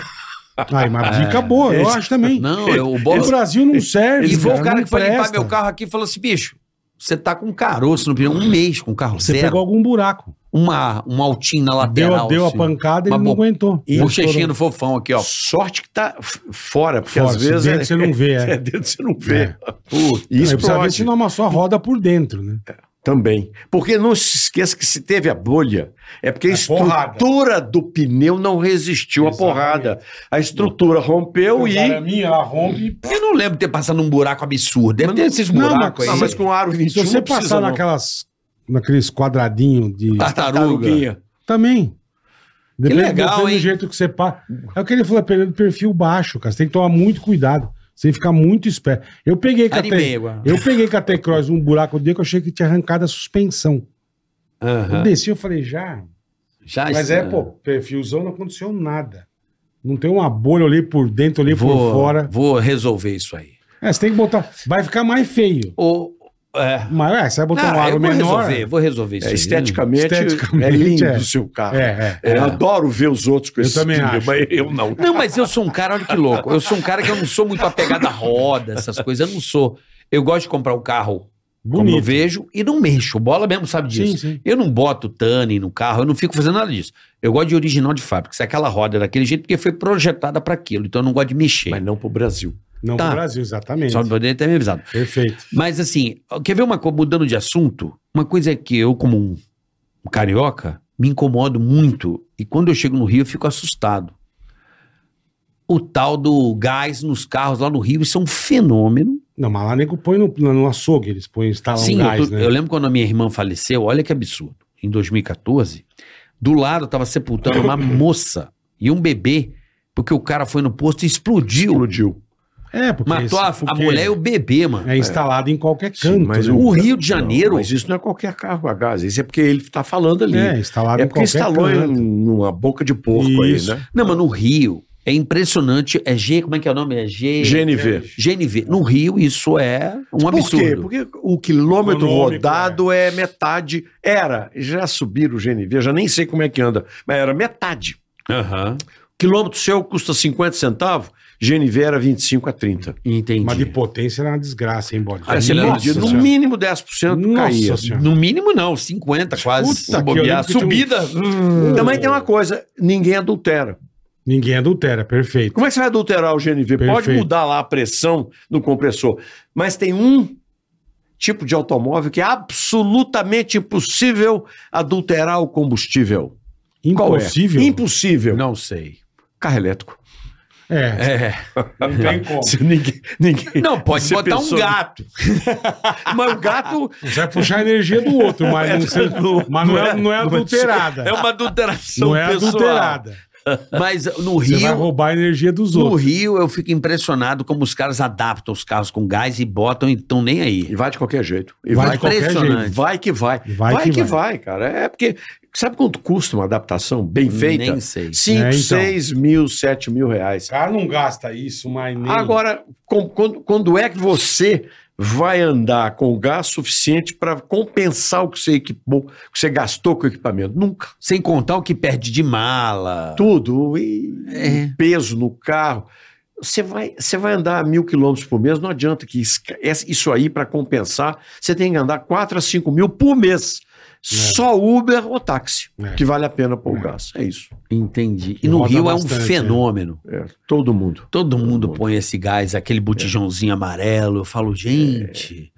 Ai, mas dica boa, eu acho também. É. Não, eu, o O Boris... Brasil não serve. E foi o cara não que foi limpar presta. meu carro aqui e falou assim, bicho, você tá com caroço no pneu, um mês com o carro Você zero. pegou algum buraco. Uma, uma altinha na lateral. deu deu assim. a pancada e Uma ele não bo- aguentou. E Ele bochechinha do fofão aqui, ó. Sorte que tá f- fora, porque Fora, às vezes. dentro você não vê, é. É, dentro você não vê. É. Putz, E Não, eu precisava ver explode se não amassou a roda por dentro, né? também. Porque não se esqueça que se teve a bolha, é porque a É estrutura do pneu não resistiu à Exatamente. porrada. A estrutura É rompeu e. é minha, ela rompe. Eu não lembro de ter passado num buraco absurdo. Deve ter esses não, buracos mas- Ah, aí. mas com aro 21 Se você não precisa, passar não. naquelas, naqueles quadradinhos de. Tartaruga. Tartaruguinha. Também. Depende, legal, depende hein? do jeito que você passa. É o que ele falou, é pneu de perfil baixo, cara. Você tem que tomar muito cuidado. Você tem que ficar muito esperto. Eu peguei com a, Animei T- agora. eu peguei com a T-Cross um buraco dele que eu achei que tinha arrancado a suspensão. Eu desci, eu falei, já, Já Mas é, pô, perfilzão não aconteceu nada. Não tem uma bolha, eu olhei por dentro, olhei vou, por fora. Vou resolver isso aí. É, você tem que botar. Vai ficar mais feio. Ou, é. Mas é, você vai botar um Ah, aro eu vou menor. resolver, vou resolver isso É, aí. esteticamente, é Esteticamente, lindo é. o seu carro. É, é. Eu adoro ver os outros com Eu esse também pneu, acho. mas eu não. Não, mas eu sou um cara, olha que louco. Eu sou um cara que eu não sou muito apegado à roda, essas coisas. Eu não sou. Eu gosto de comprar um carro como eu Bonito. vejo e não mexo. O Bola mesmo sabe disso. Sim, sim. Eu não boto tanning no carro, eu não fico fazendo nada disso. Eu gosto de original de fábrica. Se é aquela roda daquele jeito, porque foi projetada para aquilo. Então eu não gosto de mexer. Mas não pro Brasil. Não Tá. pro Brasil, exatamente. Só pra poder ter me avisado. Perfeito. Mas assim, quer ver uma coisa, mudando de assunto? Uma coisa é que eu, como um, um carioca, me incomodo muito. E quando eu chego no Rio, eu fico assustado. O tal do gás nos carros lá no Rio, isso é um fenômeno. Não, mas lá nego põe no, no açougue, eles põem, instalam Sim, um gás, eu, tô- né? eu lembro quando a minha irmã faleceu, olha que absurdo. Em 2014, do lado eu tava sepultando uma moça e um bebê, porque o cara foi no posto e explodiu. Explodiu. É, porque. Matou a, esse- a porque mulher e o bebê, mano. É instalado em qualquer canto. Sim, mas né? o Rio de Janeiro. Não, mas isso não é qualquer carro a gás. Isso é porque ele está falando ali. É, É, instalado em porque qualquer instalou em canto. numa boca de porco Isso. aí, né? Não, mas no Rio é impressionante. É G, como é que é o nome? É G. GNV. GNV. No Rio, isso é um Por quê? absurdo. Porque o quilômetro Econômico, rodado é. metade. Era. Já subiram o GNV, já nem sei como é que anda. Mas era metade. Aham. Quilômetro seu custa 50 centavos, GNV era 25 a 30. Entendi. Mas de potência era uma desgraça, hein, Bolinha? Aí Aí você Nossa perdia no Senhora. mínimo 10% caía. Nossa senhora. No mínimo, não, 50 quase. Puta, se que eu bobear. lembro que Subida. Hum. Também tem uma coisa, ninguém adultera. Ninguém adultera, perfeito. Como é que você vai adulterar o GNV? Pode Perfeito. mudar lá a pressão do compressor, mas tem um tipo de automóvel que é absolutamente impossível adulterar o combustível. Qual é? Impossível. Impossível. Não sei. Carro elétrico. É, É. não tem como. Se ninguém, ninguém- Não, pode Você botar um pensou- gato. Mas o gato Você vai puxar a energia do outro, mas não, sei- mas não é, não é adulterada. É uma adulteração. não é pessoal. adulterada. Mas no Você vai Rio. roubar a energia dos No outros. Rio, eu fico impressionado como os caras adaptam os carros com gás e botam e estão nem aí. E vai de qualquer jeito. E Vai vai, de de qualquer qualquer Impressionante. jeito. Vai que vai. Vai Vai, que que, vai. vai. cara. É porque. Sabe quanto custa uma adaptação bem feita? Nem sei. 5, É, então. 6 mil, 7 mil reais. cara não gasta isso, mas nem. Agora, com- quando, quando é que você vai andar com gás suficiente para compensar o que você equipou, o que você gastou com o equipamento. Nunca. Sem contar o que perde de mala. Tudo, e É. e peso no carro. Você vai, você vai andar mil quilômetros por mês, não adianta que isca- essa- isso aí para compensar, você tem que andar 4 a 5 mil por mês. Só Uber ou táxi, É. que vale a pena pôr o gás. É isso. Entendi. E no Roda Rio é bastante, um né? fenômeno. É, todo mundo. Todo mundo mundo. É, põe esse gás, aquele botijãozinho amarelo. Eu falo, gente,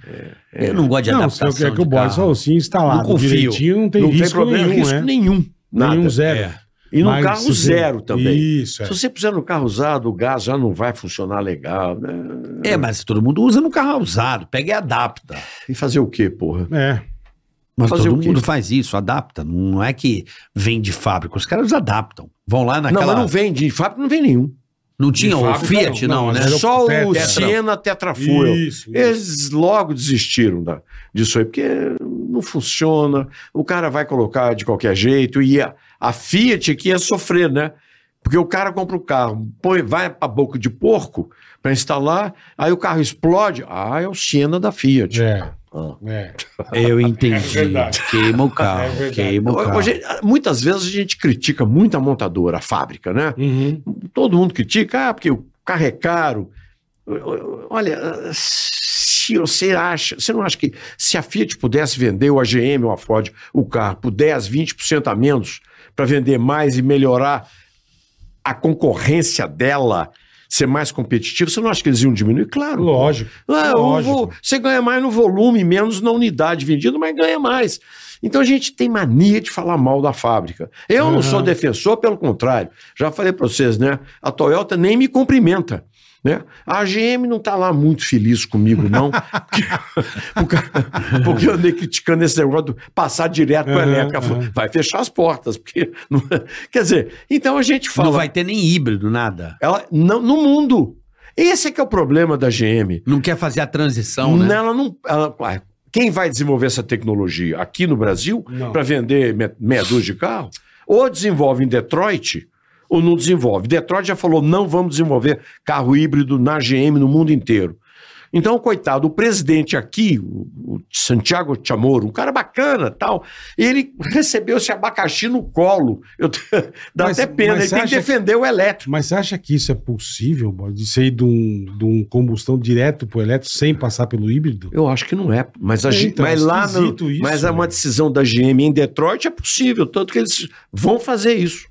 eu não gosto de Não, se adaptação eu quer que o de Boris carro. falou assim, instalado Não confio. direitinho, não tem não tem risco problema, nenhum, risco né? nenhum. Nada. Nenhum zero. É. E no Mas carro se você- zero também. Isso, é. Se você puser no carro usado, o gás já não vai funcionar legal. né? É, mas todo mundo usa no carro usado, pega e adapta. E fazer o quê, porra? É. Mas Fazer todo o quê? mundo faz isso, adapta. Não é que vem de fábrica, os caras adaptam. Vão lá naquela. Não, mas Não, não vem de fábrica, não vem nenhum. tinha De o fábrica, Fiat, não, não, não, né? mas era Só o Tetra. Siena. Siena Tetra Fuel. Isso, isso. Eles logo desistiram da, disso aí, porque não funciona, o cara vai colocar de qualquer jeito, e a, a Fiat aqui ia sofrer, né? Porque o cara compra o carro, põe, vai pra boca de porco para instalar, aí o carro explode. Ah, é o Siena da Fiat. É. Ah. É. Eu entendi. É verdade. queima o carro, É verdade. queima o carro. Hoje, muitas vezes a gente critica muito a montadora, a fábrica, né? Uhum. todo mundo critica, ah, porque o carro é caro. Olha, se você acha, você não acha que se a Fiat pudesse vender, ou a GM ou a Ford, o carro por 10, 20% a menos, para vender mais e melhorar a concorrência dela, ser mais competitivo, você não acha que eles iam diminuir? Claro. Lógico. Ah, eu lógico. vou- você ganha mais no volume, menos na unidade vendida, mas ganha mais. Então a gente tem mania de falar mal da fábrica. Eu não sou defensor, pelo contrário. Já falei para vocês, né? A Toyota nem me cumprimenta. Né? A GM não está lá muito feliz comigo, não. porque, porque eu andei criticando esse negócio de passar direto para Aham, elétrica. aham. Vai fechar as portas. Porque não- é, Quer dizer, então a gente fala. Não vai ter nem híbrido, nada. Ela, não, no mundo. Esse é que é o problema da GM. Não quer fazer a transição, né? Ela não. ela- ah, quem vai desenvolver essa tecnologia aqui no Brasil Não. para vender me- meia dúzia de carro? Ou desenvolve em Detroit ou não desenvolve. Detroit já falou: não vamos desenvolver carro híbrido na GM no mundo inteiro. Então, coitado, o presidente aqui, o o Santiago Chamorro, um cara bacana tal, ele recebeu esse abacaxi no colo. Eu te- dá Mas- até pena, mas ele você tem que acha que- defender o elétrico. Mas você acha que isso é possível, Boris, de sair de um, de um combustão direto pro elétrico sem passar pelo híbrido? Eu acho que não é. Mas, a É, G- então, mas lá no, esquisito isso, mas é uma né? decisão da GM em Detroit é possível, tanto que eles vão fazer isso.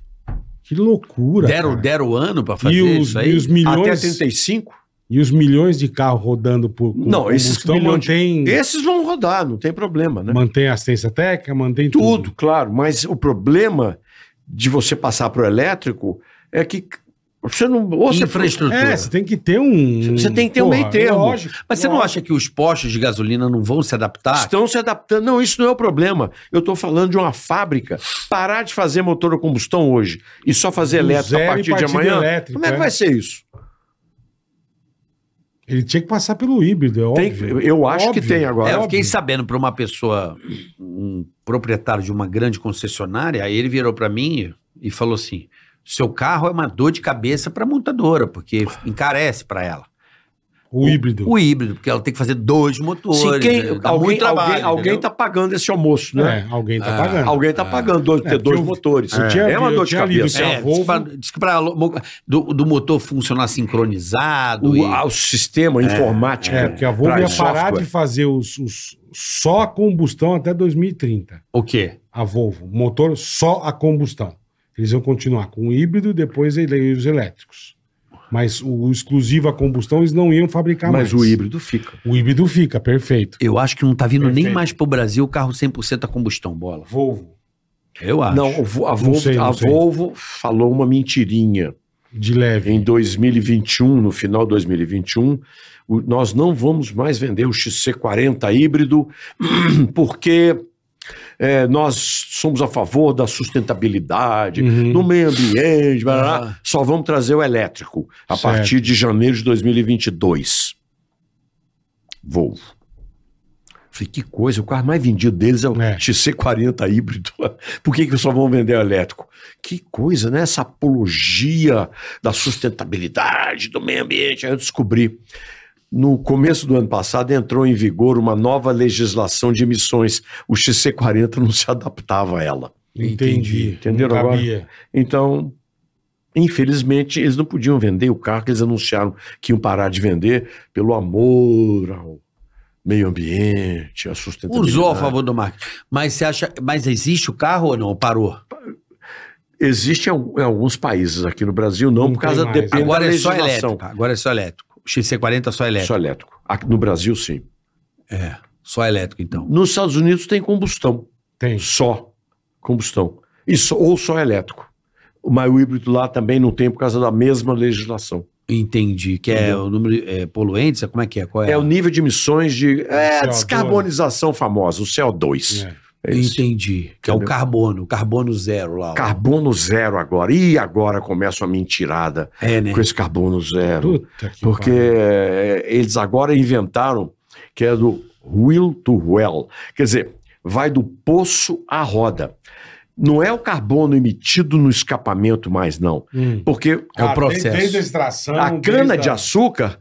Que loucura. Deram, cara. deram ano pra fazer e os, isso aí? e os Até milhões 35? e os milhões de carros rodando por com Não, esses milhões de- mantém Esses vão rodar, não tem problema, né? mantém assistência técnica, mantém tudo, tudo. claro, mas o problema de você passar para o elétrico é que você não ou você Infraestrutura. É, você tem que ter um Você tem que ter um meio termo. Lógico. Mas você não acha que os postos de gasolina não vão se adaptar? Ah. Estão se adaptando. Não, isso não é o problema. Eu estou falando de uma fábrica parar de fazer motor a combustão hoje e só fazer Do elétrico a Um zero e partir de partir amanhã. elétrico, Como é que é. vai ser isso? Ele tinha que passar pelo híbrido, é Tem- óbvio. eu acho que Óbvio. tem agora. É, eu óbvio. fiquei sabendo para uma pessoa, um proprietário de uma grande concessionária, aí ele virou para mim e falou assim: seu carro é uma dor de cabeça para montadora, porque encarece para ela. O híbrido. O híbrido, porque ela tem que fazer dois motores. Sim, quem, né? Dá alguém, muito trabalho, alguém, alguém entendeu? tá pagando esse almoço, né? É, alguém tá Ah, pagando. Alguém tá pagando dois, ter porque dois eu- motores. eu tinha é uma lido- dor eu de tinha lido cabeça. isso. É, a diz Volvo- pra- diz que para do, do motor funcionar sincronizado. O, e- a- o sistema informático. É, porque a Volvo pra ia parar software. de fazer os, os- só a combustão até 2030. O quê? A Volvo, motor só a combustão. Eles vão continuar com o híbrido, depois ele- os elétricos. Mas o, o exclusivo a combustão eles não iam fabricar mais. Mas o híbrido fica. O híbrido fica, perfeito. Eu acho que não tá vindo nem Perfeito. mais pro Brasil carro 100% a combustão, bola. Volvo, Eu acho. Não, o Vo- a, Volvo, sei, não a sei. Volvo falou uma mentirinha. de leve. Em 2021, no final de 2021, o- nós não vamos mais vender o XC40 híbrido, porque é, nós somos a favor da sustentabilidade, Uhum. do meio ambiente, blá, blá, blá. Ah. só vamos trazer o elétrico a Certo. partir de janeiro de 2022. Volvo. Falei, que coisa, o carro mais vendido deles é o É. XC40 híbrido. Por que, que só vão vender o elétrico? Que coisa, né? Essa apologia da sustentabilidade, do meio ambiente. Aí eu descobri. No começo do ano passado entrou em vigor uma nova legislação de emissões. O XC40 não se adaptava a ela. Entendi. Entenderam Não agora? cabia. Então, infelizmente, eles não podiam vender o carro que eles anunciaram que iam parar de vender pelo amor ao meio ambiente, à sustentabilidade. Usou a favor do marketing. Mas você acha. Mas existe o carro ou não? Parou. Existe em al- em alguns países aqui no Brasil, não, Não por causa tem mais. depende Agora da é só legislação. elétrico. Agora é só elétrico. O XC40 é só elétrico. Só elétrico. Aqui no Brasil, sim. É. Só elétrico, então. Nos Estados Unidos tem combustão. Tem. Só combustão. E só- ou só elétrico. Mas o híbrido lá também não tem por causa da mesma legislação. Entendi. Que é o número. É, poluentes? Como é que é? Qual é? É, o nível de emissões de. É, a CO2. descarbonização famosa, o CO2. É. É isso. Entendi. Que é o Entendeu? carbono, o carbono zero lá. ó. Carbono zero agora. E agora começa a mentirada É, né? com esse carbono zero. Puta Tipo, que porque pariu. eh, eles agora inventaram que é do will to well. Quer dizer, vai do poço à roda. Não é o carbono emitido no escapamento mais, não. Hum. Porque É o Ah, processo. Desde, desde a extração. a desde cana a- de açúcar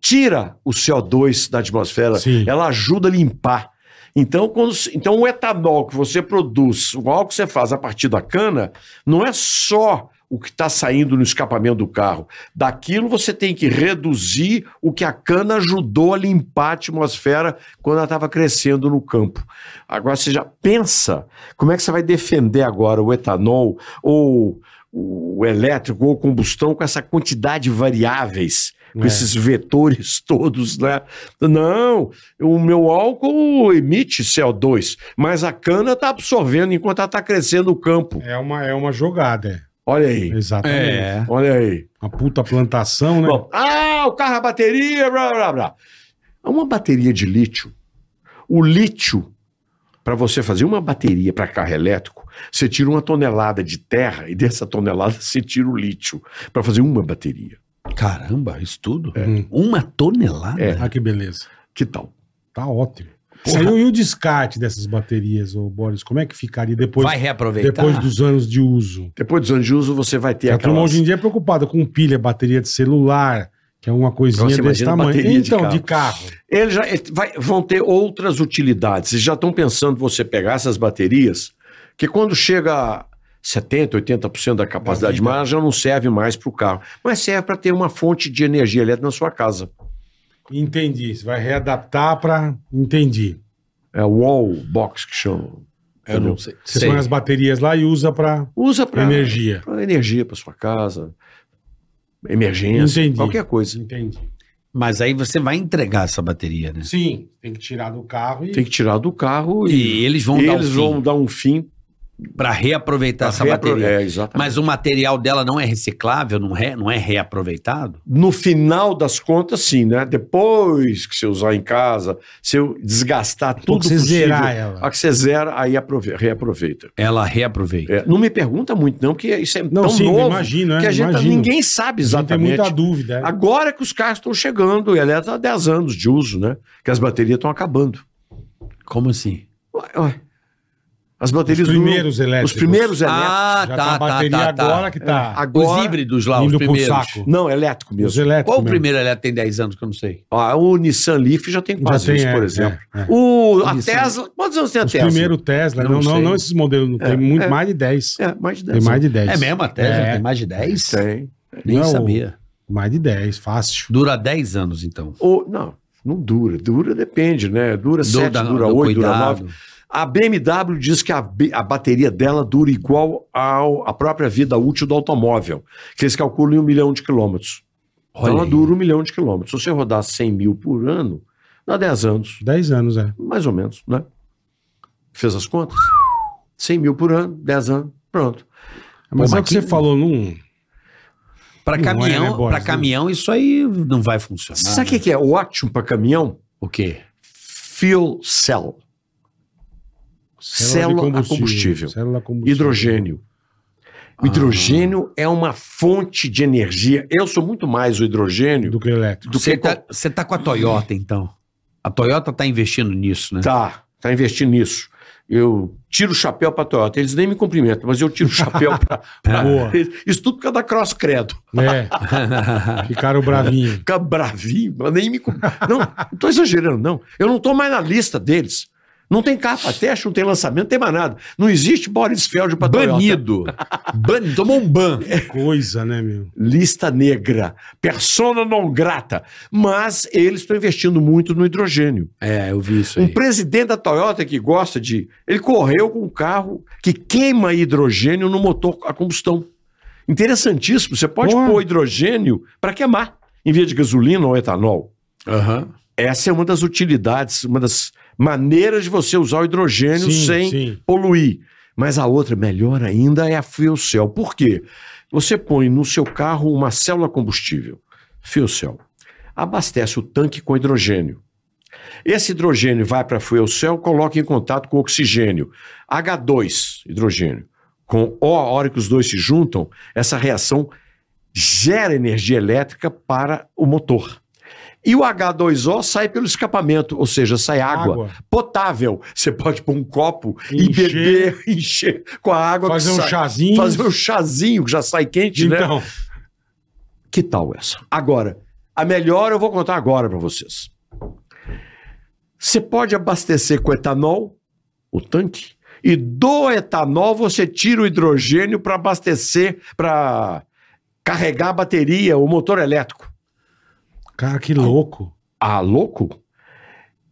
tira o CO2 da atmosfera, Sim. ela ajuda a limpar. Então, quando, se- então, o etanol que você produz, o álcool que você faz a partir da cana, não é só o que está saindo no escapamento do carro. Daquilo você tem que reduzir o que a cana ajudou a limpar a atmosfera quando ela estava crescendo no campo. Agora você já pensa como é que você vai defender agora o etanol ou o elétrico ou combustão com essa quantidade de variáveis, com É. esses vetores todos, né? Não, o meu álcool emite CO2, mas a cana está absorvendo enquanto ela está crescendo o campo. É uma, é uma jogada. Olha É. aí, Exatamente. É. olha aí. Uma puta plantação, né? Bom, ah, o carro, a bateria, blá, blá, blá. É Uma bateria de lítio. O lítio, para você fazer uma bateria para carro elétrico, você tira uma tonelada de terra e dessa tonelada você tira o lítio para fazer uma bateria. Caramba, isso tudo? Hum. Uma tonelada? É. Ah, que beleza. Que tal? Tá ótimo. Porra. Saiu e o descarte dessas baterias, ô Boris? Como é que ficaria depois, Vai reaproveitar. depois dos anos de uso? Depois dos anos de uso, você vai ter a um turma aquelas- hoje em dia é preocupada com pilha, bateria de celular, que é uma coisinha Nossa, desse imagina tamanho. bateria de Então, carro. de carro. Ele já, ele vai- vão ter outras utilidades. Vocês já estão pensando você pegar essas baterias, que quando chega a 70%, 80% da capacidade vida. máxima, já não serve mais para o carro. Mas serve para ter uma fonte de energia elétrica na sua casa. Entendi. Você vai readaptar pra. Entendi. É wall box que chama. Eu não sei. Você Sei. põe as baterias lá e usa pra Usa para energia. Pra energia para sua casa, emergência, Entendi. qualquer coisa. Entendi. Mas aí você vai entregar essa bateria, né? Sim, tem que tirar do carro e. Tem que tirar do carro e, E eles vão dar eles um vão dar um fim. para reaproveitar pra essa reapro- bateria. É, Tá exatamente. Mas o material dela não é reciclável, não é, não é reaproveitado? No final das contas, sim, né? Depois que você usar em casa, se eu desgastar tudo que você possível, zerar é. ela. a que você zera, aí aprove- reaproveita. Ela reaproveita. É, não me pergunta muito, não, porque isso é Não, tão sim, novo imagino, que é, a gente imagino. ninguém sabe Não tem exatamente. muita dúvida. é. Agora que os carros estão chegando, e aliás, há 10 anos de uso, né? Que as baterias estão acabando. É. Como assim? Ué, ué. As baterias Os duram- primeiros elétricos. Os primeiros elétricos. Ah, Já tá, a bateria agora que tá Agora, Os híbridos lá, os indo pro primeiros. saco. né, Não, elétrico Os mesmo. elétricos. Qual o mesmo. primeiro elétrico tem 10 anos que eu não sei? Ah, o Nissan Leaf já tem Já quase tem, isso, por é, exemplo. é, é. O, a Nissan. Tesla. Quantos anos tem a Os Tesla? primeiros Tesla. Não Não, É, não, sei. não esses modelos. Não, tem muito, mais de 10. É, mais de 10 Tem mais de 10. É mesmo, a Tesla É. tem mais de 10? Tem. Nem Não é o- sabia. Mais de 10, fácil. Dura 10 anos, então. Ou, não, não dura. Dura depende, né? Dura 7, da- dura do 8, dura cuidado. 9. A BMW diz que a, B- a bateria dela dura igual ao, a própria vida útil do automóvel, que eles calculam em um milhão de quilômetros. Então Olha ela aí. dura um milhão de quilômetros. Se você rodar 100 mil por ano, dá 10 anos, 10 anos, é. mais ou menos, né? Fez as contas? 100 mil por ano, 10 anos, pronto. Mas Pô, é o mas que que- você falou, não. Pra Não é, caminhão, né, Boris? pra caminhão isso aí não vai funcionar. Sabe o que que é ótimo para caminhão? O quê? Fuel cell. Célula a combustível. Célula a combustível. Hidrogênio. Ah. O hidrogênio é uma fonte de energia. Eu sou muito mais o hidrogênio Do do, que elétrico. Você que. tá, você tá com a Toyota, então. A Toyota tá investindo nisso, né? Tá, tá investindo nisso. Eu tiro o chapéu pra Toyota. Eles nem me cumprimentam, mas eu tiro o chapéu pra. pra- Boa. Isso tudo por causa da Cross Credo. É. Ficaram bravinhos. Fica bravinho, mas nem me. cum- Não, não tô exagerando, não. Eu não tô mais na lista deles. Não tem capa teste, não tem lançamento, não tem mais nada. Não existe Boris Feld pra Toyota. Banido. Banido. Tomou um ban. Coisa, né, meu? lista negra, persona não grata. Mas eles estão investindo muito no hidrogênio. É, eu vi isso Um presidente da Toyota que gosta de. Ele correu com um carro que queima hidrogênio no motor a combustão. Interessantíssimo. Você pode Porra. pôr hidrogênio para queimar, em vez de gasolina ou etanol. Aham. Essa é uma das utilidades, uma das maneiras de você usar o hidrogênio Sim, sem sim. poluir. Mas a outra, melhor ainda, é a fuel cell. Por quê? Você põe no seu carro uma célula combustível, fuel cell. Abastece o tanque com hidrogênio. Esse hidrogênio vai para a fuel cell, coloca em contato com oxigênio. H2, hidrogênio. Com O, a hora que os dois se juntam, essa reação gera energia elétrica para o motor. E o H2O sai pelo escapamento, ou seja, sai água, Água. potável. Você pode pôr um copo e Encher. beber, encher com a água Fazer que um sai. chazinho. Fazer um chazinho que já sai quente, né? Então, Que tal essa? Agora, a melhor eu vou contar agora para vocês. Você pode abastecer com etanol o tanque e do etanol você tira o hidrogênio para abastecer, para carregar a bateria, o motor elétrico. cara, que louco. Ah, louco?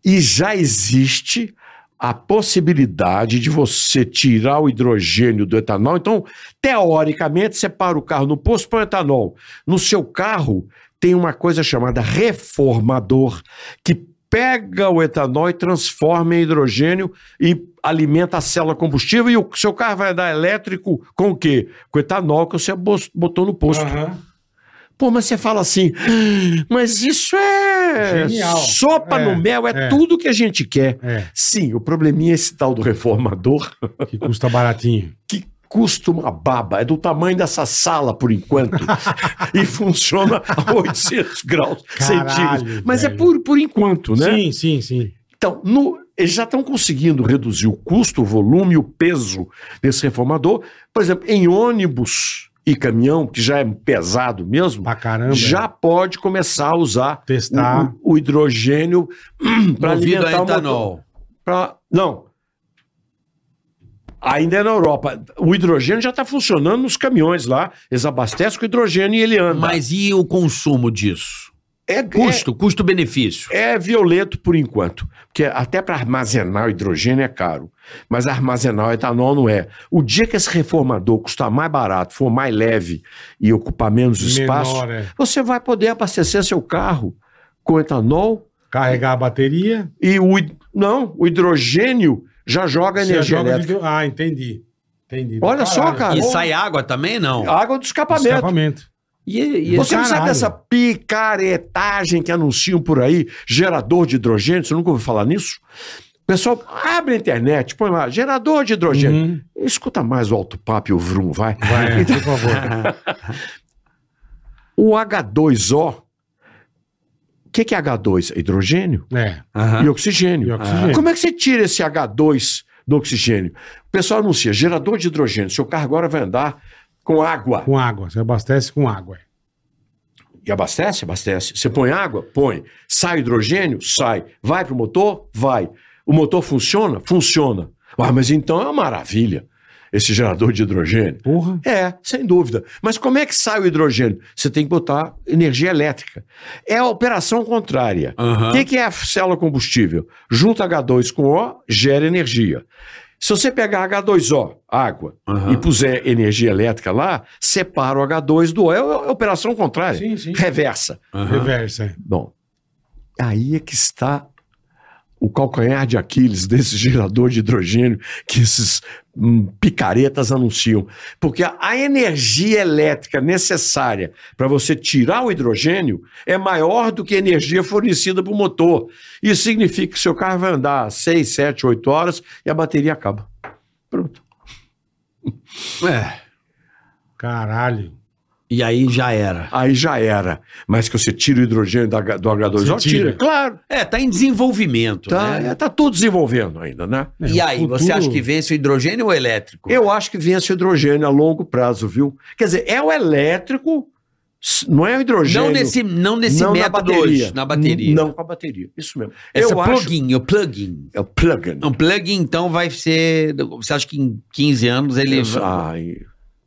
E já existe a possibilidade de você tirar o hidrogênio do etanol. Então, teoricamente, você para o carro no posto, põe etanol. No seu carro tem uma coisa chamada reformador, que pega o etanol e transforma em hidrogênio e alimenta a célula combustível e o seu carro vai andar elétrico com o quê? Com o etanol que você bos- botou no posto. Aham. Pô, mas você fala assim, "Ah, mas isso é Genial. sopa É, no mel, é, é. tudo que a gente quer. É, Sim, o probleminha é esse tal do reformador, que custa baratinho. que custa uma baba, é do tamanho dessa sala por enquanto, e funciona a 800 graus Caralho, centígrados. Mas é velho. por, por enquanto, né? Sim, sim, sim. Então, no- eles já estão conseguindo reduzir o custo, o volume, o peso desse reformador. Por exemplo, em ônibus e caminhão, que já é pesado mesmo, Pra caramba. é. já pode começar a usar Testar. o, o hidrogênio para Movido a alimentar o motor. etanol. Pra- Não. Ainda é na Europa. O hidrogênio já está funcionando nos caminhões lá. Eles abastecem com hidrogênio e ele anda. Mas e o consumo disso? é Custo, custo-benefício. É violento por enquanto, porque até para armazenar o hidrogênio é caro, mas armazenar o etanol não é. O dia que esse reformador custar mais barato, for mais leve e ocupar menos espaço, Menor, é. você vai poder abastecer seu carro com etanol Carregar a bateria. e o hid- não, o hidrogênio já joga você energia joga de- elétrica. Ah, entendi. Entendi. Olha só, Caralho. cara. E sai água também, não? Água do escapamento. Escapamento. E, e- Você não sabe Caralho. dessa picaretagem que anunciam por aí, gerador de hidrogênio? Você nunca ouviu falar nisso? Pessoal, abre a internet, põe lá, gerador de hidrogênio. Uhum. Escuta mais o alto papo e o vrum, vai. Vai, é, Então- por favor. O H2O, o que, que é H2? É hidrogênio É. Aham. e oxigênio. E oxigênio. Como é que você tira esse H2 do oxigênio? O pessoal anuncia, gerador de hidrogênio, seu carro agora vai andar com água. Com água. Você abastece com água. é. E abastece? Abastece. Você põe água? Põe. Sai hidrogênio? Sai. Vai pro motor? Vai. O motor funciona? Funciona. Ah, mas então é uma maravilha esse gerador de hidrogênio. Porra. É, sem dúvida. Mas como é que sai o hidrogênio? Você tem que botar energia elétrica. É a operação contrária. Aham. O que, que é a célula combustível? Junta H2 com O, gera energia. Se você pegar H2O, água, Aham. e puser energia elétrica lá, separa o H2 do O. É a operação contrária. Sim, sim. Reversa. Aham. Reversa. é. Bom, aí é que está o calcanhar de Aquiles desse gerador de hidrogênio que esses hum, picaretas anunciam. Porque a, a energia elétrica necessária para você tirar o hidrogênio é maior do que a energia fornecida para o motor. Isso significa que seu carro vai andar 6, 7, 8 horas e a bateria acaba. Pronto. É. Caralho. E aí já era. Aí já era. Mas que você tira o hidrogênio da H- do H2O, Você tira. tira. claro. É, tá em desenvolvimento, Tá, né? é, tá tudo desenvolvendo ainda, né? É, E o aí, futuro- você acha que vence o hidrogênio ou o elétrico? Eu acho que vence o hidrogênio a longo prazo, viu? Quer dizer, é o elétrico, s- não é o hidrogênio. não nesse, não nesse não método hoje, na bateria. N- Não com a bateria, isso mesmo. Essa eu acho... plugin, o plugin. É o plug-in. O plugin, então, vai ser. Você acha que em 15 anos ele. Isso, ai,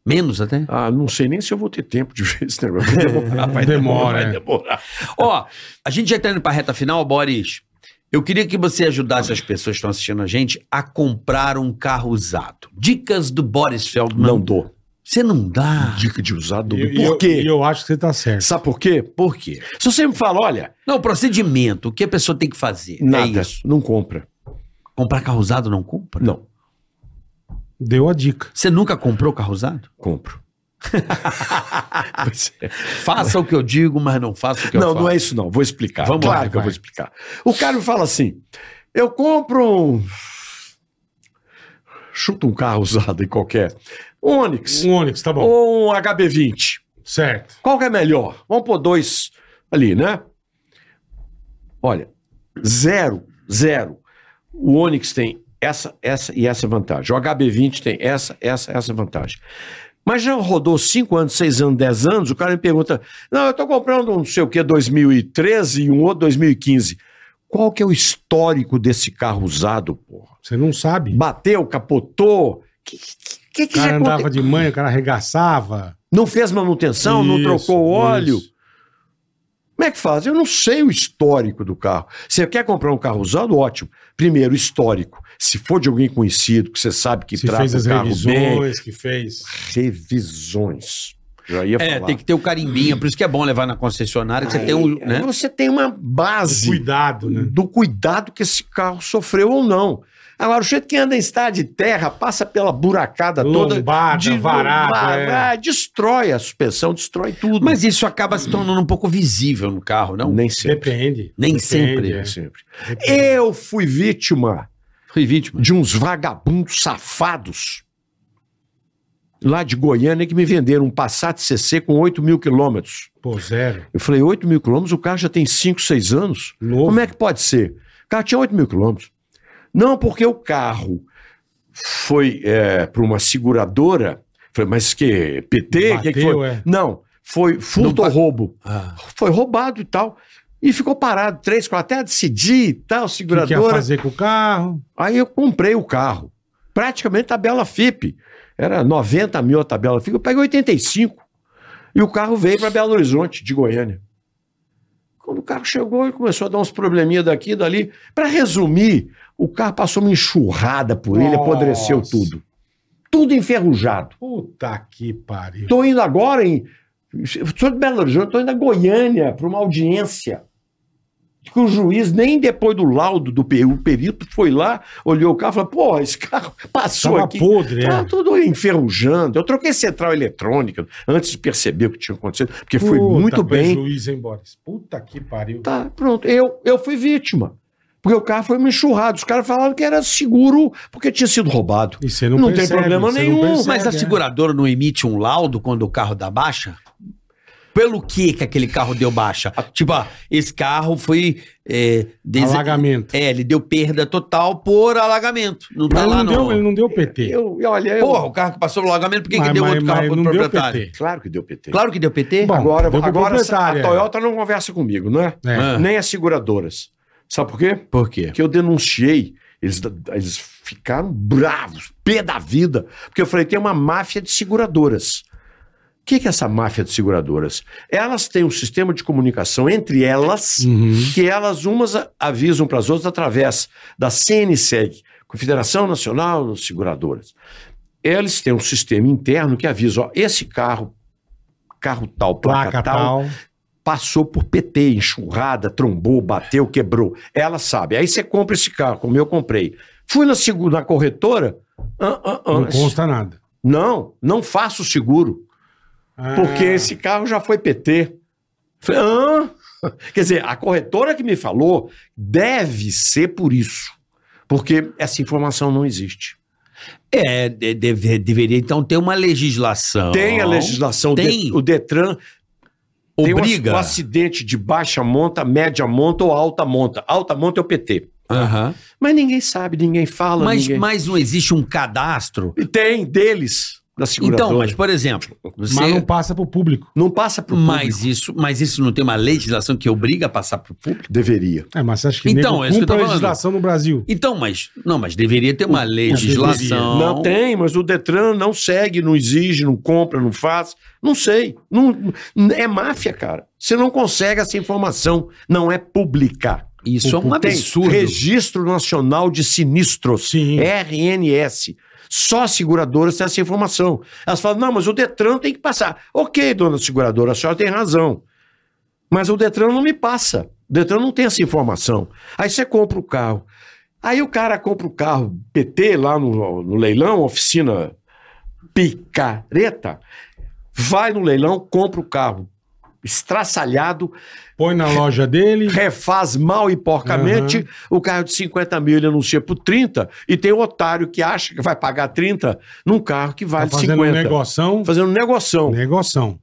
Menos até? Ah, não sei nem se eu vou ter tempo de ver esse negócio. Vai demorar, Demora, vai demorar, é. vai demorar. Ó, a gente já tá indo pra reta final, Boris. Eu queria que você ajudasse as pessoas que estão assistindo a gente a comprar um carro usado. Dicas do Boris Feldman. Não dou. Você não dá. Dica de usar do. E- e Por eu- quê? e eu acho que você tá certo. Sabe por quê? Por quê? Se você me fala, olha, Não, o procedimento, o que a pessoa tem que fazer? nada, É isso. não compra. Comprar carro usado não compra? Não, Deu a dica. Você nunca comprou carro usado? compro. Pois é. Faça o que eu digo, mas não faça o que eu não, faço. não é isso não, vou explicar. Vamos claro lá, que eu vai. vou explicar. O cara me fala assim, eu compro um... Chuta um carro usado em qualquer. Onix Um Onix, Hum. tá bom. ou um HB20. Certo. Qual que é melhor? Vamos pôr dois ali, né? Olha, zero, zero. O Onix tem essa, essa e essa vantagem. O HB20 tem essa, essa, essa vantagem. Mas já rodou 5 anos, 6 anos, 10 anos, o cara me pergunta, não, eu estou comprando um não sei o que 2013 e um outro 2015. Qual que é o histórico desse carro usado, porra? Você não sabe. Bateu, capotou? O que, que, que O cara já andava aconteceu? de manha, o cara arregaçava. Não fez manutenção, não Isso, trocou o óleo? isso. Como é que faz? Eu não sei o histórico do carro. Você quer comprar um carro usado? Ótimo. Primeiro, histórico. Se for de alguém conhecido, que você sabe que Se trata fez o as carro bem. revisões, que fez. Revisões. Já ia É, falar. tem que ter o carimbinho, por isso que é bom levar na concessionária, que você tem um. Né? Você tem uma base Cuidado, né? do cuidado que esse carro sofreu ou não. Agora, o jeito que anda em estrada de terra, passa pela buracada toda. Lombada, varada, é. varada, Destrói a suspensão, destrói tudo. Mas isso acaba se tornando um pouco visível no carro, não? nem sempre. Depende. Nem Depende, sempre. é. Nem sempre. Depende. Eu fui vítima Fui vítima. de uns vagabundos safados lá de Goiânia que me venderam um Passat CC com 8 mil quilômetros. Pô, zero. Eu falei, 8 mil quilômetros? O carro já tem 5, 6 anos? Novo. Como é que pode ser? O carro tinha 8 mil quilômetros. Não, porque o carro foi para uma seguradora. Falei, mas que? PT? que que Bateu, foi? é. Não, foi furto Não ou pa- roubo. Ah. Foi roubado e tal. E ficou parado três, quatro, até decidir e tal, O que, que ia seguradora. fazer com o carro? Aí eu comprei o carro. Praticamente tabela FIP. Era 90 mil a tabela FIP. Eu peguei 85. E o carro veio para Belo Horizonte, de Goiânia. Quando o carro chegou, ele começou a dar uns probleminha daqui e dali. Para resumir, o carro passou uma enxurrada por ele, Nossa. apodreceu tudo. Tudo enferrujado. Puta que pariu. Estou indo agora em. Sou de Belo Horizonte, estou indo a Goiânia para uma audiência. Que o juiz, nem depois do laudo do pe- o perito, foi lá, olhou o carro e falou: pô, esse carro passou Tava aqui. podre, Tá é. tudo enferrujando. Eu troquei central eletrônica antes de perceber o que tinha acontecido, porque foi Puta, muito bem. Juiz, hein, Boris? Puta que pariu. Tá, pronto. Eu, eu fui vítima. Porque o carro foi uma enxurrada. Os caras falaram que era seguro porque tinha sido roubado. E você não, Não tem percebe, problema você não nenhum, percebe, Mas a é. seguradora não emite um laudo quando o carro dá baixa? Pelo que que aquele carro deu baixa? Tipo, ah, esse carro foi... É, des- Alagamento. É, ele deu perda total por alagamento. Não Mas tá lá, não deu, não. ele não deu PT. Eu, eu- olha, eu. Porra, o carro que passou pelo alagamento, por que, que Mas- deu mas- outro carro mas pro não deu proprietário? PT. Claro que deu PT. Claro que deu PT. Bom, deu Agora, pro agora proprietário, a é. Toyota não conversa comigo, não é? É. Ah. Nem as seguradoras. Sabe por quê? Por quê? Porque eu denunciei. Eles, eles ficaram bravos, pé da vida. Porque eu falei, tem uma máfia de seguradoras. O que, que é essa máfia de seguradoras? Elas têm um sistema de comunicação entre elas Uhum. que elas umas a- avisam para as outras através da CNSEG, Confederação Nacional das Seguradoras. Eles têm um sistema interno que avisa, ó, esse carro, carro tal, placa, Placa tal, tal. passou por PT, enxurrada, trombou, bateu, quebrou. Ela sabe. Aí você compra esse carro, como eu comprei. Fui na, segu- na corretora. ah, ah, ah, Não consta nada. não, não faço seguro, É. Ah, porque esse carro já foi PT. Falei, hã? Quer dizer, a corretora que me falou deve ser por isso. Porque essa informação não existe. É, de- deve- deveria então ter uma legislação. Tem a legislação, o Tem. Det- o Detran tem o ac- Obriga. o acidente de baixa monta, média monta ou alta monta. Alta monta é o PT. Aham. Mas ninguém sabe, ninguém fala, mas, ninguém... mas não existe um cadastro. E Tem, deles, da seguradora. Então, mas por exemplo, Mas você. Mas, não passa pro público. Não passa pro público. isso, mas isso não tem uma legislação que obriga a passar para o público? Deveria. É, mas você acha que Então, nego é isso que eu tô cumpre a falando. legislação no Brasil? Então, mas não, mas deveria ter uma legislação. Não tem, mas o Detran não segue, não exige, não compra, não faz. Não sei. Não, é máfia, cara. Você não consegue essa informação. Não é pública. Isso é um Tem absurdo. Registro Nacional de Sinistros. Sim. RNS. Só as seguradoras têm essa informação. Elas falam, não, mas o Detran tem que passar. Ok, dona seguradora, a senhora tem razão. Mas o Detran não me passa. O Detran não tem essa informação. Aí você compra o carro. Aí o cara compra o carro PT lá no, no leilão, oficina picareta, vai no leilão, compra o carro estraçalhado, Põe na loja dele. tá refaz mal e porcamente, Aham. o carro de 50 mil ele anuncia por 30, e tem um otário que acha que vai pagar 30 num carro que vale tá fazendo 50. um negoção. Fazendo um negoção. Negoção.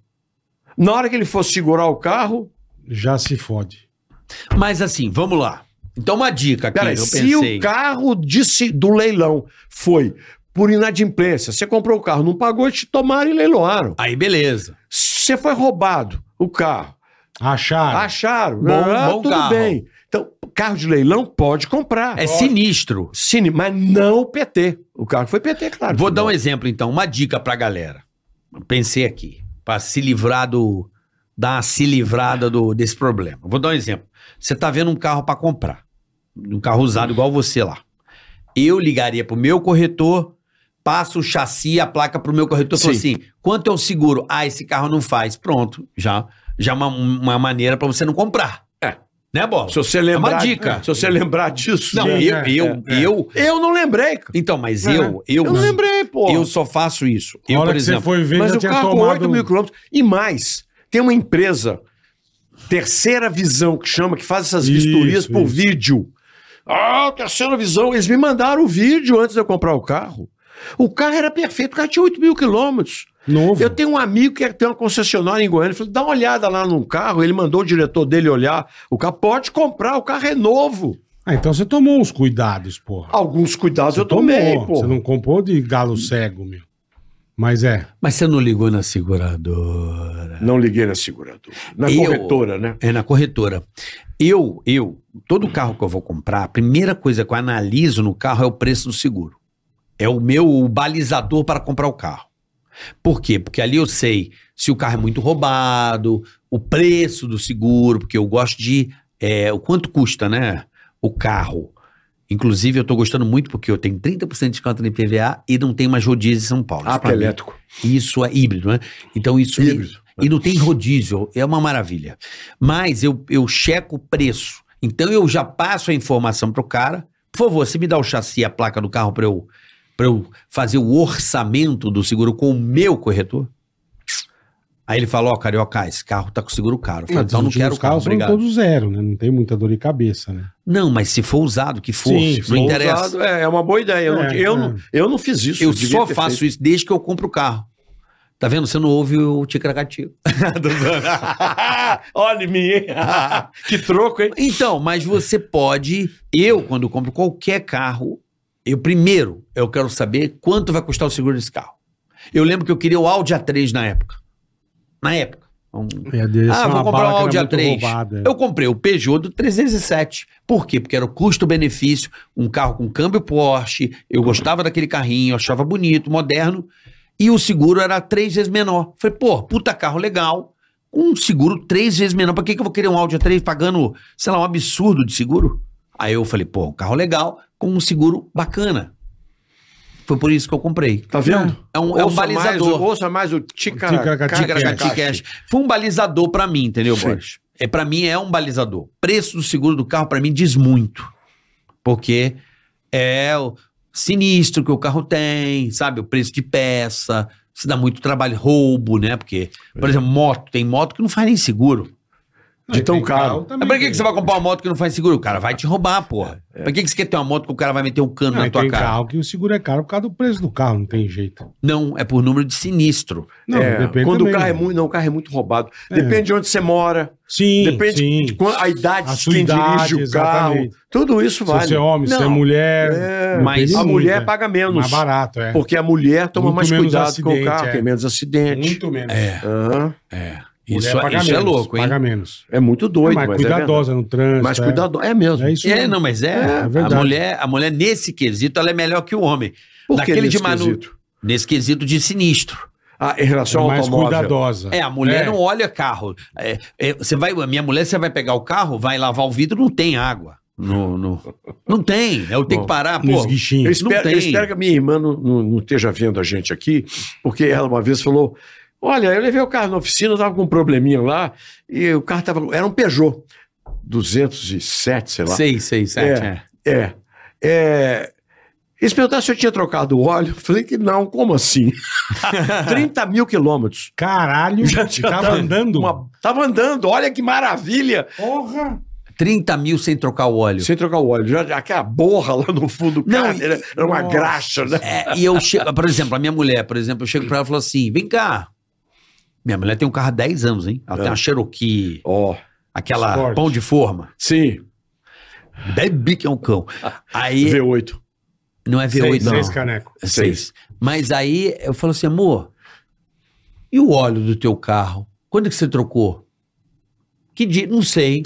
Na hora que ele for segurar o carro, Já se fode. Mas assim, vamos lá. Então, uma dica aqui, peraí, eu se pensei. o carro de se- do leilão foi por inadimplência, você comprou o carro, não pagou, eles te tomaram e leiloaram. Aí, beleza. Você foi roubado o carro, Acharam. acharam, Bom- ah, bom tudo carro. bem. Então, carro de leilão pode comprar. É sinistro. Cine, mas não PT. O carro foi PT, claro. Vou dar um exemplo, então, uma dica pra galera. Eu Pensei aqui, pra se livrar do. dar uma se livrada do, desse problema. Vou dar um exemplo. Você tá vendo um carro pra comprar, um carro usado igual você lá. Eu ligaria pro meu corretor, passo o chassi e a placa pro meu corretor e falo assim: quanto é o seguro? Ah, esse carro não faz. Pronto, já já é uma, uma maneira pra você não comprar. É. Né, Bola? Se você lembrar, É uma dica. Se você lembrar disso. Não, Sim, eu, é, eu, é, é. eu. Eu não lembrei. cara. Então, mas É. eu, eu. Eu não lembrei, pô. Eu só faço isso. Na Eu, hora por que exemplo. você foi ver, Mas já o tinha carro com tomado. um. 8 mil quilômetros. E mais, tem uma empresa, terceira visão, que chama, que faz essas Isso, vistorias por isso. vídeo. Ah, terceira visão. Eles me mandaram o vídeo antes de eu comprar o carro. O carro era perfeito, o carro tinha 8 mil quilômetros. Novo. Eu tenho um amigo que tem uma concessionária em Goiânia. Eu Falei, dá uma olhada lá num carro. Ele mandou o diretor dele olhar. O carro pode comprar, o carro é novo. Ah, então você tomou uns cuidados, porra. Alguns cuidados eu Você tomou. tomei, Você pô. não comprou de galo cego, meu. Mas é. Mas você Então não ligou na seguradora. Não liguei na seguradora. Na Eu- corretora, né? É na corretora. Eu, eu, todo carro que eu vou comprar, a primeira coisa que eu analiso no carro é o preço do seguro. É o meu balizador para comprar o carro. Por quê? Porque ali eu sei se o carro é muito roubado, o preço do seguro, porque eu gosto de. é, o quanto custa, né? O carro. Inclusive, eu estou gostando muito porque eu tenho 30% de desconto no IPVA e não tem mais rodízio em São Ah, Ah, Paulo. Isso pra mim elétrico. isso é híbrido, né? Então isso. Híbrido, E não tem rodízio, é uma maravilha. Mas eu, eu checo o preço. Então eu já passo a informação pro cara. Por favor, você me dá o chassi e a placa do carro para eu, pra eu fazer o orçamento do seguro com o meu corretor? Aí ele falou, ó, carioca, esse carro tá com seguro caro. Eu falei, então não Os últimos quero o carro, carros são obrigado. Ah, todos zero, né? Não tem muita dor de cabeça, né? Não, mas se for usado, que for, Sim, não se for interessa. Ousado, É, é uma boa ideia. Eu, não, É, eu, é. não, eu não fiz isso. Eu devia só ter faço feito. isso desde que eu compro o carro. Tá vendo? Você não ouve o ticracativo. Olha em mim, hein? que troco, hein? Então, mas você pode. Eu, quando compro qualquer carro, eu primeiro eu quero saber quanto vai custar o seguro desse carro. Eu lembro que eu queria o Audi A3 na época. Na época. Um- É, deve ser Ah, uma vou bala comprar um que era muito Audi A3. roubada, é. Eu comprei o Peugeot do 307. Por quê? Porque era o custo-benefício, um carro com câmbio Porsche, eu gostava daquele carrinho, achava bonito, moderno, e o seguro era três vezes menor. Falei, pô, puta carro legal, com um seguro três vezes menor. Pra que, que eu vou querer um Audi A3 pagando, sei lá, um absurdo de seguro? Aí eu falei, pô, um carro legal, com um seguro bacana. Foi por isso que eu comprei. Tá vendo? É um, é um balizador. Mais, o- ouça mais o Ticaracati. Ticaracati. Ticaracati Cash. Foi um balizador pra mim, entendeu, Sim. Boris? É, para mim é um balizador. Preço do seguro do carro pra mim diz muito. Porque é o sinistro que o carro tem, sabe? O preço de peça, É. se dá muito trabalho, roubo, né? Porque, por exemplo, moto. Tem moto que não faz nem seguro. De tão tem caro. também, Mas pra que, tem. É, que você vai comprar uma moto que não faz seguro? O cara vai te roubar, porra. Pra que, que você quer ter uma moto que o cara vai meter um cano Não, na e tua Né, tem cara? carro que o seguro é caro por causa do preço do carro, não tem jeito. Não, é por número de sinistro. Não, É, depende quando também, o carro é né? muito. Não, o carro é muito roubado. Depende de onde você mora. Sim, depende sim. de qual- a idade A de sua quem idade, dirige o carro. exatamente. Tudo isso vale. Se você é homem, se você é Não, mulher. é, mas a muito, mulher é. paga menos. Mais barato, é. Porque a mulher toma Muito mais menos cuidado com o acidente, carro, é. tem menos acidente. Muito menos. É, Aham. é. Mulher Isso, é- paga isso é menos, louco, hein? Paga menos. É muito doido, É mais mas cuidadosa no É trânsito. mais é. cuidadoso. É mesmo. É isso É, mesmo. não, mas é. É, é verdade. a, mulher, a mulher, nesse quesito, ela é melhor que o homem. Por que Daquele nesse de Manu- quesito? Nesse quesito de sinistro. Ah, em relação É ao mais automóvel. cuidadosa. É, a mulher É. não olha carro. É, é, você vai, a minha mulher, você vai pegar o carro, vai lavar o vidro, não tem água. No, no- não tem. Eu tenho Bom, que parar, No pô. esguichinho. Eu Não espero, tem. eu espero que a minha irmã não, não- não esteja vendo a gente aqui, porque ela uma vez falou: Olha, eu levei o carro na oficina, estava com um probleminha lá, e o carro estava. Era um Peugeot 207, sei lá. Sei, sei, sete. é. É. é. Eles perguntaram se eu tinha trocado o óleo. Eu falei que não, como assim? 30 mil quilômetros. Caralho, Já tinha tava dado andando. Uma- Tava andando, olha que maravilha! Porra! 30 mil sem trocar o óleo. Sem trocar o óleo. Já, aquela borra lá no fundo do Não, carro, e- era, era uma nossa. graxa, né? É, e eu chego, por exemplo, a minha mulher, por exemplo, eu chego pra ela e falo assim: vem cá. Minha mulher tem um carro há 10 anos, hein? Ela É. tem uma Cherokee, Ó, aquela Sport. pão de forma. sim, Bebe que é um cão. Aí. V8. Não é V8, Seis, não. seis caneco. É Seis. Mas aí eu falo assim, amor, e o óleo do teu carro? Quando é que você trocou? Que dia? Não sei.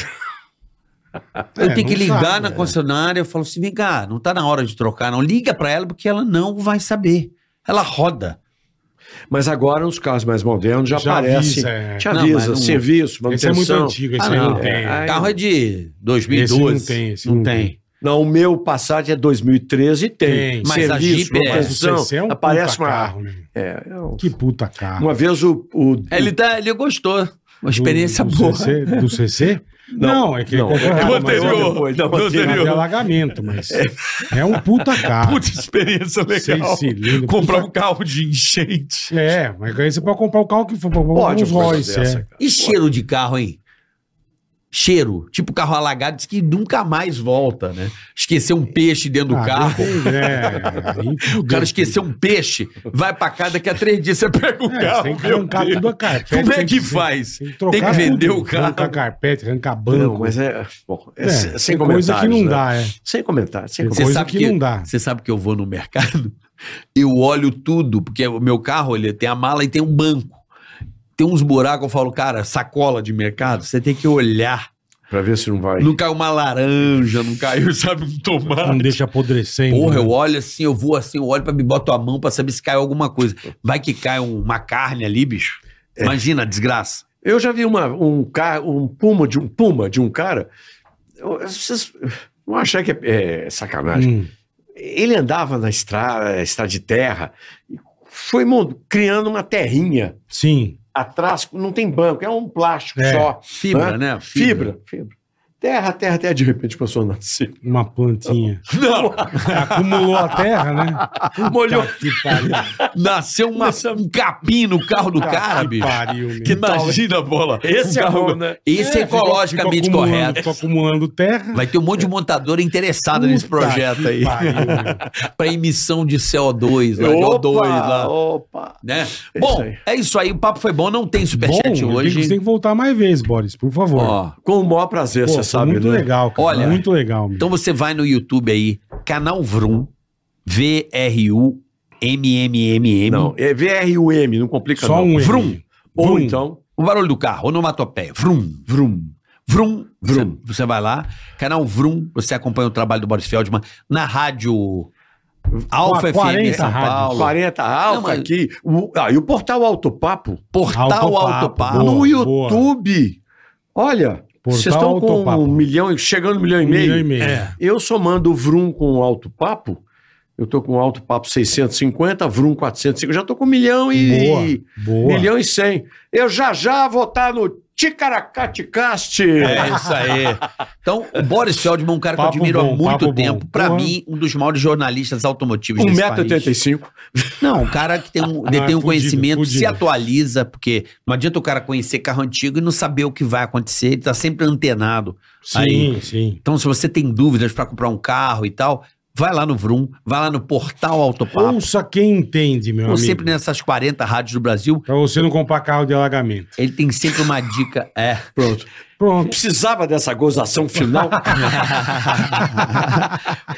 Eu É, tenho que não ligar sabe, na né? concessionária, eu falo assim, vem cá, não tá na hora de trocar, não. Liga pra ela, porque ela não vai saber. Ela roda. Mas agora os carros mais modernos já, Já aparecem. avisa, é. Te Não, avisa, mas não- serviço, Esse é manutenção. muito antigo, esse Ah, aí não, não, tem. é. O Ai, carro é de 2012. Esse não tem, esse não, não tem. Não, o meu Passat é 2013 e tem. Tem. Mas a serviço, Jeep é- Mas o manutenção. CC é um aparece puta uma... carro, né? É, é um- Que puta carro. Uma vez o... o- Ele, tá, ele gostou. Uma Do- experiência do boa. CC, do CC? Não, é que não. ele comprou errado, É o anterior. mas não, é um- é um alagamento, mas é um puta carro. experiência um Seis cilindros. puta- carro de enchente. É, mas aí você pode comprar o carro que for, Pode pode, uns uma coisa Royce, dessa, é. cara. E cheiro de carro, hein? Cheiro. Tipo carro alagado, diz que nunca mais volta, né? Esqueceu um peixe dentro do Ah, carro. depende, É, aí O cara esqueceu um peixe, vai pra cá, daqui a três dias você pega o É, você carro. tem que meu arrancar Deus. tudo a carpete. Como é tem que tem- faz? Tem que, Tem que trocar vender tudo, o carro. Arrancar carpete, arrancar banco. Não, mas é... Bom, é, É, sem- sem tem coisa comentários, que não né? dá, é. Tem Sem comentários, sem comentários. Você coisa sabe que que- não dá. Você sabe que eu vou no mercado, eu olho tudo, porque o meu carro ele tem a mala e tem um banco. Tem uns buracos, eu falo, cara, sacola de mercado, você tem que olhar. Pra ver se não vai... Não caiu uma laranja, não caiu, sabe, um tomate. Não deixa apodrecendo. Porra, né? eu olho assim, eu vou assim, eu olho pra me boto a mão pra saber se caiu alguma coisa. Vai que cai um, uma carne ali, bicho. É. Imagina a desgraça. Eu já vi uma, um, ca- um puma de um puma de um cara. Eu- Vocês vão achar que é, é sacanagem. Hum, Ele andava na estrada, estrada de terra, e foi mon- criando uma terrinha sim. atrás, não tem banco, é um plástico É. só. Fibra, Hã? né? Fibra, fibra. Terra, terra, terra, de repente começou a nascer. Uma plantinha. Não, Acumulou a terra, né? Molhou. Tá que pariu. nasceu uma, um capim no carro do Tá cara, que bicho. pariu, meu. Que imagina a bola. Esse é carro- bom, né? Esse é, ficou- ecologicamente ficou acumulando- correto. Ficou acumulando terra. Vai ter um monte de montadora interessada nesse Puta projeto que aí. pariu, meu. pra emissão de CO2, lá, de O2 lá. opa. Né? É Bom, isso aí. é isso aí. O papo foi bom. Não tem Bom, eu superchat digo que você hoje. tem que voltar mais vezes, Boris, por favor. Ó, Com o maior prazer, Pô, você foi sabe, muito né? legal, cara. Olha, muito legal. meu. Então você vai no YouTube aí, canal Vrum, V-R-U, M-M-M-M. Não, é VRUM, não complica Só não. um erro. Vrum. Ou Vrum. então, O barulho do carro, onomatopeia. Vrum, Vrum. vrum, Vrum. Você, você vai lá, canal Vrum, você acompanha o trabalho do Boris Feldman na rádio Alfa FM 40 em São rádios. Paulo. 40 Alfa Não, mas- aqui. O, ah, e o portal Alto Papo Portal Alto Papo, Autopapo. boa. Ah, no YouTube. Olha, Portal vocês estão Alto com Papo. um milhão, e- chegando um milhão e Um milhão e meio. É. meio. Eu somando o Vrum com o Alto Papo, eu tô com o Alto Papo 650, Vrum 450, eu já tô com um milhão e... Boa. Boa. Milhão e cem. Eu já já vou estar no Ticaracaticast! É isso aí. Então, o Boris Feldman é um cara que eu Papo admiro bom, há muito papo tempo. bom. Pra Porra. Um mim, um dos maiores jornalistas automotivos desse país. 1,85m. Não, um cara que tem um, Ah, detém um fudido, conhecimento, se fudido. atualiza, porque não adianta o cara conhecer carro antigo e não saber o que vai acontecer, ele tá sempre antenado. Sim, Aí. sim. Então, se você tem dúvidas pra comprar um carro e tal, vai lá no Vroom, vai lá no portal Autopapo. Ouça quem entende, meu Ou amigo. sempre nessas 40 rádios do Brasil, Pra você não comprar carro de alagamento. ele tem sempre uma dica. É. Pronto. Pronto. Precisava dessa gozação final.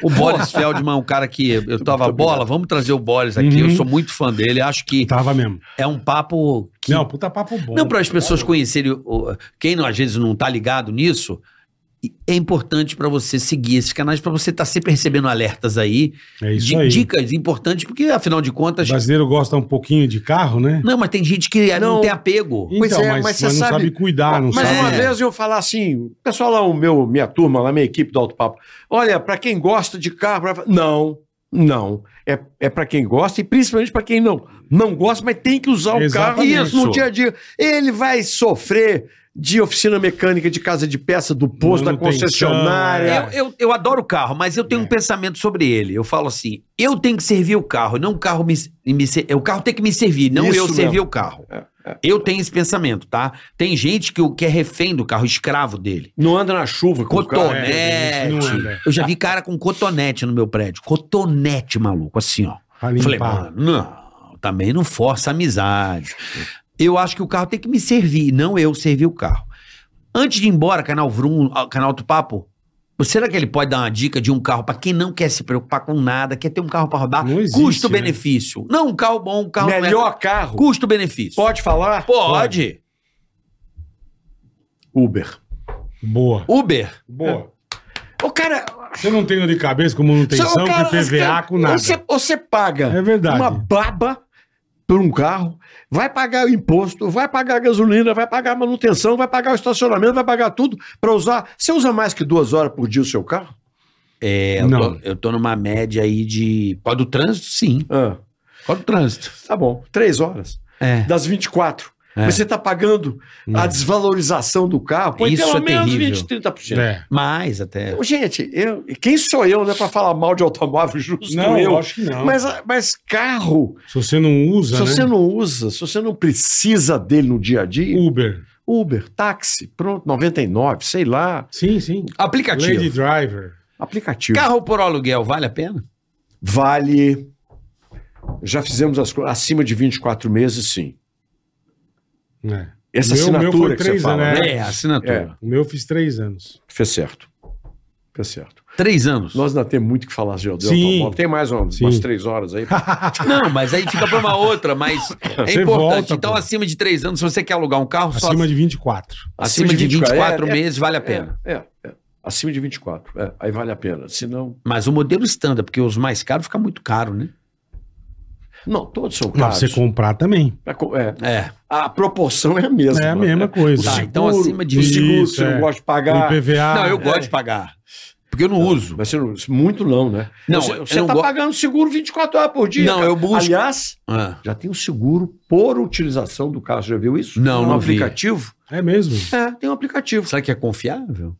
o Boris Feldman é um cara que eu tava bola, vamos trazer o Boris aqui. Uhum. Tá. Eu sou muito fã dele, acho que Tava mesmo. é um papo que Não, puta papo bom. Não, para as pessoas conhecerem, o- o- quem não, às vezes não está ligado nisso, e é importante para você seguir esses canais, para você estar sempre recebendo alertas aí, É isso de aí. dicas importantes, porque afinal de O contas. brasileiro gosta um pouquinho de carro, né? Não, mas tem gente que eh, não, Não. tem apego. Pois então, é, mas, mas mas, você não sabe- sabe cuidar, Ah, não Mas sabe. uma É. vez eu falar assim, o pessoal lá, o meu, minha turma, lá, minha equipe do Alto Papo, olha, pra quem gosta de carro, pra- não, não. É, é para quem gosta e principalmente pra quem não não gosta, mas tem que usar o Exatamente. carro isso, no dia a dia. Ele vai sofrer de oficina mecânica, de casa de peça, do posto, da Manutenção, concessionária. é. Eu, eu, eu adoro o carro, mas eu tenho um pensamento sobre ele. Eu falo assim: eu tenho que servir o carro, não o carro me, me ser- o carro tem que me servir, não Isso eu servir mesmo. o carro. Eu tenho esse pensamento, tá? Tem gente que, que é refém do carro, escravo dele. Não anda na chuva com o carro. Cotonete. É, tem gente que não anda. Eu já vi cara com cotonete no meu prédio. Cotonete, maluco, assim, ó. Pra limpar. Falei, mano, não, também não força a amizade. Eu acho que o carro tem que me servir, não eu servir o carro. Antes de ir embora, canal Vrum, ah, canal Outro Papo, será que ele pode dar uma dica de um carro pra quem não quer se preocupar com nada, quer ter um carro pra rodar? Não existe, né? Custo-benefício. Não um carro bom, um carro Melhor carro. merda. Custo-benefício. Pode falar? Pode. Uber. Boa. Uber. Boa. O cara, Você não tem dor de cabeça com manutenção, Só o cara- com IPVA, com nada. Você, você paga É verdade. uma baba por um carro, vai pagar o imposto, vai pagar a gasolina, vai pagar a manutenção, vai pagar o estacionamento, vai pagar tudo para usar. Você usa mais que duas horas por dia o seu carro? É, eu, Não. Tô, eu tô numa média aí de. Pode do trânsito, sim. É. Ah, Pode do trânsito. tá bom, três horas. É. Das 24. É. Mas você está pagando É. a desvalorização do carro. Põe Isso pelo é menos terrível. 20, 30%. É. Mais até. Ô, Gente, eu, quem sou eu, né, para falar mal de automóvel justo Não, eu eu? acho que não. Mas, mas carro, Se você não usa, Se você né? não usa, se você não precisa dele no dia a dia, Uber. Uber, táxi, pronto, 99, sei lá, Sim, sim. Aplicativo. Lady Driver. aplicativo. Carro por aluguel vale a pena? Vale. Já fizemos as coisas acima de 24 meses, sim. É. Essa Meu- meu assinatura foi que você três fala, anos, né? É. assinatura. O meu eu fiz três anos. Fez certo. Fez certo. Três anos. Nós ainda temos muito que falar de, de Sim. automóvel. Tem mais uma- Sim. umas três horas aí. Não, mas aí fica pra uma outra, mas é Você importante. volta, então, pô. acima de três anos, se você quer alugar um carro, só Acima de 24. acima de 24 meses vale a é, pena. É, é. Acima de 24. é, aí vale a pena. Se não. Mas o modelo standard, porque os mais caros fica muito caro, né? Não, todos são Não, caros. você comprar também. É co- é. É. A proporção é a mesma. É a né? mesma O coisa. Tá, seguro, então acima de o seguro, isso, você é. não gosta de O pagar. IPVA. não, eu gosto de pagar. Porque eu não uso. Mas você não, muito não, né? Não, você, eu você não tá go- pagando seguro 24 horas por dia. Não, eu busco. Aliás, Ah, já tem um seguro por utilização do carro. Você já viu isso? Não, um não vi. aplicativo? É mesmo. É, tem um aplicativo. será que é confiável?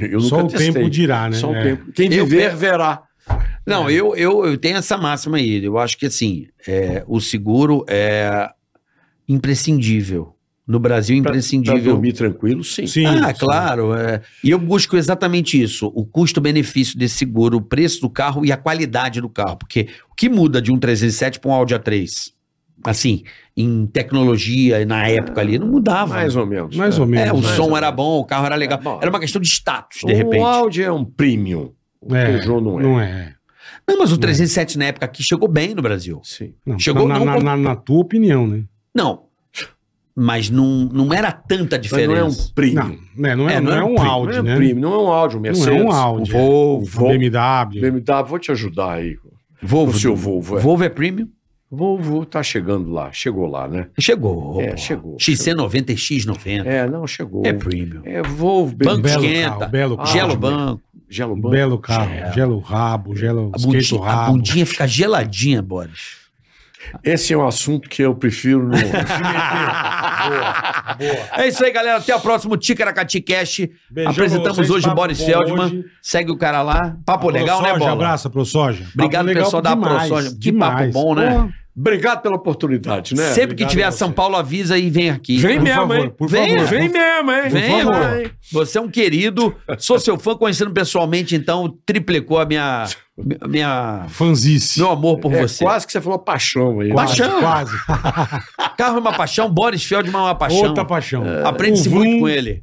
Eu Só nunca o testei. tempo dirá, né? Só o É. tempo. Quem Eu viver, pe- verá. Não, eu, eu, eu tenho essa máxima aí. Eu acho que, assim, é, o seguro é imprescindível. No Brasil, Pra- Pra imprescindível. dormir tranquilo, sim. Sim. sim. ah, claro. é. E eu busco exatamente isso: o custo-benefício desse seguro, o preço do carro e a qualidade do carro. Porque o que muda de um 307 para um Audi A3? Assim, em tecnologia, e na época ali, não mudava. Mais ou menos. ah, Mais ou menos. é, o né? som era bom, o carro era legal. É, bom. Era uma questão de status, de repente. O Audi é um premium. O É, Peugeot não é. Não é. Não, mas o 307 na época aqui chegou bem no Brasil. Sim. Não, Chegou na, não na, como- na- na tua opinião, né? Não. Mas não, não era tanta Mas diferença. não é um Não, premium. né, não é, É, não não é, era um Premium, Audi, não né? é um premium, não é um Audi, um Não Mercedes. é um Audi. Um Volvo. Um BMW. BMW, vou te ajudar aí. Volvo. O seu Volvo, é. Volvo é premium? Volvo tá chegando lá, chegou lá, né? Chegou. É, pô. chegou. XC90 e X90. É, não, chegou. É premium. É Volvo, Banco BMW, um Belo esquenta, carro, belo carro. gelo Ah, banco. Gelo Banco. Belo carro. É. Gelo rabo, gelo A esquenta o bundinha, a rabo. bundinha fica geladinha, Boris. Esse é um assunto que eu prefiro não. É isso aí, galera. Até o próximo Ticaracati Cash. Beijão Apresentamos pra vocês, hoje o papo Boris bom Feldman. hoje. Segue o cara lá. Papo legal, né, ProSoja, Bola? abraço, ProSoja. Obrigado, Papo legal pessoal da demais, ProSoja. Que demais. papo bom, né? Porra, Obrigado pela oportunidade, né? Sempre que Obrigado tiver a a São você. Paulo, avisa e vem aqui. Vem Por mesmo, favor, hein? por Venha, favor. Vem mesmo, hein? Vem, Por favor. mano. Você é um querido. Sou seu fã, conhecendo pessoalmente, então triplicou a minha, minha Fanzice. meu amor por É, você. Quase que você falou paixão aí. Quase, paixão. Quase. Carro é uma paixão, Boris Feldman é uma paixão. É. Outra paixão. Aprende-se O Vrum, muito com ele.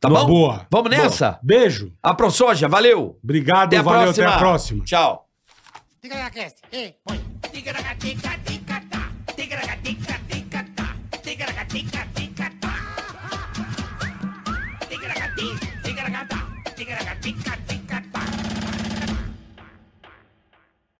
Tá uma bom? Boa. Vamos Boa. nessa? Beijo. A ProSoja, valeu. Obrigado, Até a valeu, próxima. até a próxima. Tchau. Ticaracast. Ei, põe. Ticaracati, cati,